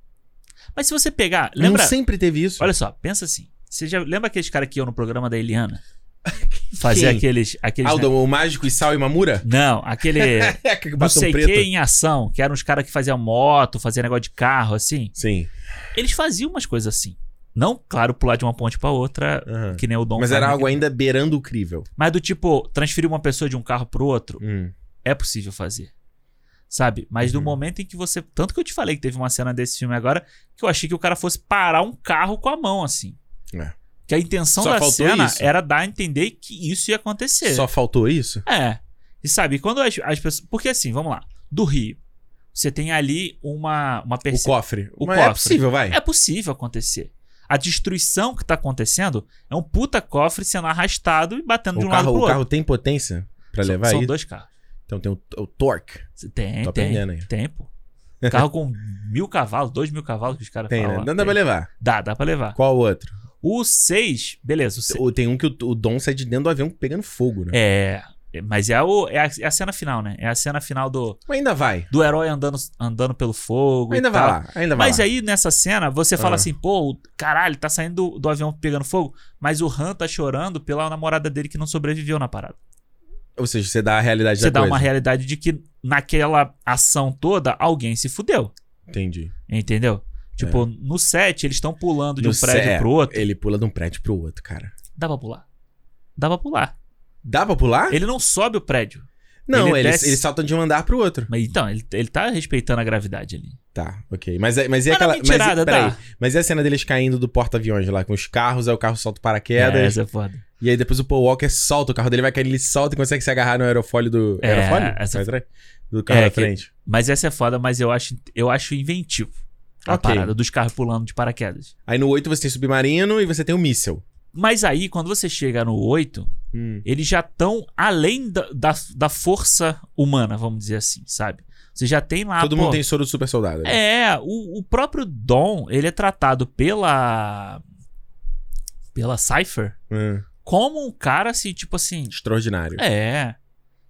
Speaker 2: Mas se você pegar. Lembra.
Speaker 1: Não sempre teve isso.
Speaker 2: Olha só, pensa assim. Você já lembra aqueles caras que iam no programa da Eliana? Fazer
Speaker 1: Quem?
Speaker 2: aqueles. aqueles
Speaker 1: Ah, o, Dom- o Mágico e Sal e Mamura?
Speaker 2: Não, aquele
Speaker 1: É, que
Speaker 2: não
Speaker 1: batom
Speaker 2: sei
Speaker 1: preto.
Speaker 2: que em ação, que eram os caras que faziam moto, faziam negócio de carro, assim.
Speaker 1: Sim.
Speaker 2: Eles faziam umas coisas assim. Não, claro, pular de uma ponte pra outra,
Speaker 1: Aham.
Speaker 2: que nem o Dom.
Speaker 1: Ah. Mas era
Speaker 2: faz, né?
Speaker 1: algo ainda beirando o crível. Hum.
Speaker 2: Mas do tipo, transferir uma pessoa de um carro pro outro, é possível fazer. Sabe? Mas do
Speaker 1: Uhum.
Speaker 2: momento em que você. Tanto que eu te falei que teve uma cena desse filme agora que eu achei que o cara fosse parar um carro com a mão, assim.
Speaker 1: É.
Speaker 2: Que a intenção
Speaker 1: Só
Speaker 2: da
Speaker 1: faltou
Speaker 2: cena
Speaker 1: isso.
Speaker 2: era dar a entender que isso ia acontecer.
Speaker 1: Só faltou isso?
Speaker 2: É. E sabe, quando as, as pessoas. Porque assim, vamos lá. Do Rio, você tem ali uma, uma
Speaker 1: O
Speaker 2: percepção.
Speaker 1: cofre.
Speaker 2: O
Speaker 1: Mas É
Speaker 2: cofre.
Speaker 1: possível, vai.
Speaker 2: É possível acontecer. A destruição que tá acontecendo é um puta cofre sendo arrastado e batendo de
Speaker 1: O
Speaker 2: um lado
Speaker 1: carro,
Speaker 2: pro
Speaker 1: o
Speaker 2: outro.
Speaker 1: carro tem potência pra
Speaker 2: São-
Speaker 1: levar
Speaker 2: São
Speaker 1: isso?
Speaker 2: dois carros.
Speaker 1: Então tem o, o torque.
Speaker 2: Tem,
Speaker 1: Tô
Speaker 2: tem.
Speaker 1: aprendendo aí.
Speaker 2: Tem, pô. Carro com mil cavalos, dois mil cavalos que os caras
Speaker 1: Tem,
Speaker 2: falam.
Speaker 1: né?
Speaker 2: lá.
Speaker 1: Não dá pra
Speaker 2: Tem.
Speaker 1: levar.
Speaker 2: Dá, dá pra levar.
Speaker 1: Qual o outro?
Speaker 2: O 6, beleza. O seis-
Speaker 1: Ou tem um que o, o Dom sai de dentro do avião pegando fogo, né?
Speaker 2: é. Mas é, o, é, a, é a cena final, né? É a cena final do,
Speaker 1: Mas ainda vai.
Speaker 2: do herói andando, andando pelo fogo.
Speaker 1: Ainda
Speaker 2: e
Speaker 1: vai
Speaker 2: tal.
Speaker 1: lá. Ainda vai
Speaker 2: Mas
Speaker 1: lá.
Speaker 2: aí, nessa cena, você fala
Speaker 1: Ah.
Speaker 2: assim, pô, o- caralho, tá saindo do, do avião pegando fogo, mas o Han tá chorando pela namorada dele que não sobreviveu na parada.
Speaker 1: Ou seja, você dá a realidade
Speaker 2: é- Você
Speaker 1: da
Speaker 2: dá
Speaker 1: coisa.
Speaker 2: uma realidade de que naquela ação toda, alguém se fudeu.
Speaker 1: Entendi.
Speaker 2: Entendeu? Tipo, no set, eles estão pulando de
Speaker 1: É. No
Speaker 2: um prédio
Speaker 1: set, é,
Speaker 2: pro outro.
Speaker 1: Ele pula de um prédio pro outro, cara.
Speaker 2: Dá pra pular. Dá pra pular.
Speaker 1: Dá pra pular?
Speaker 2: Ele não sobe o prédio.
Speaker 1: Não,
Speaker 2: ele
Speaker 1: eles,
Speaker 2: desce-
Speaker 1: eles saltam de um andar pro outro.
Speaker 2: Mas então, ele, ele tá respeitando a gravidade ali.
Speaker 1: Tá, ok. Mas, é- mas e
Speaker 2: Mas
Speaker 1: aquela.
Speaker 2: na mentirada,
Speaker 1: mas, peraí.
Speaker 2: dá.
Speaker 1: mas e a cena deles caindo do porta-aviões lá com os carros, aí o carro solta o
Speaker 2: É,
Speaker 1: paraquedas.
Speaker 2: essa é foda.
Speaker 1: E aí depois o Paul Walker solta, o carro dele vai cair, ele solta e consegue se agarrar no aerofólio do.
Speaker 2: É,
Speaker 1: aerofólio?
Speaker 2: essa-
Speaker 1: Vai atrás? Do carro
Speaker 2: É,
Speaker 1: da
Speaker 2: que-
Speaker 1: frente.
Speaker 2: Mas essa é foda, mas eu acho, eu acho inventivo. A
Speaker 1: Ok.
Speaker 2: parada dos carros pulando de paraquedas.
Speaker 1: Aí no 8 você tem submarino e você tem um o míssel.
Speaker 2: Mas aí, quando você chega no 8,
Speaker 1: Hum.
Speaker 2: eles já estão além da, da, da força humana, vamos dizer assim, sabe? Você já tem lá.
Speaker 1: Todo
Speaker 2: Ah, pô,
Speaker 1: mundo tem soro do super soldado. né?
Speaker 2: É, o, o próprio Dom, ele é tratado pela. pela Cypher
Speaker 1: Hum.
Speaker 2: como um cara assim, tipo assim.
Speaker 1: Extraordinário.
Speaker 2: É.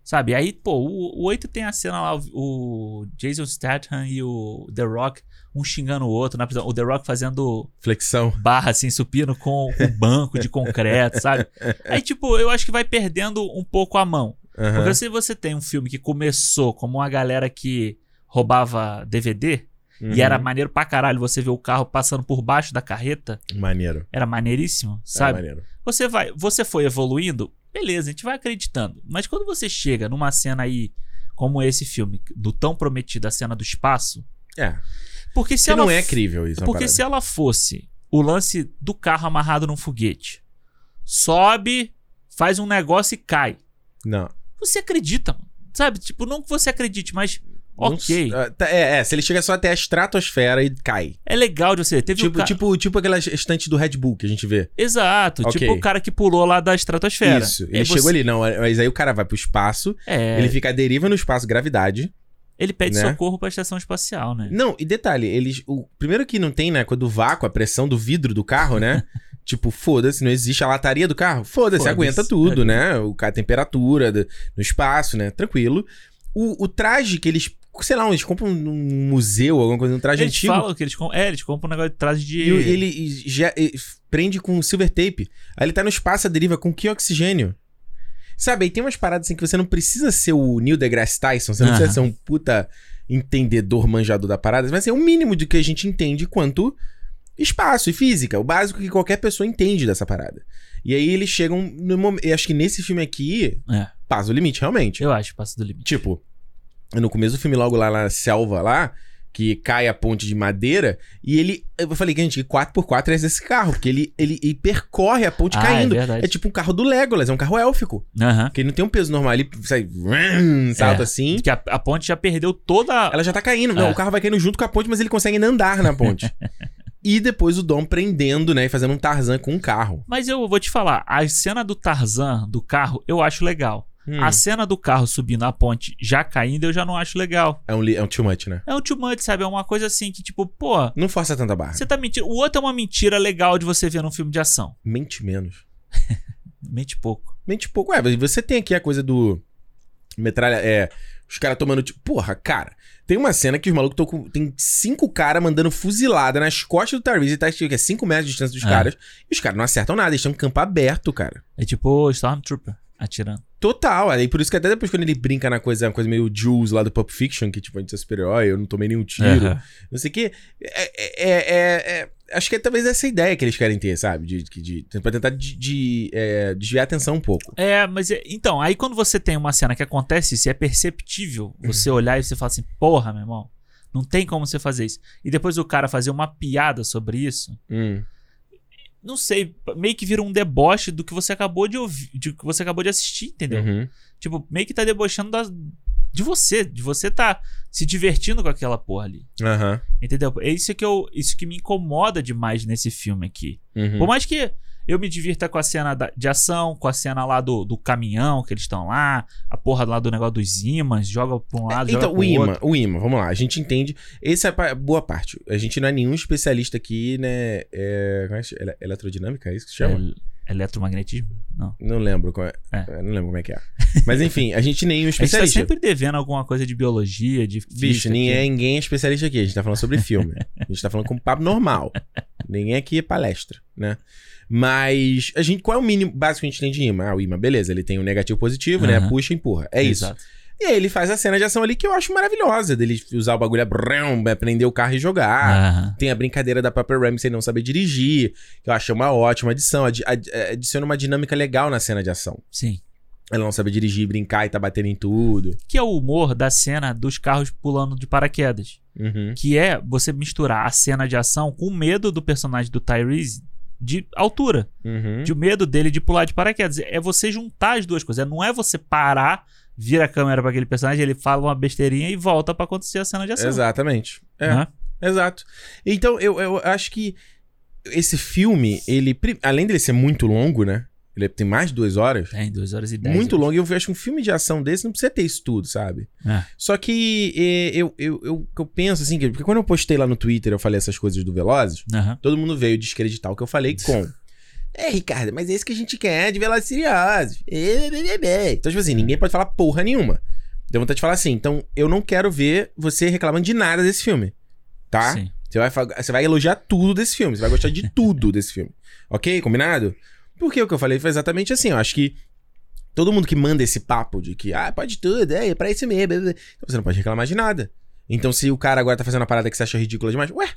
Speaker 2: Sabe? Aí, pô, o, o 8 tem a cena lá, o, o Jason Statham e o The Rock, um xingando o outro na prisão. O The Rock fazendo
Speaker 1: Flexão.
Speaker 2: barra, assim, supino com o banco de concreto, sabe? Aí, tipo, eu acho que vai perdendo um pouco a mão.
Speaker 1: Aham.
Speaker 2: Porque se você tem um filme que começou como uma galera que roubava DVD,
Speaker 1: Uhum.
Speaker 2: assim, e era maneiro pra caralho você ver o carro passando por baixo da carreta,
Speaker 1: Maneiro.
Speaker 2: era maneiríssimo,
Speaker 1: É
Speaker 2: sabe?
Speaker 1: maneiro.
Speaker 2: Você vai, você foi evoluindo, beleza, a gente vai acreditando. Mas quando você chega numa cena aí como esse filme, do tão prometido, a cena do espaço,
Speaker 1: É.
Speaker 2: porque se
Speaker 1: que
Speaker 2: ela
Speaker 1: não é
Speaker 2: f-
Speaker 1: crível isso. é uma
Speaker 2: porque
Speaker 1: parada.
Speaker 2: se ela fosse o lance do carro amarrado num foguete, sobe, faz um negócio e cai.
Speaker 1: Não.
Speaker 2: Você acredita, mano. sabe? Tipo, não que você acredite, mas
Speaker 1: Não
Speaker 2: ok.
Speaker 1: s- ah, tá- é, é, se ele chega só até a estratosfera e cai.
Speaker 2: É legal de você. Teve um
Speaker 1: Tipo,
Speaker 2: ca-
Speaker 1: tipo, tipo aquela estante do Red Bull que a gente vê.
Speaker 2: Exato,
Speaker 1: Ok.
Speaker 2: tipo o cara que pulou lá da estratosfera.
Speaker 1: Isso.
Speaker 2: Aí
Speaker 1: Ele
Speaker 2: É, você-
Speaker 1: chegou ali, não. Mas aí o cara vai pro espaço,
Speaker 2: É,
Speaker 1: ele
Speaker 2: ele...
Speaker 1: fica à deriva no espaço, gravidade.
Speaker 2: pede
Speaker 1: né?
Speaker 2: socorro pra estação espacial, né?
Speaker 1: Não, e detalhe, eles. O primeiro que não tem, né? Quando o vácuo, a pressão do vidro do carro, né? tipo, foda-se, não existe a lataria do carro. Foda-se,
Speaker 2: Foda-se. é
Speaker 1: aguenta tudo, né? O, ca- a temperatura do- no espaço, né? Tranquilo. O, o traje que eles. Sei lá, eles compram num museu, alguma coisa, um traje
Speaker 2: eles
Speaker 1: antigo.
Speaker 2: falam que eles, com... é, eles compram um negócio de trás de.
Speaker 1: E o- ele e já, e f- prende com um silver tape. Aí ele tá no espaço, a deriva com que oxigênio? Sabe, aí tem umas paradas assim que você não precisa ser o Neil deGrasse Tyson, você não
Speaker 2: Aham.
Speaker 1: precisa ser um puta entendedor manjador da parada, mas é o mínimo de que a gente entende quanto espaço e física, o básico que qualquer pessoa entende dessa parada. E aí eles chegam no momento, eu acho que nesse filme aqui,
Speaker 2: É.
Speaker 1: passa o limite, realmente.
Speaker 2: Eu acho, passa do limite.
Speaker 1: Tipo, no começo do filme, logo lá na selva lá, que cai a ponte de madeira, e ele. Eu falei, gente, 4x4 é esse carro, porque ele, ele, ele percorre a ponte
Speaker 2: ah,
Speaker 1: caindo.
Speaker 2: É
Speaker 1: É,
Speaker 2: verdade.
Speaker 1: tipo um carro do Legolas, é um carro élfico.
Speaker 2: Aham.
Speaker 1: Que ele não tem um peso normal, ele sai. vrum, Salta
Speaker 2: É.
Speaker 1: assim.
Speaker 2: Porque a, a ponte já perdeu toda. a-
Speaker 1: Ela já tá caindo. Não,
Speaker 2: É.
Speaker 1: o carro vai caindo junto com a ponte, mas ele consegue ainda andar na ponte. e depois o Dom prendendo, né? E fazendo um Tarzan com um carro.
Speaker 2: Mas eu vou te falar, a cena do Tarzan, do carro, eu acho legal.
Speaker 1: Hum,
Speaker 2: A cena do carro subindo a ponte já caindo, eu já não acho legal.
Speaker 1: É, um, li- é um too much, né?
Speaker 2: É um too much, sabe? É uma coisa assim que, tipo, pô,
Speaker 1: Não força tanta barra.
Speaker 2: você tá mentindo. O outro é uma mentira legal de você ver num filme de ação.
Speaker 1: Mente menos.
Speaker 2: Mente pouco.
Speaker 1: Mente pouco. Ué, mas você tem aqui a coisa do. Metralha. É. Os caras tomando. Tipo, porra, cara. Tem uma cena que os malucos estão com. Tem cinco caras mandando fuzilada nas costas do Tarvis e tá tipo, que é cinco metros de distância dos
Speaker 2: É.
Speaker 1: caras. E os caras não acertam nada. Eles estão em campo aberto, cara.
Speaker 2: É tipo Stormtrooper atirando.
Speaker 1: Total. Aí por isso que até depois quando ele brinca na coisa, uma coisa meio Jules lá do Pulp Fiction, que tipo, a gente é super-herói, eu não tomei nenhum tiro.
Speaker 2: Aham.
Speaker 1: Não sei o quê. É, é- é- é- acho que é talvez essa ideia que eles querem ter, sabe? De, de, de- pra tentar de, de, é, desviar a atenção um pouco.
Speaker 2: É, mas é- então, aí quando você tem uma cena que acontece isso, e é perceptível você olhar e você falar assim, porra, meu irmão, não tem como você fazer isso. E depois o cara fazer uma piada sobre isso,
Speaker 1: Hum.
Speaker 2: não sei, meio que vira um deboche do que você acabou de ouvir, de que você acabou de assistir, entendeu?
Speaker 1: Uhum.
Speaker 2: Tipo, meio que tá debochando das- de você, de você tá se divertindo com aquela porra ali.
Speaker 1: Aham.
Speaker 2: Entendeu? É isso que eu, isso que me incomoda demais nesse filme aqui.
Speaker 1: Uhum.
Speaker 2: Por mais que eu me divirta com a cena da- de ação, com a cena lá do, do caminhão que eles estão lá, a porra lá do negócio dos ímãs, joga pra um lado, joga
Speaker 1: Então,
Speaker 2: pro
Speaker 1: o
Speaker 2: outro.
Speaker 1: imã, o imã, vamos lá. A gente entende. Essa é a pa- boa parte. A gente não é nenhum especialista aqui, né? É, como é que chama? Ele- eletrodinâmica, é isso que chama?
Speaker 2: El- eletromagnetismo? Não.
Speaker 1: Não lembro qual é.
Speaker 2: É.
Speaker 1: Eu Não lembro como é que é. Mas enfim, a gente nem é um
Speaker 2: A gente tá
Speaker 1: especialista.
Speaker 2: sempre devendo alguma coisa de biologia, de
Speaker 1: Bicho,
Speaker 2: física
Speaker 1: nem
Speaker 2: aqui.
Speaker 1: é ninguém é especialista aqui. A gente tá falando sobre filme. A gente tá falando com papo normal. Ninguém aqui é palestra, né? Mas a gente, qual é o mínimo básico que a gente tem de imã? Ah, o imã, beleza. Ele tem o negativo e positivo, né?
Speaker 2: Aham.
Speaker 1: Puxa e empurra. É isso.
Speaker 2: Exato.
Speaker 1: E aí ele faz a cena de ação ali que eu acho maravilhosa, dele usar o bagulho, brum, prender o carro e jogar.
Speaker 2: Aham.
Speaker 1: Tem a brincadeira da Pepper Ramsey não saber dirigir, que eu achei uma ótima adição, adi- ad- eh, adiciona uma dinâmica legal na cena de ação.
Speaker 2: Sim.
Speaker 1: Ela não sabe dirigir, brincar e tá batendo em tudo.
Speaker 2: Que é o humor da cena dos carros pulando de paraquedas.
Speaker 1: Uhum.
Speaker 2: Que é você misturar a cena de ação com o medo do personagem do Tyrese de altura.
Speaker 1: Uhum.
Speaker 2: De o medo dele de pular de paraquedas. É você juntar as duas coisas. Não é você parar, vira a câmera pra aquele personagem, ele fala uma besteirinha e volta pra acontecer a cena de ação.
Speaker 1: Exatamente. É,
Speaker 2: Né?
Speaker 1: exato. Então, eu, eu acho que esse filme, ele, pri- além dele ser muito longo, né? Ele tem mais de duas horas.
Speaker 2: Tem É, duas horas e dez.
Speaker 1: Muito
Speaker 2: eu acho.
Speaker 1: longo. E eu acho que um filme de ação desse não precisa ter isso tudo, sabe?
Speaker 2: É.
Speaker 1: Só que eh, eu, eu, eu, eu penso assim, que- porque quando eu postei lá no Twitter, eu falei essas coisas do Velozes,
Speaker 2: Aham.
Speaker 1: todo mundo veio descreditar o que eu falei com. É, Ricardo, mas é isso que a gente quer de Velozes e Furiosos. É, bê, bê, bê. Então, tipo assim, ninguém pode falar porra nenhuma. Deu vontade de falar assim, então eu não quero ver você reclamando de nada desse filme, tá?
Speaker 2: Sim.
Speaker 1: Você vai, fa- você vai elogiar tudo desse filme, você vai gostar de tudo desse filme. Ok? Combinado? Porque o que eu falei foi exatamente assim, eu acho que todo mundo que manda esse papo de que, ah, pode tudo, é, é pra isso mesmo, blá, blá, blá, então você não pode reclamar de nada. Então se o cara agora tá fazendo uma parada que você acha ridícula demais, ué,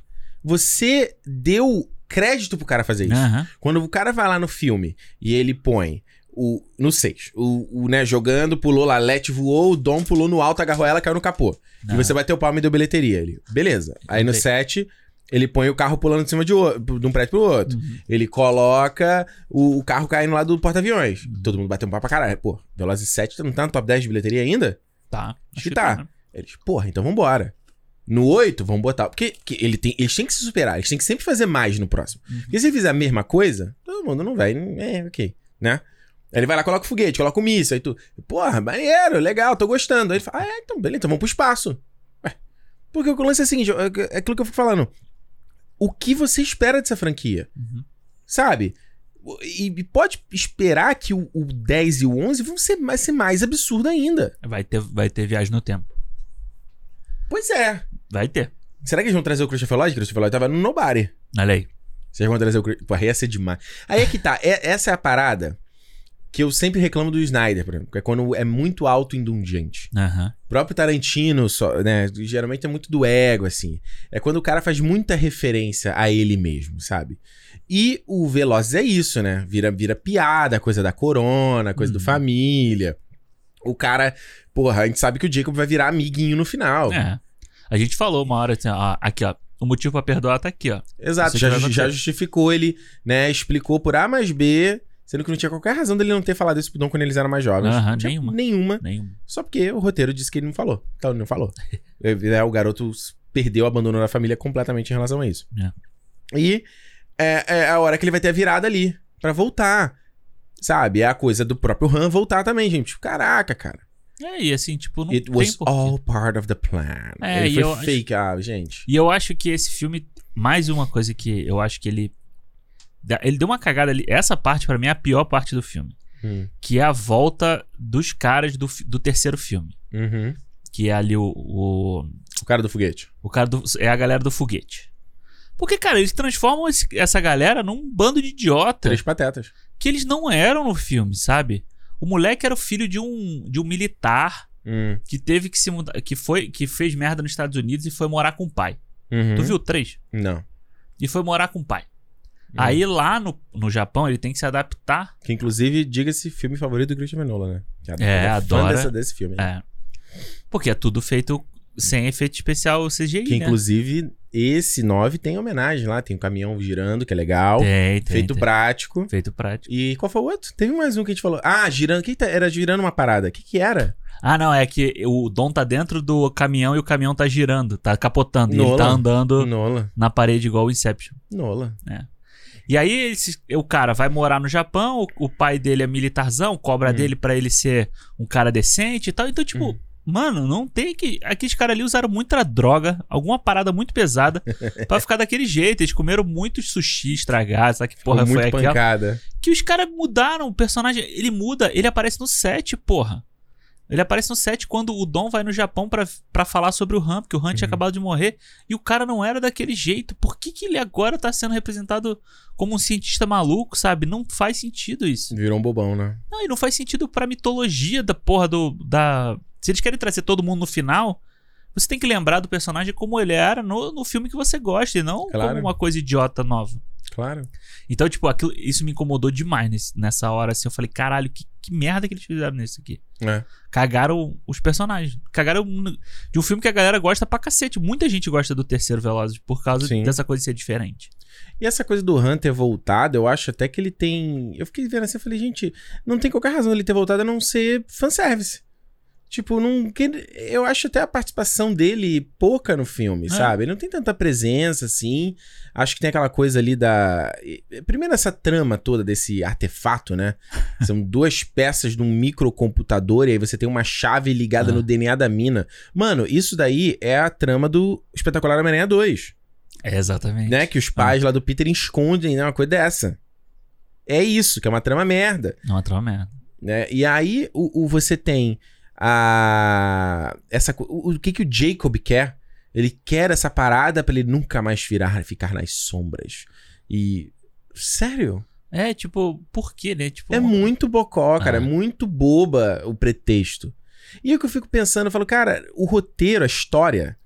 Speaker 1: você deu crédito pro cara fazer É isso.
Speaker 2: Aham.
Speaker 1: Quando o cara vai lá no filme e ele põe o. No 6, o, o, né, jogando, pulou lá, Let voou, o Dom pulou no alto, agarrou ela, caiu no capô. E
Speaker 2: Ah.
Speaker 1: você bateu palma e deu bilheteria ali. Beleza. Aí no
Speaker 2: Entendi.
Speaker 1: 7, ele põe o carro pulando de cima de, o- de um prédio pro outro.
Speaker 2: Uhum.
Speaker 1: Ele coloca o, o carro caindo lá do porta-aviões. Todo mundo bateu um papo pra caralho. Pô, Velozes 7 não tá no top 10 de bilheteria ainda?
Speaker 2: Tá.
Speaker 1: Acho que tá. Eles, porra, então vambora. No 8, vamos botar. Porque que ele tem, eles têm que se superar, eles têm que sempre fazer mais no próximo.
Speaker 2: Uhum.
Speaker 1: Porque se ele fizer a mesma coisa, todo mundo não vai. É, ok, né? Aí ele vai lá, coloca o foguete, coloca o míssil, aí tu. Porra, maneiro, legal, tô gostando. Aí ele fala, ah, é, então beleza, então vamos pro espaço. Ué, Porque o lance é o seguinte, é é aquilo que eu fico falando. O que você espera dessa franquia?
Speaker 2: Uhum.
Speaker 1: Sabe? E, e pode esperar que o, o 10 e o 11 vão ser, mais- ser mais absurdo ainda.
Speaker 2: Vai ter, vai ter viagem no tempo.
Speaker 1: Pois é.
Speaker 2: Vai ter.
Speaker 1: Será que eles vão trazer o Christopher Lloyd? Christopher Lloyd tava no Nobody.
Speaker 2: Olha aí.
Speaker 1: Vocês vão trazer o Chris- Pô, aí ia ser demais. Aí é que tá. é- essa é a parada que eu sempre reclamo do Snyder, por exemplo. que É quando é muito autoindulgente.
Speaker 2: Aham.
Speaker 1: O próprio Tarantino, só, né? Geralmente é muito do ego, assim. É quando o cara faz muita referência a ele mesmo, sabe? E o Velozes é isso, né? Vira, vira piada, coisa da corona, coisa do
Speaker 2: Uhum.
Speaker 1: família. O cara... Porra, a gente sabe que o Jacob vai virar amiguinho no final.
Speaker 2: É. A gente falou uma hora assim, ó, aqui, ó. O motivo pra perdoar tá aqui, ó.
Speaker 1: Exato,
Speaker 2: Isso
Speaker 1: já,
Speaker 2: que vai
Speaker 1: ju- já
Speaker 2: acontecer.
Speaker 1: justificou ele, né? Explicou por A mais B, sendo que não tinha qualquer razão dele não ter falado isso pro Dom quando eles eram mais jovens.
Speaker 2: Aham,
Speaker 1: Não tinha
Speaker 2: nenhuma.
Speaker 1: Nenhuma.
Speaker 2: Nenhum.
Speaker 1: Só porque o roteiro disse que ele não falou. Então ele não falou. É, né, o garoto s- perdeu o abandono da família completamente em relação a isso. E é, é a hora que ele vai ter a virada ali, pra voltar. Sabe? É a coisa do próprio Han voltar também, gente. Tipo, caraca, cara.
Speaker 2: É, e assim, tipo, não
Speaker 1: It
Speaker 2: tem
Speaker 1: was
Speaker 2: porquê.
Speaker 1: all part of the plan.
Speaker 2: É,
Speaker 1: ele
Speaker 2: e
Speaker 1: foi
Speaker 2: eu acho-
Speaker 1: fake, ah, gente.
Speaker 2: E eu acho que esse filme, mais uma coisa que eu acho que ele. dá- Ele deu uma cagada ali. Essa parte, pra mim, é a pior parte do filme.
Speaker 1: Hum.
Speaker 2: Que é a volta dos caras do, fi- do terceiro filme.
Speaker 1: Uhum.
Speaker 2: Que é ali o- o
Speaker 1: O cara do foguete.
Speaker 2: O cara do- é a galera do foguete. Porque, cara, eles transformam esse- essa galera num bando de idiota
Speaker 1: Três patetas.
Speaker 2: que eles não eram no filme, sabe? O moleque era o filho de um, de um militar
Speaker 1: Hum.
Speaker 2: que teve que se mudar, que foi que fez merda nos Estados Unidos e foi morar com o pai.
Speaker 1: Uhum.
Speaker 2: Tu viu o três?
Speaker 1: Não.
Speaker 2: E foi morar com o pai.
Speaker 1: Hum.
Speaker 2: Aí lá no, no Japão ele tem que se adaptar.
Speaker 1: Que inclusive, diga-se, filme favorito do Christopher Nolan, né? Que
Speaker 2: É,
Speaker 1: Fã
Speaker 2: adora.
Speaker 1: dessa, desse filme.
Speaker 2: É, porque é tudo feito sem efeito especial CGI,
Speaker 1: Que
Speaker 2: né?
Speaker 1: inclusive, esse 9 tem homenagem lá. Tem o caminhão girando, que é legal.
Speaker 2: Tem, tem,
Speaker 1: feito
Speaker 2: tem.
Speaker 1: prático.
Speaker 2: Feito prático.
Speaker 1: E qual foi o outro? Teve mais um que a gente falou. Ah, girando. Que que tá- era girando uma parada. O que que era?
Speaker 2: Ah, não, é que o Dom tá dentro do caminhão e o caminhão tá girando, tá capotando. E ele
Speaker 1: Nolan. Uhum.
Speaker 2: tá andando
Speaker 1: Nola.
Speaker 2: na parede igual o Inception.
Speaker 1: Nola.
Speaker 2: E aí esse- o cara vai morar no Japão, o, o pai dele é militarzão, cobra
Speaker 1: Hum.
Speaker 2: dele pra ele ser um cara decente e tal. Então, tipo, mano, não tem que. Aqueles caras ali usaram muita droga, alguma parada muito pesada pra ficar daquele jeito. Eles comeram muitos sushi estragados, sabe que porra
Speaker 1: Ficou
Speaker 2: foi
Speaker 1: muito
Speaker 2: aquela?
Speaker 1: pancada.
Speaker 2: Que os caras mudaram o personagem. Ele muda, ele aparece no 7, porra. Ele aparece no 7 quando o Dom vai no Japão pra- pra falar sobre o Han, porque o Han tinha
Speaker 1: Uhum.
Speaker 2: acabado de morrer e o cara não era daquele jeito. Por que, que ele agora tá sendo representado como um cientista maluco, sabe? Não faz sentido isso.
Speaker 1: Virou um bobão, né?
Speaker 2: Não, e não faz sentido pra mitologia da porra do. Da... Se eles querem trazer todo mundo no final, você tem que lembrar do personagem como ele era no, no filme que você gosta e não
Speaker 1: Claro.
Speaker 2: como uma coisa idiota nova.
Speaker 1: Claro.
Speaker 2: Então, tipo, aquilo- isso me incomodou demais nesse- nessa hora, assim. Eu falei, caralho, que, que merda que eles fizeram nisso aqui.
Speaker 1: É.
Speaker 2: Cagaram os personagens. Cagaram no- de um filme que a galera gosta pra cacete. Muita gente gosta do terceiro Velozes por causa
Speaker 1: Sim.
Speaker 2: dessa coisa de ser diferente.
Speaker 1: E essa coisa do Han ter voltado, eu acho até que ele tem. Eu fiquei vendo assim, eu falei, gente, não tem qualquer razão ele ter voltado a não ser fanservice. Tipo, não. que- Eu acho até a participação dele pouca no filme,
Speaker 2: É.
Speaker 1: sabe? Ele não tem tanta presença, assim. Acho que tem aquela coisa ali da. e- Primeiro, essa trama toda desse artefato, né? São duas peças de um microcomputador e aí você tem uma chave ligada
Speaker 2: Ah.
Speaker 1: no DNA da mina. Mano, isso daí é a trama do Espetacular Homem-Aranha 2
Speaker 2: É, exatamente.
Speaker 1: né? Que os pais lá do Peter escondem, né? Uma coisa né, dessa. É isso, que é uma trama merda.
Speaker 2: Não, é uma merda.
Speaker 1: Né? E aí o, o- você tem a. Essa, co- o, o que, que o Jacob quer? Ele quer essa parada pra ele nunca mais virar, ficar nas sombras. E. Sério?
Speaker 2: É, tipo, por quê, né? Tipo,
Speaker 1: É muito bocó, cara.
Speaker 2: Ah.
Speaker 1: É muito boba o pretexto. E é o que eu fico pensando, eu falo, cara, o roteiro, a história,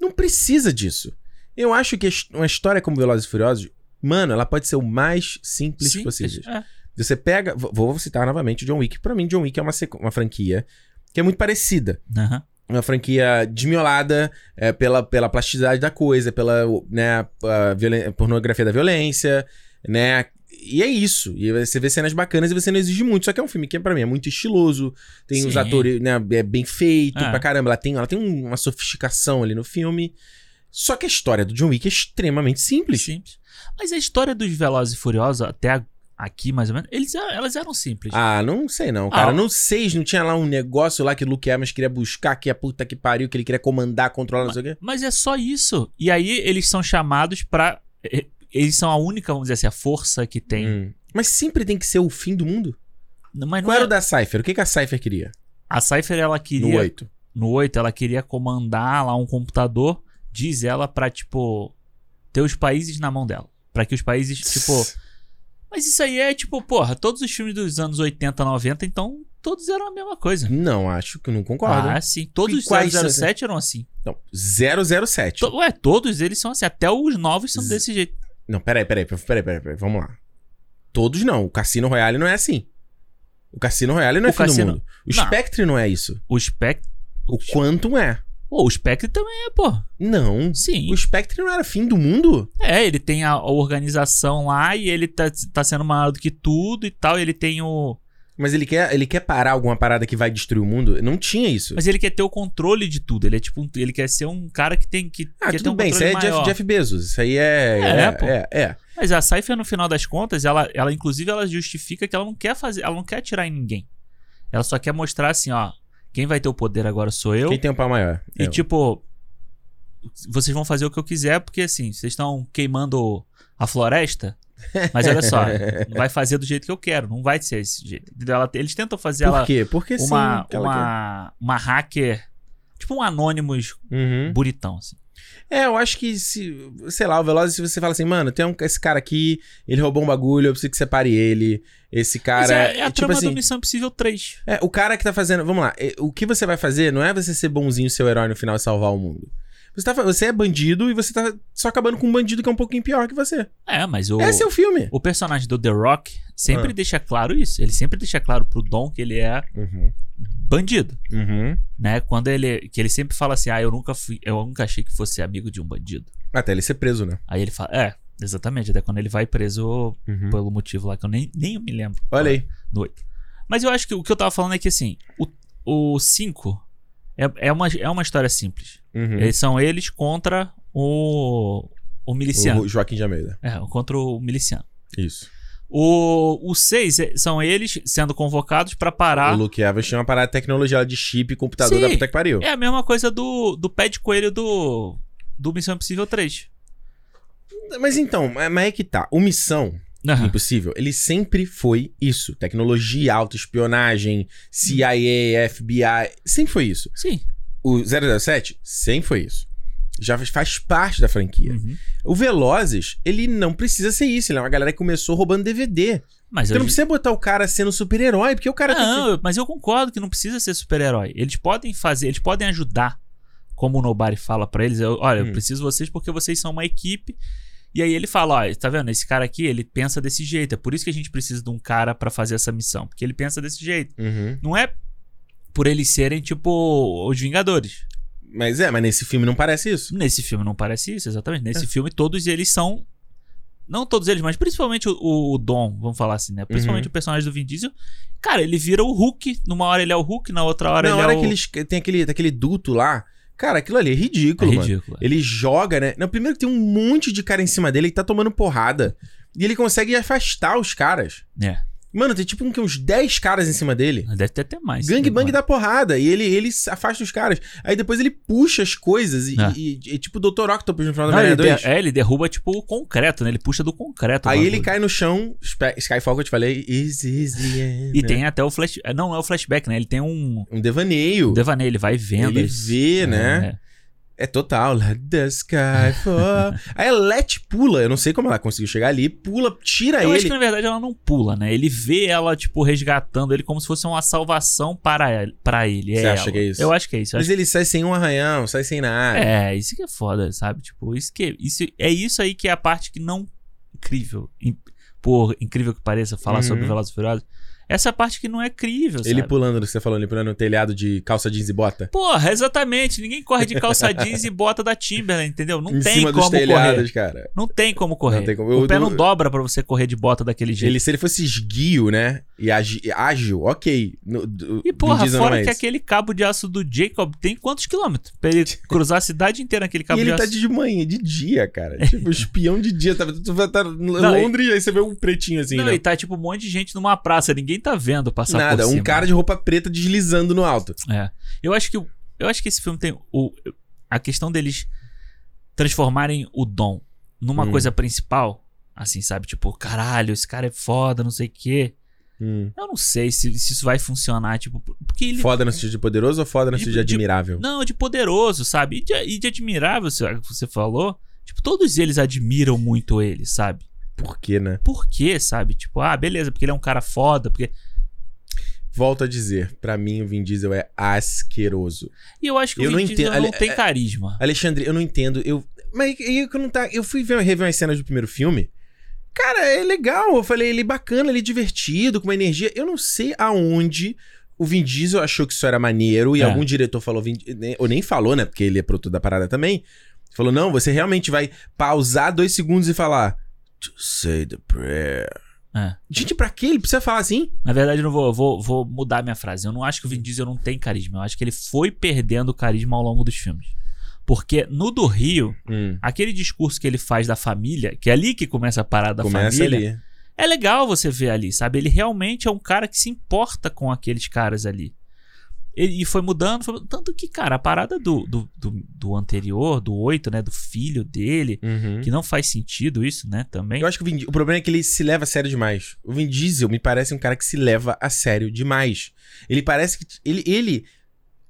Speaker 1: não precisa disso. Eu acho que his- uma história como Velozes e Furiosos, mano, ela pode ser o mais simples
Speaker 2: Sim,
Speaker 1: possível.
Speaker 2: é.
Speaker 1: Você pega, vou- vou citar novamente John Wick. Pra mim, John Wick é uma, sequ- uma franquia que é muito parecida.
Speaker 2: Aham.
Speaker 1: Uma franquia desmiolada é, pela, pela plasticidade da coisa, pela né, a violen- pornografia da violência, né? E é isso. E você vê cenas bacanas e você não exige muito. Só que é um filme que, pra mim, é muito estiloso. Tem os
Speaker 2: Sim.
Speaker 1: atores, né? É bem feito
Speaker 2: É.
Speaker 1: pra caramba. Ela tem, ela tem um, uma sofisticação ali no filme. Só que a história do John Wick é extremamente simples.
Speaker 2: Simples. Mas a história dos Velozes e Furiosos, até a- aqui mais ou menos, eles, eram- elas eram simples.
Speaker 1: Ah, não sei não, cara.
Speaker 2: Ah.
Speaker 1: Não sei, não tinha lá um negócio lá que o Luke Evans queria buscar, que a puta que pariu, que ele queria comandar, controlar, não sei o quê.
Speaker 2: Mas é só isso. E aí eles são chamados pra. eh, Eles são a única, vamos dizer assim, a força que tem.
Speaker 1: Hum. Mas sempre tem que ser o fim do mundo?
Speaker 2: Mas não
Speaker 1: Hum. Qual era
Speaker 2: é-
Speaker 1: o da Cypher? O que, que a Cypher queria?
Speaker 2: A Cypher, ela
Speaker 1: No
Speaker 2: queria.
Speaker 1: 8.
Speaker 2: No 8, ela queria comandar lá um computador, diz ela, pra, tipo, ter os países na mão dela. Pra que os países, tipo. Mas isso aí é tipo, porra, todos os filmes dos anos 80, 90, então todos eram a mesma coisa.
Speaker 1: Não, acho que não concordo.
Speaker 2: Ah, sim. Todos
Speaker 1: E
Speaker 2: os
Speaker 1: quais são-
Speaker 2: 007 eram assim.
Speaker 1: Não, 007.
Speaker 2: To- Ué, todos eles são assim. Até os novos são
Speaker 1: Z-
Speaker 2: desse jeito.
Speaker 1: Não, peraí, peraí, peraí, peraí, peraí, peraí, vamos lá. Todos não. O Cassino Royale não é assim. O Cassino Royale não é
Speaker 2: O
Speaker 1: fim
Speaker 2: Cassino-
Speaker 1: do mundo. O
Speaker 2: Não.
Speaker 1: Spectre não é isso.
Speaker 2: O Spectre.
Speaker 1: O Quantum é.
Speaker 2: Pô, o Spectre também é, pô.
Speaker 1: Não.
Speaker 2: Sim.
Speaker 1: O Spectre não era fim do mundo?
Speaker 2: É, ele tem a, a organização lá e ele tá, tá sendo maior do que tudo e tal. Ele tem o.
Speaker 1: Mas ele quer, ele quer parar alguma parada que vai destruir o mundo? Não tinha isso.
Speaker 2: Mas ele quer ter o controle de tudo. Ele é tipo um, Ele quer ser um cara que tem que.
Speaker 1: ah,
Speaker 2: quer ter
Speaker 1: tudo
Speaker 2: um
Speaker 1: bem, isso
Speaker 2: controle
Speaker 1: aí é Jeff,
Speaker 2: maior.
Speaker 1: Jeff Bezos. Isso aí é.
Speaker 2: É,
Speaker 1: É,
Speaker 2: pô.
Speaker 1: é, é.
Speaker 2: Mas a Cypher, no final das contas, ela, ela inclusive ela justifica que ela não quer fazer. Ela não quer atirar em ninguém. Ela só quer mostrar assim, ó. Quem vai ter o poder agora sou eu.
Speaker 1: Quem tem o pau maior?
Speaker 2: E
Speaker 1: É.
Speaker 2: tipo, vocês vão fazer o que eu quiser, porque assim, vocês estão queimando a floresta. Mas olha só, vai fazer do jeito que eu quero, não vai ser esse jeito. Entendeu? Ela- eles tentam fazer
Speaker 1: Por
Speaker 2: ela
Speaker 1: quê? Porque
Speaker 2: uma,
Speaker 1: sim. que ela
Speaker 2: uma, uma hacker, tipo um anônimos
Speaker 1: quer. Uhum.
Speaker 2: bonitão, assim.
Speaker 1: É, eu acho que se. Sei lá, o Veloz, se você fala assim, mano, tem um, esse cara aqui, ele roubou um bagulho, eu preciso que separe ele. Esse cara.
Speaker 2: Mas é, é a
Speaker 1: tipo
Speaker 2: trama do
Speaker 1: assim,
Speaker 2: Missão Impossível 3.
Speaker 1: É, o cara que tá fazendo. Vamos lá. é, O que você vai fazer não é você ser bonzinho, seu herói no final e salvar o mundo. Você, tá, fa- você é bandido e você tá só acabando com um bandido que é um pouquinho pior que você.
Speaker 2: É, mas o,
Speaker 1: Esse é o filme.
Speaker 2: o personagem do The Rock sempre
Speaker 1: Ah.
Speaker 2: deixa claro isso. Ele sempre deixa claro pro Dom que ele é
Speaker 1: Uhum.
Speaker 2: bandido.
Speaker 1: Uhum.
Speaker 2: né? Quando ele. Que ele sempre fala assim: Ah, eu nunca fui. Eu nunca achei que fosse amigo de um bandido.
Speaker 1: Até ele ser preso, né?
Speaker 2: Aí ele fala. É, exatamente. Até quando ele vai preso
Speaker 1: Uhum.
Speaker 2: pelo motivo lá que eu nem, nem me lembro.
Speaker 1: Olha aí.
Speaker 2: Do oito. Mas eu acho que o que eu tava falando é que assim, o 5 é, é, uma, é uma história simples.
Speaker 1: Uhum.
Speaker 2: Eles são eles contra o. O miliciano.
Speaker 1: O Joaquim de Almeida.
Speaker 2: É, contra o miliciano.
Speaker 1: Isso.
Speaker 2: O 6 são eles sendo convocados pra parar.
Speaker 1: O Luke Evans tinha uma parada de tecnologia lá de chip e computador
Speaker 2: Tá. Sim.
Speaker 1: da puta que pariu.
Speaker 2: É a mesma coisa do, do pé de coelho do, do Missão Impossível 3.
Speaker 1: Mas então, mas mas é que tá. O Missão
Speaker 2: Ah.
Speaker 1: Impossível, ele sempre foi isso. Tecnologia, autoespionagem, CIA, FBI, sempre foi isso.
Speaker 2: Sim.
Speaker 1: O 007 sempre foi isso. Já faz- faz parte da franquia.
Speaker 2: Uhum.
Speaker 1: O Velozes, ele não precisa ser isso. Ele é uma galera que começou roubando DVD.
Speaker 2: Mas
Speaker 1: Você
Speaker 2: eu,
Speaker 1: não precisa botar o cara sendo super-herói, porque o cara tem
Speaker 2: não, eu- mas eu concordo que não precisa ser super-herói. Eles podem fazer, eles podem ajudar. Como o Nobari fala pra eles, eu- olha,
Speaker 1: Hum.
Speaker 2: eu preciso de vocês porque vocês são uma equipe. E aí ele fala, ó, tá vendo? Esse cara aqui, ele pensa desse jeito. É por isso que a gente precisa de um cara pra fazer essa missão, porque ele pensa desse jeito.
Speaker 1: que... Uhum.
Speaker 2: Não é por eles serem tipo os Vingadores.
Speaker 1: Mas é, mas nesse filme não parece isso.
Speaker 2: Nesse filme não parece isso, exatamente.
Speaker 1: É.
Speaker 2: Nesse filme todos eles são não todos eles, mas principalmente o- o, o Dom, vamos falar assim, né? Principalmente
Speaker 1: Uhum.
Speaker 2: o personagem do Vin Diesel. Cara, ele vira o Hulk. Numa hora ele é o Hulk, na outra hora
Speaker 1: Na
Speaker 2: ele
Speaker 1: hora
Speaker 2: é o...
Speaker 1: que eles tem aquele, tem aquele duto lá, cara, aquilo ali é
Speaker 2: É
Speaker 1: ridículo, mano.
Speaker 2: ridículo.
Speaker 1: Ele joga, né? Não, primeiro que tem um monte de cara em cima dele, ele tá tomando porrada. E ele consegue afastar os caras.
Speaker 2: É.
Speaker 1: Mano, tem tipo um que uns 10 caras em cima dele.
Speaker 2: Deve ter até mais.
Speaker 1: Gangbang
Speaker 2: é Mano.
Speaker 1: dá porrada. E ele, ele se afasta os caras. Aí depois ele puxa as coisas. E,
Speaker 2: É.
Speaker 1: e- e- tipo o Dr. Octopus no final da
Speaker 2: Não, ele
Speaker 1: Homem-Aranha 2.
Speaker 2: der- é, ele derruba tipo o concreto, né? Ele puxa do concreto. o
Speaker 1: Aí ele
Speaker 2: bagulho.
Speaker 1: cai no chão. Sp- Skyfall que eu te falei. Is, is the end,
Speaker 2: E
Speaker 1: né?
Speaker 2: tem até o flash. é, Não, é o flashback, né? Ele tem um
Speaker 1: Um devaneio.
Speaker 2: devaneio, ele vai vendo.
Speaker 1: Ele
Speaker 2: as-
Speaker 1: vê,
Speaker 2: É,
Speaker 1: né?
Speaker 2: é.
Speaker 1: É total. Let the sky fall. Aí a Let pula. Eu não sei como ela conseguiu chegar ali. Pula, tira
Speaker 2: Eu acho
Speaker 1: É, ele.
Speaker 2: que na verdade ela não pula, né? Ele vê ela, tipo, resgatando ele como se fosse uma salvação para ele. Para ele.
Speaker 1: Você
Speaker 2: é
Speaker 1: acha
Speaker 2: ela.
Speaker 1: que é isso?
Speaker 2: Eu acho que é isso. eu
Speaker 1: Mas ele sai sem um arranhão, sai sem nada.
Speaker 2: É, isso que é foda, sabe? Tipo, isso que isso, é isso aí que é a parte que não incrível, in- por incrível que pareça falar
Speaker 1: Uhum.
Speaker 2: sobre Velozes e Furiosos. Essa parte que não é crível,
Speaker 1: ele
Speaker 2: sabe?
Speaker 1: pulando, você falou, ele pulando no telhado de calça jeans e bota.
Speaker 2: Porra, exatamente. Ninguém corre de calça jeans e bota da Timberland, entendeu? Não
Speaker 1: em
Speaker 2: tem
Speaker 1: cima
Speaker 2: como
Speaker 1: dos telhados,
Speaker 2: correr.
Speaker 1: cara.
Speaker 2: Não tem como correr.
Speaker 1: Não tem como-
Speaker 2: O
Speaker 1: eu-
Speaker 2: pé
Speaker 1: eu-
Speaker 2: não dobra pra você correr de bota daquele jeito.
Speaker 1: Ele, se ele fosse esguio, né? E agi- ágil, ok. No, do,
Speaker 2: E porra,
Speaker 1: Vin Diesel não
Speaker 2: fora
Speaker 1: é
Speaker 2: que
Speaker 1: isso.
Speaker 2: aquele cabo de aço do Jacob tem quantos quilômetros? Pra ele cruzar a cidade inteira naquele cabo
Speaker 1: E ele
Speaker 2: de
Speaker 1: tá
Speaker 2: aço.
Speaker 1: de manhã, de dia, cara. Tipo, espião de dia. Tá, tu vai estar em Londres aí você vê um pretinho assim,
Speaker 2: não,
Speaker 1: né?
Speaker 2: e tá tipo um monte de gente numa praça, ninguém tá vendo passar
Speaker 1: Nada,
Speaker 2: por
Speaker 1: um
Speaker 2: cima.
Speaker 1: cara de roupa preta deslizando no alto.
Speaker 2: É. Eu acho que o- eu acho que esse filme tem o a questão deles transformarem o dom numa
Speaker 1: Hum.
Speaker 2: coisa principal, assim, sabe, tipo, caralho, esse cara é foda, não sei o quê.
Speaker 1: Hum.
Speaker 2: Eu não sei se, se isso vai funcionar, tipo, porque ele
Speaker 1: Foda no sentido de poderoso ou foda no
Speaker 2: De-
Speaker 1: sentido de
Speaker 2: de-
Speaker 1: admirável?
Speaker 2: não, de poderoso, sabe? E de, e de admirável, se- você falou, tipo, todos eles admiram muito ele, sabe?
Speaker 1: Por quê, né?
Speaker 2: Por quê, sabe? Tipo, ah, beleza, porque ele é um cara foda, porque
Speaker 1: Volto a dizer, pra mim o Vin Diesel é asqueroso.
Speaker 2: E eu acho que
Speaker 1: Eu
Speaker 2: o
Speaker 1: não
Speaker 2: Vin Diesel
Speaker 1: entendo. Ali- é-
Speaker 2: não tem carisma.
Speaker 1: Alexandre, eu não entendo. Eu. Mas e que eu não tá. Eu fui ver, rever umas cenas do primeiro filme. Cara, é legal. Eu falei, ele é bacana, ele é divertido, com uma energia. Eu não sei aonde o Vin Diesel achou que isso era maneiro e
Speaker 2: É.
Speaker 1: algum diretor falou, Vin- né, ou nem falou, né? Porque ele é produtor da parada também. Falou, não, você realmente vai pausar dois segundos e falar. To say the prayer.
Speaker 2: É.
Speaker 1: Gente, pra que ele precisa falar assim?
Speaker 2: Na verdade, eu não vou, vou, vou mudar minha frase. Eu não acho que o Vin Diesel não tem carisma. Eu acho que ele foi perdendo carisma ao longo dos filmes. Porque no do Rio, aquele discurso que ele faz da família, que é ali que começa a parada da
Speaker 1: Começa
Speaker 2: família,
Speaker 1: ali.
Speaker 2: é legal você ver ali, sabe? Ele realmente é um cara que se importa com aqueles caras ali. Ele- E foi mudando, foi mudando. tanto que, cara, a parada do, do, do, do anterior, do 8, né? Do filho dele,
Speaker 1: Uhum.
Speaker 2: que não faz sentido isso, né? Também.
Speaker 1: Eu acho que o, Vin Di- o problema é que ele se leva a sério demais. O Vin Diesel me parece um cara que se leva a sério demais. Ele parece que. Ele. ele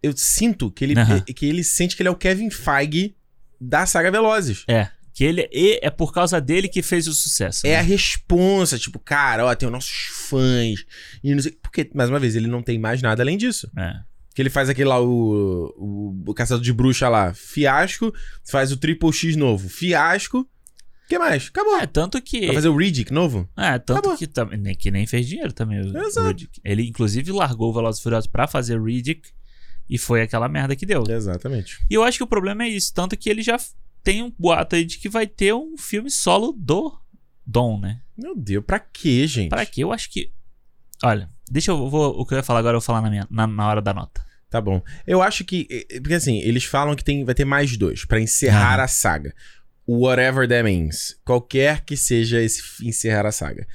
Speaker 1: eu sinto que ele,
Speaker 2: Aham.
Speaker 1: que ele sente que ele é o Kevin Feige da saga Velozes.
Speaker 2: É. Que ele e é por causa dele que fez o sucesso.
Speaker 1: É
Speaker 2: né?
Speaker 1: a responsa, tipo, cara, ó, tem os nossos fãs. E não sei. Porque, mais uma vez, ele não tem mais nada além disso.
Speaker 2: É.
Speaker 1: Que ele faz aquele lá, o, o, o Caçador de Bruxa lá, fiasco. Faz o Triple X novo, fiasco. O que mais? Acabou.
Speaker 2: É, tanto que.
Speaker 1: Vai fazer o Riddick novo?
Speaker 2: É, tanto
Speaker 1: Acabou.
Speaker 2: que, tam, nem- que nem fez dinheiro também. O,
Speaker 1: Exato.
Speaker 2: o Riddick. Ele, inclusive, largou o Velozes e Furiosos pra fazer Riddick. E foi aquela merda que
Speaker 1: É.
Speaker 2: deu.
Speaker 1: Exatamente.
Speaker 2: E eu acho que o problema é isso. Tanto que ele já f- tem um boato aí de que vai ter um filme solo do Dom, né?
Speaker 1: Meu Deus, pra quê, gente?
Speaker 2: Pra quê? Eu acho que. Olha, deixa eu. Vou, o que eu ia falar agora eu vou falar na, minha, na, na hora da nota.
Speaker 1: Tá bom. Eu acho que. eh, eh, Porque assim, eles falam que tem, vai ter mais dois pra encerrar a saga. Whatever that means. Qualquer que seja esse f- encerrar a saga.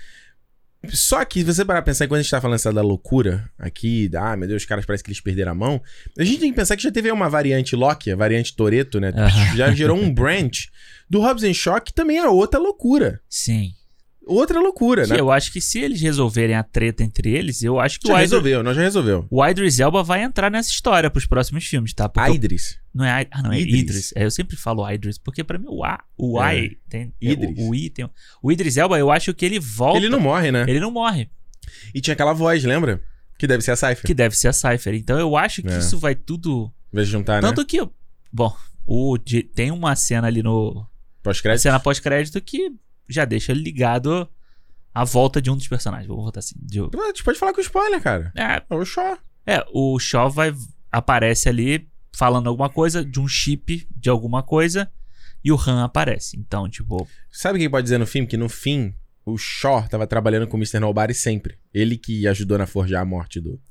Speaker 1: Só que, se você parar pra pensar, quando a gente tá falando essa da loucura aqui, da, ah, meu Deus, os caras parece que eles perderam a mão. A gente tem que pensar que já teve uma variante Loki, a variante Toreto, né?
Speaker 2: Aham.
Speaker 1: Já gerou um branch do Hobbs and Shaw, que também é outra loucura.
Speaker 2: Sim.
Speaker 1: Outra loucura,
Speaker 2: Que
Speaker 1: né?
Speaker 2: eu acho que se eles resolverem a treta entre eles, eu acho que
Speaker 1: Já
Speaker 2: o Idris-
Speaker 1: resolveu, nós já resolveu.
Speaker 2: O Idris Elba vai entrar nessa história pros próximos filmes, tá? Porque eu-
Speaker 1: Idris.
Speaker 2: não é I- ah, não, é
Speaker 1: Idris.
Speaker 2: Idris. É, eu sempre falo Idris, porque pra mim o A, o
Speaker 1: É.
Speaker 2: I tem é,
Speaker 1: Idris.
Speaker 2: o, o I tem. O Idris Elba, eu acho que ele volta.
Speaker 1: Ele não morre, né?
Speaker 2: ele não morre,
Speaker 1: E tinha aquela voz, lembra? Que deve ser a Cypher.
Speaker 2: que deve ser a Cypher. Então eu acho que
Speaker 1: É.
Speaker 2: isso vai tudo.
Speaker 1: Vai juntar, né?
Speaker 2: Tanto que. Bom, o, de- tem uma cena ali no.
Speaker 1: Pós-crédito.
Speaker 2: Cena pós-crédito que já deixa ligado a volta de um dos personagens. Vamos botar assim. de-
Speaker 1: A gente pode falar com spoiler, cara.
Speaker 2: é,
Speaker 1: É o Shaw.
Speaker 2: É, o Shaw vai aparece ali falando alguma coisa de um chip de alguma coisa e o Han aparece. Então, tipo,
Speaker 1: Sabe quem pode dizer no filme? Que no fim, o Shaw tava trabalhando com o Mr. Nobody sempre. Ele que ajudou na forjar a morte do...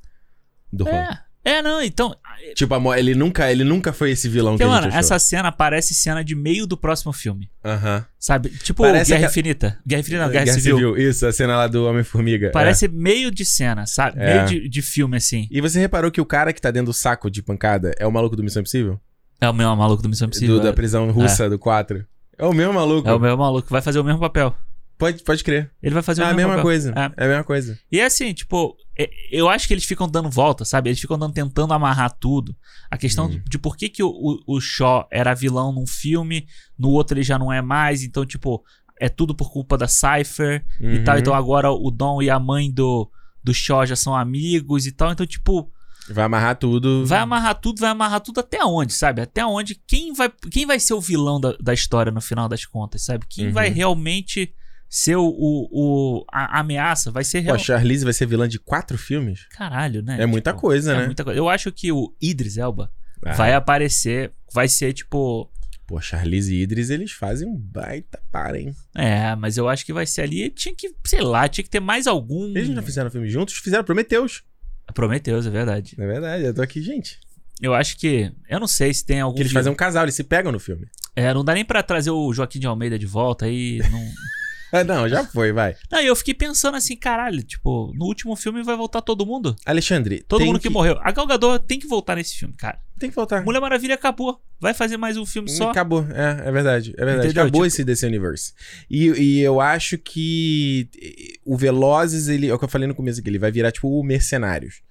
Speaker 1: Do Han.
Speaker 2: é, É, não, então.
Speaker 1: Tipo, a mo- ele nunca, ele nunca foi esse vilão
Speaker 2: Porque,
Speaker 1: que
Speaker 2: mano,
Speaker 1: a gente achou.
Speaker 2: essa cena parece cena de meio do próximo filme.
Speaker 1: Aham.
Speaker 2: Sabe? Tipo
Speaker 1: Parece
Speaker 2: Guerra
Speaker 1: aquela-
Speaker 2: Infinita. Guerra Infinita, não, Guerra, Civil.
Speaker 1: Isso, a cena lá do Homem-Formiga. é.
Speaker 2: Parece meio de cena, sabe?
Speaker 1: É.
Speaker 2: Meio de, de filme, assim.
Speaker 1: E você reparou que o cara que tá dentro do saco de pancada é o maluco do Missão Impossível?
Speaker 2: É o mesmo maluco do Missão Impossível. né?
Speaker 1: Do- da prisão russa do 4. É o mesmo maluco.
Speaker 2: é o mesmo maluco, vai fazer o mesmo papel.
Speaker 1: Pode, pode crer.
Speaker 2: Ele vai fazer
Speaker 1: É a
Speaker 2: o mesmo
Speaker 1: mesma
Speaker 2: papel.
Speaker 1: coisa.
Speaker 2: É.
Speaker 1: É. a mesma coisa.
Speaker 2: E é assim, tipo, é- eu acho que eles ficam dando volta, sabe? Eles ficam dando, tentando amarrar tudo. A questão
Speaker 1: Hum.
Speaker 2: de por que, que o, o, o Shaw era vilão num filme, no outro ele já não é mais, então, tipo, é tudo por culpa da Cypher. e tal.
Speaker 1: Uhum.
Speaker 2: Então agora o Dom e a mãe do, do Shaw já são amigos e tal. Então, tipo,
Speaker 1: Vai amarrar tudo.
Speaker 2: vai amarrar tudo, vai amarrar tudo até onde, sabe? Até onde quem vai, quem vai ser o vilão da, da história no final das contas, sabe? Quem
Speaker 1: Uhum.
Speaker 2: vai realmente ser o, o, o- a a ameaça? Vai ser
Speaker 1: Pô, a
Speaker 2: realmente.
Speaker 1: Charlize vai ser vilã de quatro filmes?
Speaker 2: Caralho, né?
Speaker 1: É, muita
Speaker 2: Tipo,
Speaker 1: coisa,
Speaker 2: é
Speaker 1: né?
Speaker 2: muita coisa. Eu acho que o Idris Elba
Speaker 1: Ah,
Speaker 2: vai aparecer, vai ser tipo.
Speaker 1: Pô, Charlize e Idris, eles fazem um baita par, hein?
Speaker 2: É, mas eu acho que vai ser ali. Tinha que, sei lá, tinha que ter mais algum.
Speaker 1: Eles não fizeram filme juntos? Fizeram Prometeus.
Speaker 2: Prometeus, é verdade.
Speaker 1: Na verdade, eu tô aqui, gente.
Speaker 2: Eu acho que. Eu não sei se tem algum.
Speaker 1: Que eles
Speaker 2: vilão.
Speaker 1: fazem um casal, eles se pegam no filme.
Speaker 2: É, não dá nem pra trazer o Joaquim de Almeida de volta aí. Não...
Speaker 1: Ah, não, já foi, vai.
Speaker 2: não, e eu fiquei pensando assim, caralho, tipo, no último filme vai voltar todo mundo?
Speaker 1: Alexandre,
Speaker 2: Todo
Speaker 1: tem
Speaker 2: mundo que... morreu. A Gal Gadot tem que voltar nesse filme, cara.
Speaker 1: Tem que voltar.
Speaker 2: Mulher Maravilha acabou. Vai fazer mais um filme só.
Speaker 1: Acabou, é, é verdade, é verdade.
Speaker 2: Entendeu?
Speaker 1: Acabou
Speaker 2: Tipo-
Speaker 1: esse DC Universe. E, e eu acho que eh, o Velozes, ele, é o que eu falei no começo aqui, ele vai virar tipo o Mercenários.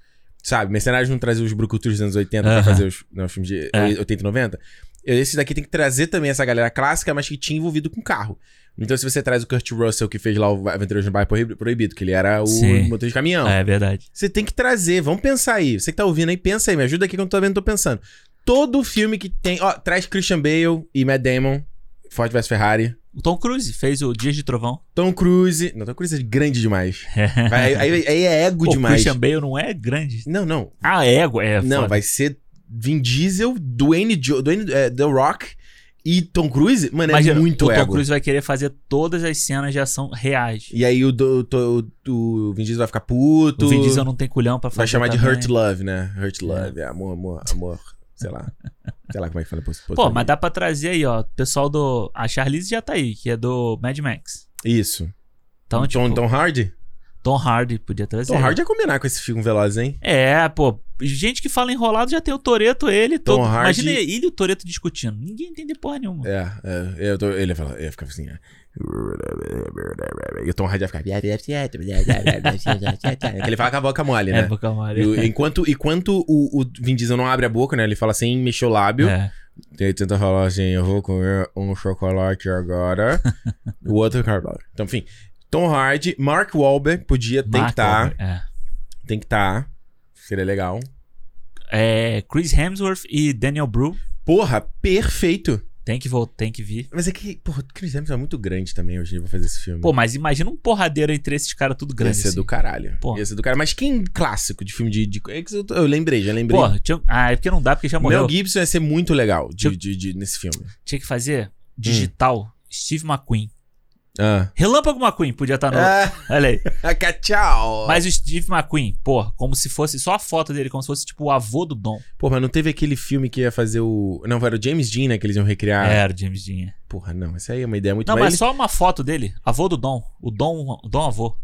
Speaker 1: Sabe, Mercenários não trazia os brucutus dos anos 80 pra
Speaker 2: Aham.
Speaker 1: fazer os, não, os filmes de
Speaker 2: É.
Speaker 1: 80 e 90. Eu- Esse daqui tem que trazer também essa galera clássica, mas que tinha envolvido com carro. Então se você traz o Kurt Russell, que fez lá o Aventureiros no Bairro Proib- Proibido, que ele era o
Speaker 2: Sim.
Speaker 1: motor de caminhão.
Speaker 2: É verdade.
Speaker 1: Você tem que trazer, vamos pensar aí. Você que tá ouvindo aí, pensa aí, me ajuda aqui que eu também não tô pensando. Todo filme que tem. Ó, traz Christian Bale e Matt Damon, Ford vs Ferrari.
Speaker 2: O Tom Cruise fez o Dias de Trovão.
Speaker 1: Tom Cruise. Não, Tom Cruise é grande demais. Vai, aí, aí é ego
Speaker 2: Pô,
Speaker 1: demais.
Speaker 2: Christian Bale não é grande.
Speaker 1: Não, não.
Speaker 2: Ah, ego é.
Speaker 1: não,
Speaker 2: foda.
Speaker 1: vai ser Vin Diesel, Dwayne, jo Dwayne eh, The Rock e Tom Cruise. Mano,
Speaker 2: Imagina,
Speaker 1: é muito
Speaker 2: o Tom
Speaker 1: ego.
Speaker 2: Cruise vai querer fazer todas as cenas de ação reais.
Speaker 1: E aí o, do, to- o- o Vin Diesel vai ficar puto.
Speaker 2: O Vin Diesel não tem culhão pra fazer
Speaker 1: Vai chamar de
Speaker 2: também.
Speaker 1: Hurt Love, né? Hurt Love, é amor, amor, amor. Sei lá. Sei lá como é que fala. Pô,
Speaker 2: Pô, mas dá pra trazer aí, ó. O pessoal do... A Charlize já tá aí, que é do Mad Max.
Speaker 1: Isso.
Speaker 2: Então,
Speaker 1: John,
Speaker 2: tipo,
Speaker 1: Tom Hardy?
Speaker 2: Tom Hardy podia trazer.
Speaker 1: Tom Hardy ia combinar com esse filme Veloz, hein?
Speaker 2: É, pô. Gente que fala enrolado já tem o Toreto, ele.
Speaker 1: Tom
Speaker 2: todo...
Speaker 1: Hardy-
Speaker 2: Imagina ele e o Toreto discutindo. Ninguém entende porra nenhuma.
Speaker 1: É, é eu tô, ele ia falar, ia ficar assim. é. E o Tom Hardy ia ficar. que ele fala com a boca mole, né?
Speaker 2: boca É, mole.
Speaker 1: E o- enquanto enquanto o, o Vin Diesel não abre a boca, né? Ele fala sem mexer o lábio.
Speaker 2: É.
Speaker 1: Ele tenta falar assim: eu vou comer um chocolate agora. o outro cara. Então, enfim. Tom Hardy, Mark Wahlberg podia, tem que tá.
Speaker 2: Mark
Speaker 1: estar.
Speaker 2: Wahlberg, é.
Speaker 1: Tem que estar. Seria legal.
Speaker 2: É, Chris Hemsworth e Daniel Bru.
Speaker 1: Porra, perfeito.
Speaker 2: Tem que, vol- tem que vir.
Speaker 1: Mas é que, porra, Chris Hemsworth é muito grande também hoje em dia pra fazer esse filme.
Speaker 2: Pô, mas imagina um porradeiro entre esses caras tudo grande.
Speaker 1: Uhum. Ia ser
Speaker 2: assim.
Speaker 1: do caralho.
Speaker 2: Porra.
Speaker 1: Ia ser do caralho. Mas quem clássico de filme de... de- é que eu, tô- eu lembrei, já lembrei.
Speaker 2: Porra, tinha... ah, é porque não dá, porque já morreu.
Speaker 1: Mel Gibson ia ser muito legal de-
Speaker 2: Tipo-
Speaker 1: de- de- nesse filme.
Speaker 2: Tinha que fazer
Speaker 1: Hum.
Speaker 2: digital. Steve McQueen.
Speaker 1: Ah.
Speaker 2: Relâmpago McQueen podia estar no. Olha aí.
Speaker 1: Ah, tchau.
Speaker 2: Mas o Steve McQueen, porra, como se fosse só a foto dele, como se fosse tipo o avô do Dom.
Speaker 1: Pô, mas não teve aquele filme que ia fazer o... Não, era o James Dean, né? Que eles iam recriar.
Speaker 2: Era o James Dean. é.
Speaker 1: Porra, não. Essa aí é uma ideia muito...
Speaker 2: Não, mas
Speaker 1: mais.
Speaker 2: só uma foto dele. Avô do Dom. O Dom, o Dom avô.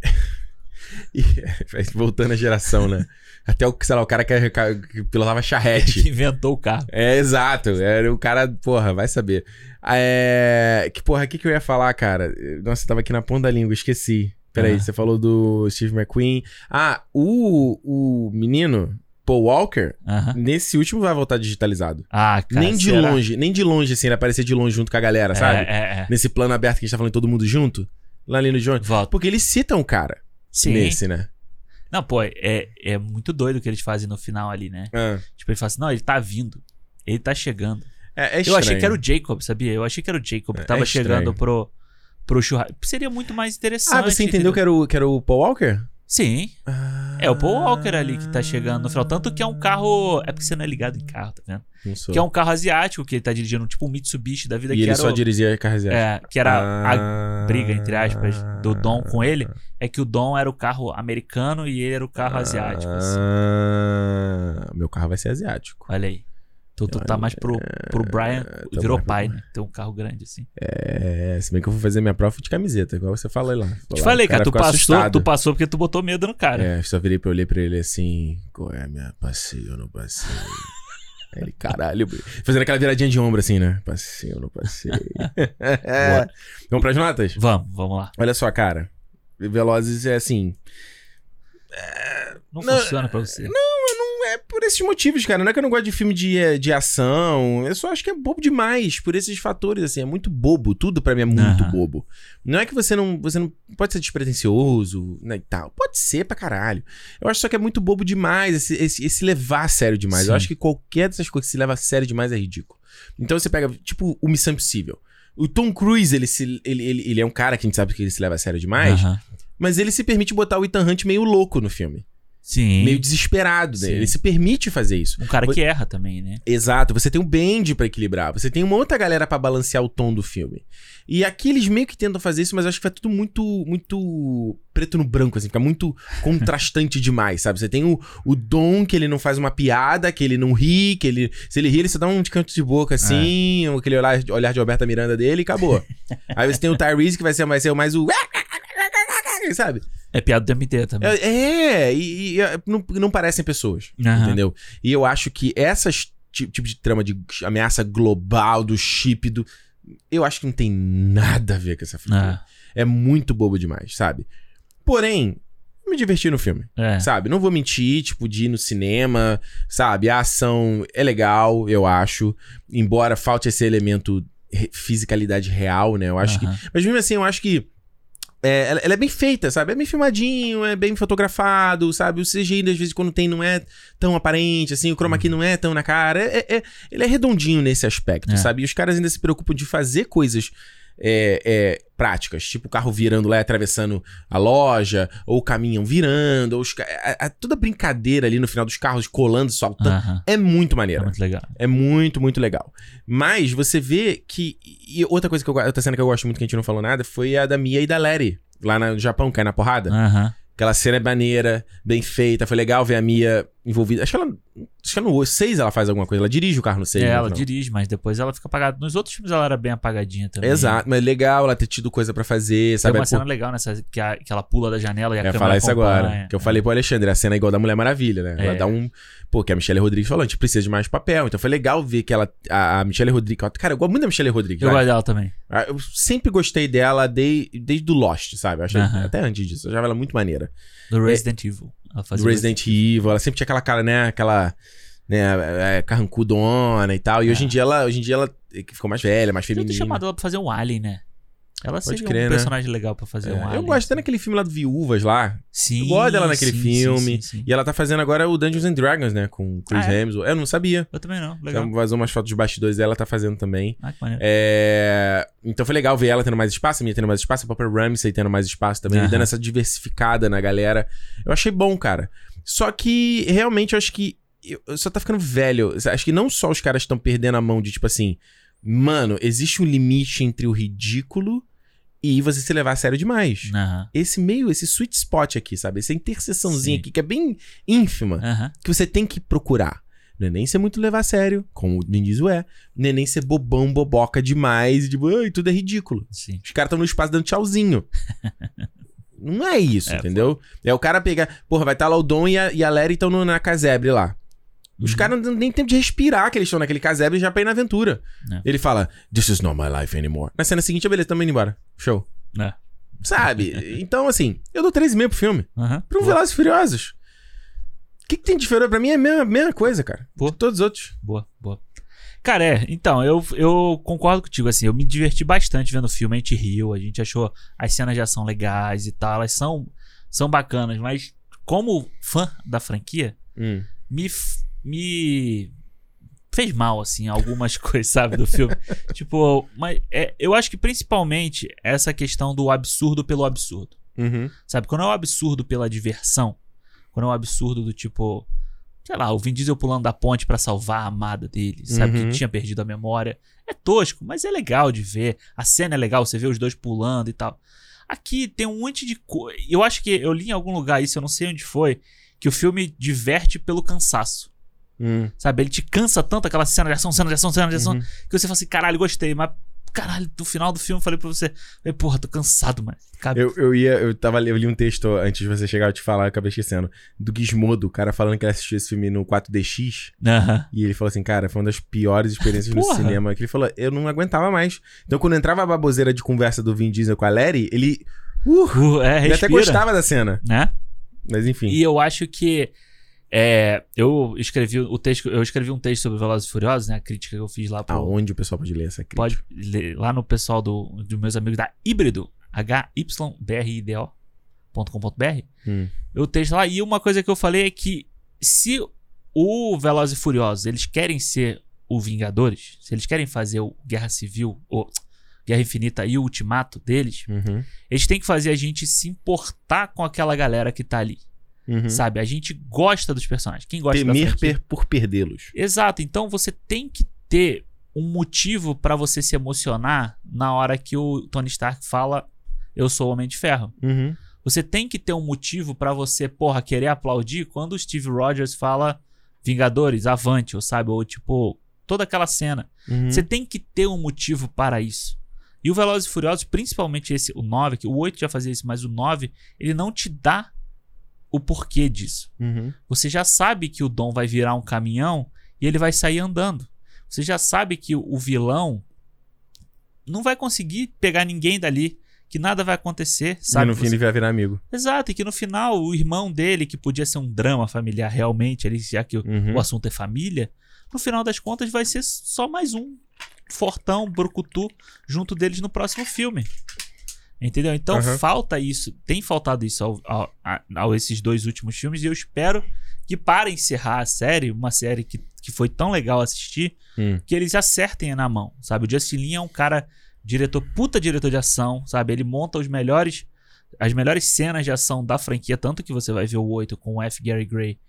Speaker 1: Voltando a geração, né? Até o, sei lá, o cara que, era- que pilotava charrete.
Speaker 2: Que inventou o carro.
Speaker 1: É, exato. Era o cara, porra, vai saber. É... Que porra, o que, que eu ia falar, cara? Nossa, eu tava aqui na ponta da língua, esqueci. Peraí,
Speaker 2: Ah.
Speaker 1: você falou do Steve McQueen. Ah, o, o menino, Paul Walker,
Speaker 2: Aham.
Speaker 1: nesse último vai voltar digitalizado.
Speaker 2: Ah, cara.
Speaker 1: nem de
Speaker 2: será?
Speaker 1: longe, nem de longe, assim, ele aparecer de longe junto com a galera,
Speaker 2: É,
Speaker 1: sabe?
Speaker 2: É, é.
Speaker 1: Nesse plano aberto que a gente tá falando todo mundo junto. Lá ali no Jones.
Speaker 2: Volta.
Speaker 1: Porque eles citam o cara
Speaker 2: Sim.
Speaker 1: nesse, né?
Speaker 2: Não, pô, é, é muito doido o que eles fazem no final ali, né?
Speaker 1: Ah,
Speaker 2: Tipo, ele fala assim: não, ele tá vindo. Ele tá chegando.
Speaker 1: É, é
Speaker 2: Eu achei que era
Speaker 1: estranho.
Speaker 2: o Jacob, sabia? Eu achei que era o Jacob que
Speaker 1: É
Speaker 2: tava
Speaker 1: estranho.
Speaker 2: chegando pro, pro churrasco. Seria muito mais interessante.
Speaker 1: Ah, você entendeu que era o, que era o Paul Walker?
Speaker 2: Sim.
Speaker 1: Ah,
Speaker 2: É o Paul Walker ali que tá chegando no final. Tanto que é um carro. É porque você não é ligado em carro, tá vendo?
Speaker 1: Não sou.
Speaker 2: Que é um carro asiático que ele tá dirigindo, tipo um Mitsubishi da vida
Speaker 1: E
Speaker 2: que
Speaker 1: ele
Speaker 2: era.
Speaker 1: só
Speaker 2: o-
Speaker 1: dirigia carro asiático.
Speaker 2: é, que era a
Speaker 1: Ah.
Speaker 2: briga, entre aspas, do Dom com ele. É que o Dom era o carro americano e ele era o carro asiático. assim.
Speaker 1: Ah, Meu carro vai ser asiático.
Speaker 2: Olha aí. Tu, tu tá mais pro, pro Brian,
Speaker 1: tô
Speaker 2: virou
Speaker 1: é, mais pro
Speaker 2: pai, né? Tem um carro grande assim.
Speaker 1: É, se bem que eu vou fazer minha prova de camiseta, igual você falou lá.
Speaker 2: Te falei, cara, tu passou, tu
Speaker 1: passou.
Speaker 2: passou porque tu botou medo no cara.
Speaker 1: É, só virei pra eu olhei pra ele assim, qual é a minha passeio ou não passei? Aí Ele, caralho, bicho. fazendo aquela viradinha de ombro assim, né? Passei ou não passei.
Speaker 2: Bora.
Speaker 1: Vamos pras notas?
Speaker 2: Vamos, vamos lá.
Speaker 1: Olha só, cara. Velozes é assim.
Speaker 2: Não,
Speaker 1: Não,
Speaker 2: funciona pra você.
Speaker 1: É por esses motivos, cara. Não é que eu não gosto de filme de, eh, de ação. Eu só acho que é bobo demais por esses fatores, assim. É muito bobo. Tudo pra mim é muito
Speaker 2: Aham.
Speaker 1: bobo. Não é que você não, você não pode ser despretensioso né, e tal. Pode ser pra caralho. Eu acho só que é muito bobo demais esse, esse, esse levar a sério demais.
Speaker 2: Sim.
Speaker 1: Eu acho que qualquer dessas coisas que se leva a sério demais é ridículo. Então você pega, tipo, o Missão Impossível. O Tom Cruise, ele, se, ele, ele, ele é um cara que a gente sabe que ele se leva a sério demais,
Speaker 2: Aham.
Speaker 1: mas ele se permite botar o Ethan Hunt meio louco no filme.
Speaker 2: Sim.
Speaker 1: Meio desesperado, né?
Speaker 2: Sim.
Speaker 1: Ele se permite fazer isso.
Speaker 2: Um cara que erra também, né?
Speaker 1: Exato, você tem um band pra equilibrar, você tem uma outra galera pra balancear o tom do filme. E aqui eles meio que tentam fazer isso, mas eu acho que vai tudo muito muito preto no branco, assim, fica muito contrastante demais, sabe? Você tem o, o Dom, que ele não faz uma piada, que ele não ri, que ele. Se ele ri, ele só dá um de canto de boca, assim, ou aquele olhar, olhar de Alberta Miranda dele e acabou. Aí você tem o Tyrese, que vai ser, vai ser mais o. Sabe?
Speaker 2: É piada o tempo inteiro também.
Speaker 1: É, é, e, e, é, não, não parecem pessoas.
Speaker 2: Aham.
Speaker 1: Entendeu? E eu acho que essas ti- tipo de trama de ameaça global, do chip, do. Eu acho que não tem nada a ver com essa franquia.
Speaker 2: Ah,
Speaker 1: É muito bobo demais, sabe? Porém, me diverti no filme.
Speaker 2: é.
Speaker 1: Sabe? Não vou mentir, tipo, de ir no cinema, sabe? A ação é legal, eu acho. Embora falte esse elemento re- fisicalidade real, né? Eu acho que
Speaker 2: Aham.
Speaker 1: mas mesmo assim, eu acho que. é, ela, ela é bem feita, sabe? É bem filmadinho, é bem fotografado, sabe? O CGI, às vezes, quando tem, não é tão aparente, assim, o chroma key não é tão na cara. É- é- é- ele é redondinho nesse aspecto,
Speaker 2: É.
Speaker 1: sabe? E os caras ainda se preocupam de fazer coisas é, é, práticas, tipo o carro virando lá e atravessando a loja, ou o caminhão virando, ou os ca- a- a- toda brincadeira ali no final dos carros colando, saltando.
Speaker 2: Aham.
Speaker 1: É muito
Speaker 2: É
Speaker 1: maneiro.
Speaker 2: muito legal.
Speaker 1: É muito, muito legal. Mas você vê que. E outra coisa que eu gosto. Outra cena que eu gosto muito que a gente não falou nada foi a da Mia e da Larry. Lá na- no Japão, cai na porrada.
Speaker 2: Aham.
Speaker 1: Aquela cena é maneira, bem feita. Foi legal ver a Mia envolvida. Acho que ela. Acho que ela no 6 ela faz alguma coisa. Ela dirige o carro no 6.
Speaker 2: É, ela dirige, mas depois ela fica apagada. Nos outros filmes ela era bem apagadinha também.
Speaker 1: Exato, mas legal ela ter tido coisa pra fazer,
Speaker 2: Tem
Speaker 1: sabe?
Speaker 2: uma
Speaker 1: Pô,
Speaker 2: cena legal nessa que, a- que ela pula da janela e a
Speaker 1: Eu ia
Speaker 2: câmera
Speaker 1: falar isso
Speaker 2: né? acompanha.
Speaker 1: agora. Que eu falei pro Alexandre, a cena é igual da Mulher Maravilha, né? Ela
Speaker 2: É.
Speaker 1: dá um. Pô, que a Michelle Rodrigues falou, a gente precisa de mais papel. Então foi legal ver que ela. A, a Michelle Rodrigues. Cara, eu gosto muito da Michelle Rodrigues.
Speaker 2: É. Eu
Speaker 1: vai.
Speaker 2: gosto dela também.
Speaker 1: Ah, Eu sempre gostei dela dei- desde o Lost, sabe? Eu achei,
Speaker 2: Aham.
Speaker 1: Até antes disso, eu achava ela muito maneira.
Speaker 2: Do Resident Evil. Ela
Speaker 1: É.
Speaker 2: fazia
Speaker 1: Do Resident Evil, ela sempre tinha aquela cara, né? Aquela né, é, carrancudona e tal. E
Speaker 2: É.
Speaker 1: hoje em dia ela, hoje em dia ela é, ficou mais velha, mais
Speaker 2: Devia ter
Speaker 1: feminina.
Speaker 2: chamado ela pra fazer um Alien, né? Ela seria
Speaker 1: crer,
Speaker 2: um
Speaker 1: né?
Speaker 2: personagem legal pra fazer um
Speaker 1: É,
Speaker 2: Alien.
Speaker 1: eu gosto até naquele filme lá do Viúvas lá.
Speaker 2: Sim.
Speaker 1: eu gosto dela naquele
Speaker 2: sim,
Speaker 1: filme.
Speaker 2: Sim, sim, sim.
Speaker 1: E ela tá fazendo agora o Dungeons and Dragons, né? Com o Chris
Speaker 2: Ah, é?
Speaker 1: Hemsworth. Eu não sabia.
Speaker 2: Eu também não. Legal.
Speaker 1: Então, vazou umas fotos de bastidores dela, ela tá fazendo também.
Speaker 2: Ah, que maneiro.
Speaker 1: É, Então foi legal ver ela tendo mais espaço, a minha tendo mais espaço, a própria Ramsey tendo mais espaço também,
Speaker 2: Aham.
Speaker 1: dando essa diversificada na galera. Eu achei bom, cara. Só que, realmente, eu acho que. Eu, eu só tá ficando velho. Acho que não só os caras estão perdendo a mão de, tipo assim. Mano, existe um limite entre o ridículo e você se levar a sério demais.
Speaker 2: Aham.
Speaker 1: Esse meio, esse sweet spot aqui, sabe? Essa interseçãozinha
Speaker 2: Sim.
Speaker 1: aqui, que é bem ínfima
Speaker 2: Aham.
Speaker 1: que você tem que procurar. Não é nem ser muito levar a sério, como o Nindizo é. Não é nem ser bobão, boboca demais, e tipo, ai, tudo é ridículo.
Speaker 2: Sim.
Speaker 1: Os caras estão no espaço dando tchauzinho. Não é isso,
Speaker 2: É,
Speaker 1: entendeu? É o cara pegar. Porra, vai estar lá o Dom e a, e a Larry estão na casebre lá. Os
Speaker 2: Uhum.
Speaker 1: caras não dão nem tempo de respirar que eles estão naquele casebre e já pra ir na aventura.
Speaker 2: É.
Speaker 1: Ele fala, This is not my life anymore. Na cena seguinte, ah, beleza, tamo indo embora. Show.
Speaker 2: É.
Speaker 1: Sabe? então, assim, eu dou 3,5 pro filme.
Speaker 2: Aham.
Speaker 1: Pra um
Speaker 2: Boa.
Speaker 1: Velozes e Furiosos. O que, que tem de diferente? Pra mim é a mesma, mesma coisa, cara.
Speaker 2: Pô.
Speaker 1: De todos os outros.
Speaker 2: Boa, boa. Cara, é, então, eu, eu concordo contigo, assim, eu me diverti bastante vendo o filme, a gente riu, a gente achou as cenas de ação legais e tal, elas são, são bacanas, mas como fã da franquia,
Speaker 1: Hum.
Speaker 2: me, f- me fez mal, assim, algumas coisas, sabe, do filme. tipo, mas é, eu acho que principalmente essa questão do absurdo pelo absurdo.
Speaker 1: Uhum.
Speaker 2: Sabe? Quando é um absurdo pela diversão, quando é um absurdo do tipo, sei lá, o Vin Diesel pulando da ponte pra salvar a amada dele, sabe?
Speaker 1: Uhum.
Speaker 2: Que tinha perdido a memória. É tosco, mas é legal de ver. A cena é legal, você vê os dois pulando e tal. Aqui tem um monte de coisa. Eu acho que eu li em algum lugar isso, eu não sei onde foi, que o filme diverte pelo cansaço.
Speaker 1: Hum.
Speaker 2: Sabe? Ele te cansa tanto aquela cena de ação, cena de ação, cena de ação,
Speaker 1: Uhum.
Speaker 2: que você fala assim, caralho, gostei, mas caralho, no final do filme eu falei pra você, falei, porra, tô cansado, mano. Cabe...
Speaker 1: Eu, eu ia, eu tava eu li um texto antes de você chegar eu te falar, eu acabei esquecendo. Do Gizmodo, o cara falando que ele assistiu esse filme no 4DX.
Speaker 2: Aham.
Speaker 1: E ele falou assim, cara, foi uma das piores experiências no
Speaker 2: Porra.
Speaker 1: cinema. Que ele falou, eu não aguentava mais. Então, quando entrava a baboseira de conversa do Vin Diesel com a Larry, ele. Uh,
Speaker 2: Uh, é,
Speaker 1: ele
Speaker 2: respira,
Speaker 1: até gostava da cena.
Speaker 2: né?
Speaker 1: Mas enfim.
Speaker 2: E eu acho que é, eu escrevi o texto, eu escrevi um texto sobre Velozes e Furiosos, né, a crítica que eu fiz lá pro
Speaker 1: Aonde o pessoal pode ler essa crítica?
Speaker 2: pode ler lá no pessoal do dos meus amigos da Híbrido, h y b r i d o.com.br.
Speaker 1: Hum.
Speaker 2: Eu texto lá e uma coisa que eu falei é que se o Velozes e Furiosos, eles querem ser o Vingadores, se eles querem fazer o Guerra Civil ou Guerra Infinita e o Ultimato deles,
Speaker 1: Uhum,
Speaker 2: eles têm que fazer a gente se importar com aquela galera que tá ali.
Speaker 1: uhum.
Speaker 2: Sabe? A gente gosta dos personagens. Quem gosta da
Speaker 1: Temer
Speaker 2: franquia-
Speaker 1: per- por perdê-los.
Speaker 2: Exato. Então você tem que ter um motivo pra você se emocionar na hora que o Tony Stark fala eu sou o Homem de Ferro.
Speaker 1: Uhum.
Speaker 2: Você tem que ter um motivo pra você, porra, querer aplaudir quando o Steve Rogers fala Vingadores, avante, ou sabe, ou tipo, toda aquela cena.
Speaker 1: Uhum.
Speaker 2: Você tem que ter um motivo para isso. E o Velozes e Furiosos, principalmente esse, o 9, que o 8 já fazia isso, mas o 9, ele não te dá o porquê disso.
Speaker 1: Uhum.
Speaker 2: Você já sabe que o Dom vai virar um caminhão e ele vai sair andando. Você já sabe que o vilão não vai conseguir pegar ninguém dali, que nada vai acontecer,
Speaker 1: E
Speaker 2: sabe?
Speaker 1: no fim
Speaker 2: Você-
Speaker 1: ele vai virar amigo.
Speaker 2: Exato, e que no final o irmão dele, que podia ser um drama familiar realmente, ali, já que o-
Speaker 1: Uhum.
Speaker 2: o assunto é família, no final das contas vai ser só mais um fortão, brucutu, junto deles no próximo filme. Entendeu? Então
Speaker 1: Aham.
Speaker 2: falta isso, tem faltado isso ao, ao- a- ao esses dois últimos filmes, e eu espero que para encerrar a série, uma série que, que foi tão legal assistir,
Speaker 1: Hum.
Speaker 2: que eles acertem na mão, sabe? O Justin Lin é um cara diretor, puta diretor de ação, sabe? Ele monta os melhores as melhores cenas de ação da franquia, tanto que você vai ver o 8 com o F. Gary Gray.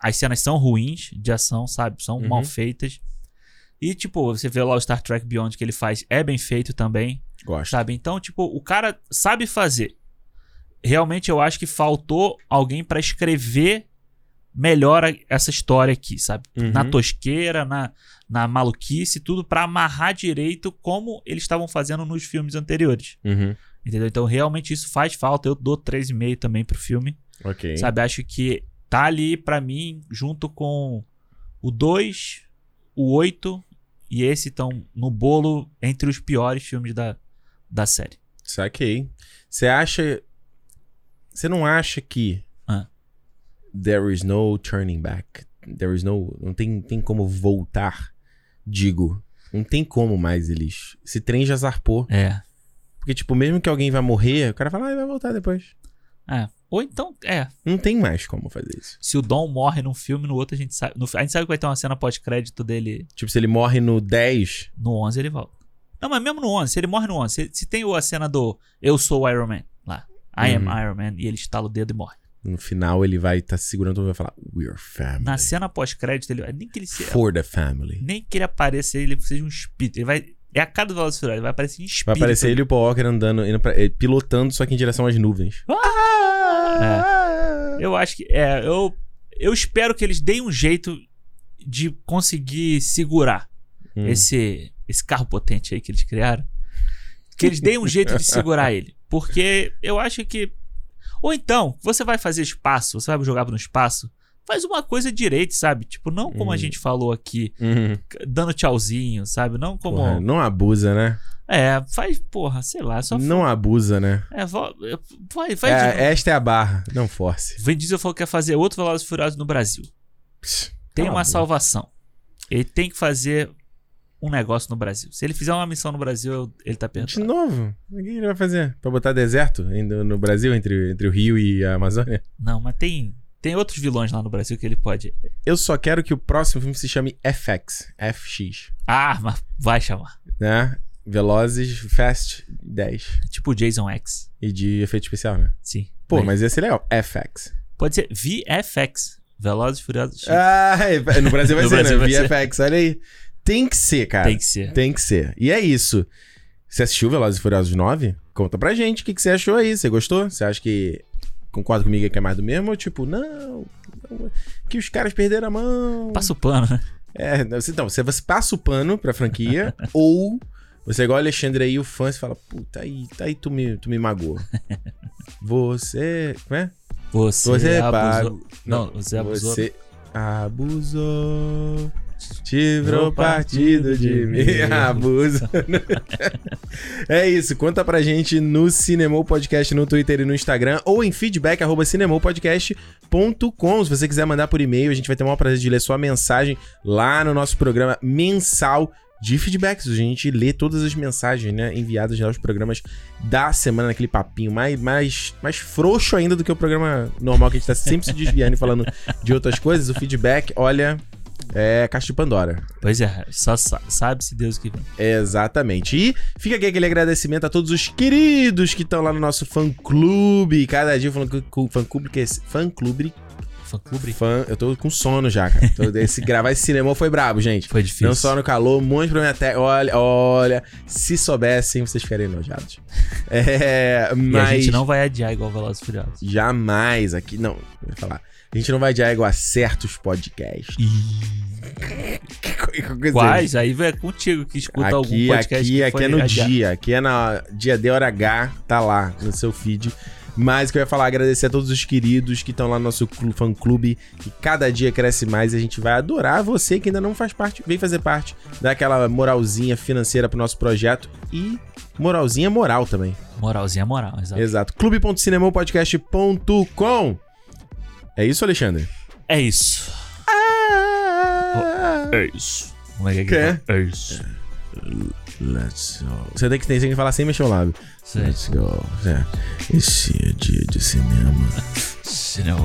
Speaker 2: As cenas são ruins de ação, sabe? São
Speaker 1: Uhum.
Speaker 2: mal feitas. E, tipo, você vê lá o Star Trek Beyond que ele faz, é bem feito também,
Speaker 1: Gosto.
Speaker 2: sabe? Então, tipo, o cara sabe fazer. Realmente eu acho que faltou alguém pra escrever melhor a- essa história aqui, sabe?
Speaker 1: Uhum.
Speaker 2: Na tosqueira, na, na maluquice, tudo pra amarrar direito como eles estavam fazendo nos filmes anteriores.
Speaker 1: Uhum.
Speaker 2: Entendeu? Então realmente isso faz falta. Eu dou 3,5 também pro filme.
Speaker 1: Ok.
Speaker 2: Sabe? Acho que tá ali pra mim, junto com o 2, o 8 e esse estão no bolo entre os piores filmes da, da série.
Speaker 1: Saquei. Você acha. Você não acha que.
Speaker 2: Ah.
Speaker 1: There is no turning back. There is no. Não tem, tem como voltar. Digo. Não tem como mais eles. Esse trem já zarpou.
Speaker 2: É.
Speaker 1: Porque, tipo, mesmo que alguém vai morrer, o cara fala, ah, vai voltar depois.
Speaker 2: Ou então, é.
Speaker 1: Não tem mais como fazer isso.
Speaker 2: Se o Dom morre num filme, no outro a gente sabe. no- a gente sabe que vai ter uma cena pós-crédito dele.
Speaker 1: Tipo, se ele morre no 10,
Speaker 2: No 11 ele volta. Não, mas mesmo no 11, se ele morre no 11, se, se tem o- a cena do Eu sou o Iron Man lá. I
Speaker 1: Uhum.
Speaker 2: am Iron Man e ele estala o dedo e morre.
Speaker 1: no final ele vai estar tá segurando todo mundo e vai falar, We're family.
Speaker 2: Na cena pós-crédito, ele nem que ele se
Speaker 1: For the family.
Speaker 2: Nem que ele apareça, ele seja um espírito. Ele vai. É a cara do Velozes e Furiosos, ele vai aparecer em espírito.
Speaker 1: Vai aparecer ele e o Paul Walker andando, indo pra- eh, pilotando, só que em direção às nuvens.
Speaker 2: Ah! É. Eu acho que. É, eu, eu espero que eles deem um jeito de conseguir segurar
Speaker 1: Hum.
Speaker 2: esse, esse carro potente aí que eles criaram. Que eles deem um jeito de segurar ele. Porque eu acho que. Ou então, você vai fazer espaço, você vai jogar no espaço. Faz uma coisa direito, sabe? Tipo, não como
Speaker 1: Hum.
Speaker 2: a gente falou aqui,
Speaker 1: Uhum.
Speaker 2: dando tchauzinho, sabe? Não como.
Speaker 1: Porra, não abusa, né?
Speaker 2: É, faz, porra, sei lá, só
Speaker 1: não abusa, né?
Speaker 2: É, vo- é, vai, vai de novo.
Speaker 1: É, esta é a barra. Não force.
Speaker 2: Vin Diesel falou que ia fazer outro Velozes e Furiosos no Brasil.
Speaker 1: Pss,
Speaker 2: Tem
Speaker 1: cala a
Speaker 2: uma
Speaker 1: boca.
Speaker 2: salvação. Ele tem que fazer um negócio no Brasil. Se ele fizer uma missão no Brasil, eu- ele tá
Speaker 1: De
Speaker 2: perdido.
Speaker 1: novo? O que ele vai fazer? Pra botar deserto em- no Brasil, entre, entre o Rio e a Amazônia?
Speaker 2: Não, mas tem, tem outros vilões lá no Brasil que ele pode.
Speaker 1: Eu só quero que o próximo filme se chame FX. FX.
Speaker 2: Ah, mas vai chamar.
Speaker 1: Né? Velozes Fast 10.
Speaker 2: Tipo Jason X.
Speaker 1: E de efeito especial, né?
Speaker 2: Sim.
Speaker 1: Pô,
Speaker 2: Aí.
Speaker 1: mas ia ser legal. FX.
Speaker 2: Pode ser VFX. Velozes e Furiosos.
Speaker 1: Ah, é, no Brasil vai
Speaker 2: No
Speaker 1: ser,
Speaker 2: Brasil vai
Speaker 1: né?
Speaker 2: ser.
Speaker 1: VFX, olha aí. Tem que ser, cara.
Speaker 2: Tem que ser.
Speaker 1: Tem que ser. E é isso. Você assistiu Velozes e Furiosos 9? Conta pra gente o que, que você achou aí. Você gostou? Você acha que concorda comigo que é mais do mesmo? Ou tipo, não, não, é. que os caras perderam a mão.
Speaker 2: Passa o pano, né?
Speaker 1: É, não, então, você, você passa o pano pra franquia ou você é igual o Alexandre aí, o fã, você fala, puta, aí, tá aí tu me, tu me magoou. Você, como é?
Speaker 2: Você,
Speaker 1: Você é
Speaker 2: abusou.
Speaker 1: pago-
Speaker 2: Não, você abusou. né?
Speaker 1: Você abusou. Tirou um partido de mim. Abuso. é isso. Conta pra gente no Cinemol Podcast, no Twitter e no Instagram, ou em feedback, arroba cinemolpodcast.com. Se você quiser mandar por e-mail, a gente vai ter o maior prazer de ler sua mensagem lá no nosso programa mensal de feedbacks. A gente lê todas as mensagens né, enviadas nos programas da semana, naquele papinho mais, mais, mais frouxo ainda do que o programa normal, que a gente tá sempre se desviando e falando de outras coisas. O feedback, olha, é caixa de Pandora.
Speaker 2: Pois é, só sa- sabe-se Deus o que vem.
Speaker 1: Exatamente. E fica aqui aquele agradecimento a todos os queridos que estão lá no nosso fã clube. Cada dia falando que o fã clube que é esse- fã clube,
Speaker 2: Fã clube
Speaker 1: fã, eu tô com sono já, cara. Tô- esse gravar esse cinema foi brabo, gente.
Speaker 2: foi difícil.
Speaker 1: Não só no calor, um monte de problema até. Olha, olha, se soubessem, vocês ficariam enojados. É,
Speaker 2: E
Speaker 1: mas
Speaker 2: a gente não vai adiar igual Velozes e Furiosos.
Speaker 1: jamais aqui, não, eu ia falar. A gente não vai de igual a certos podcasts.
Speaker 2: Quais? Aí vai contigo que escuta algum
Speaker 1: aqui,
Speaker 2: podcast.
Speaker 1: aqui,
Speaker 2: que
Speaker 1: aqui
Speaker 2: foi
Speaker 1: é no
Speaker 2: adiado.
Speaker 1: dia, aqui é na dia de hora H, tá lá no seu feed. Mas o que eu ia falar, agradecer a todos os queridos que estão lá no nosso clu- fã clube, que cada dia cresce mais e a gente vai adorar você que ainda não faz parte, vem fazer parte, dá aquela moralzinha financeira pro nosso projeto e moralzinha moral também.
Speaker 2: Moralzinha é moral, exato.
Speaker 1: Exato. clube.cinemopodcast.com É isso, Alexandre?
Speaker 2: É isso. É isso. Como é que é? que
Speaker 1: Quer?
Speaker 2: fala? É isso.
Speaker 1: Let's go. Você tem que, tem que falar sem mexer o lábio.
Speaker 2: Sim.
Speaker 1: go. É. Esse é dia de cinema.
Speaker 2: Senão...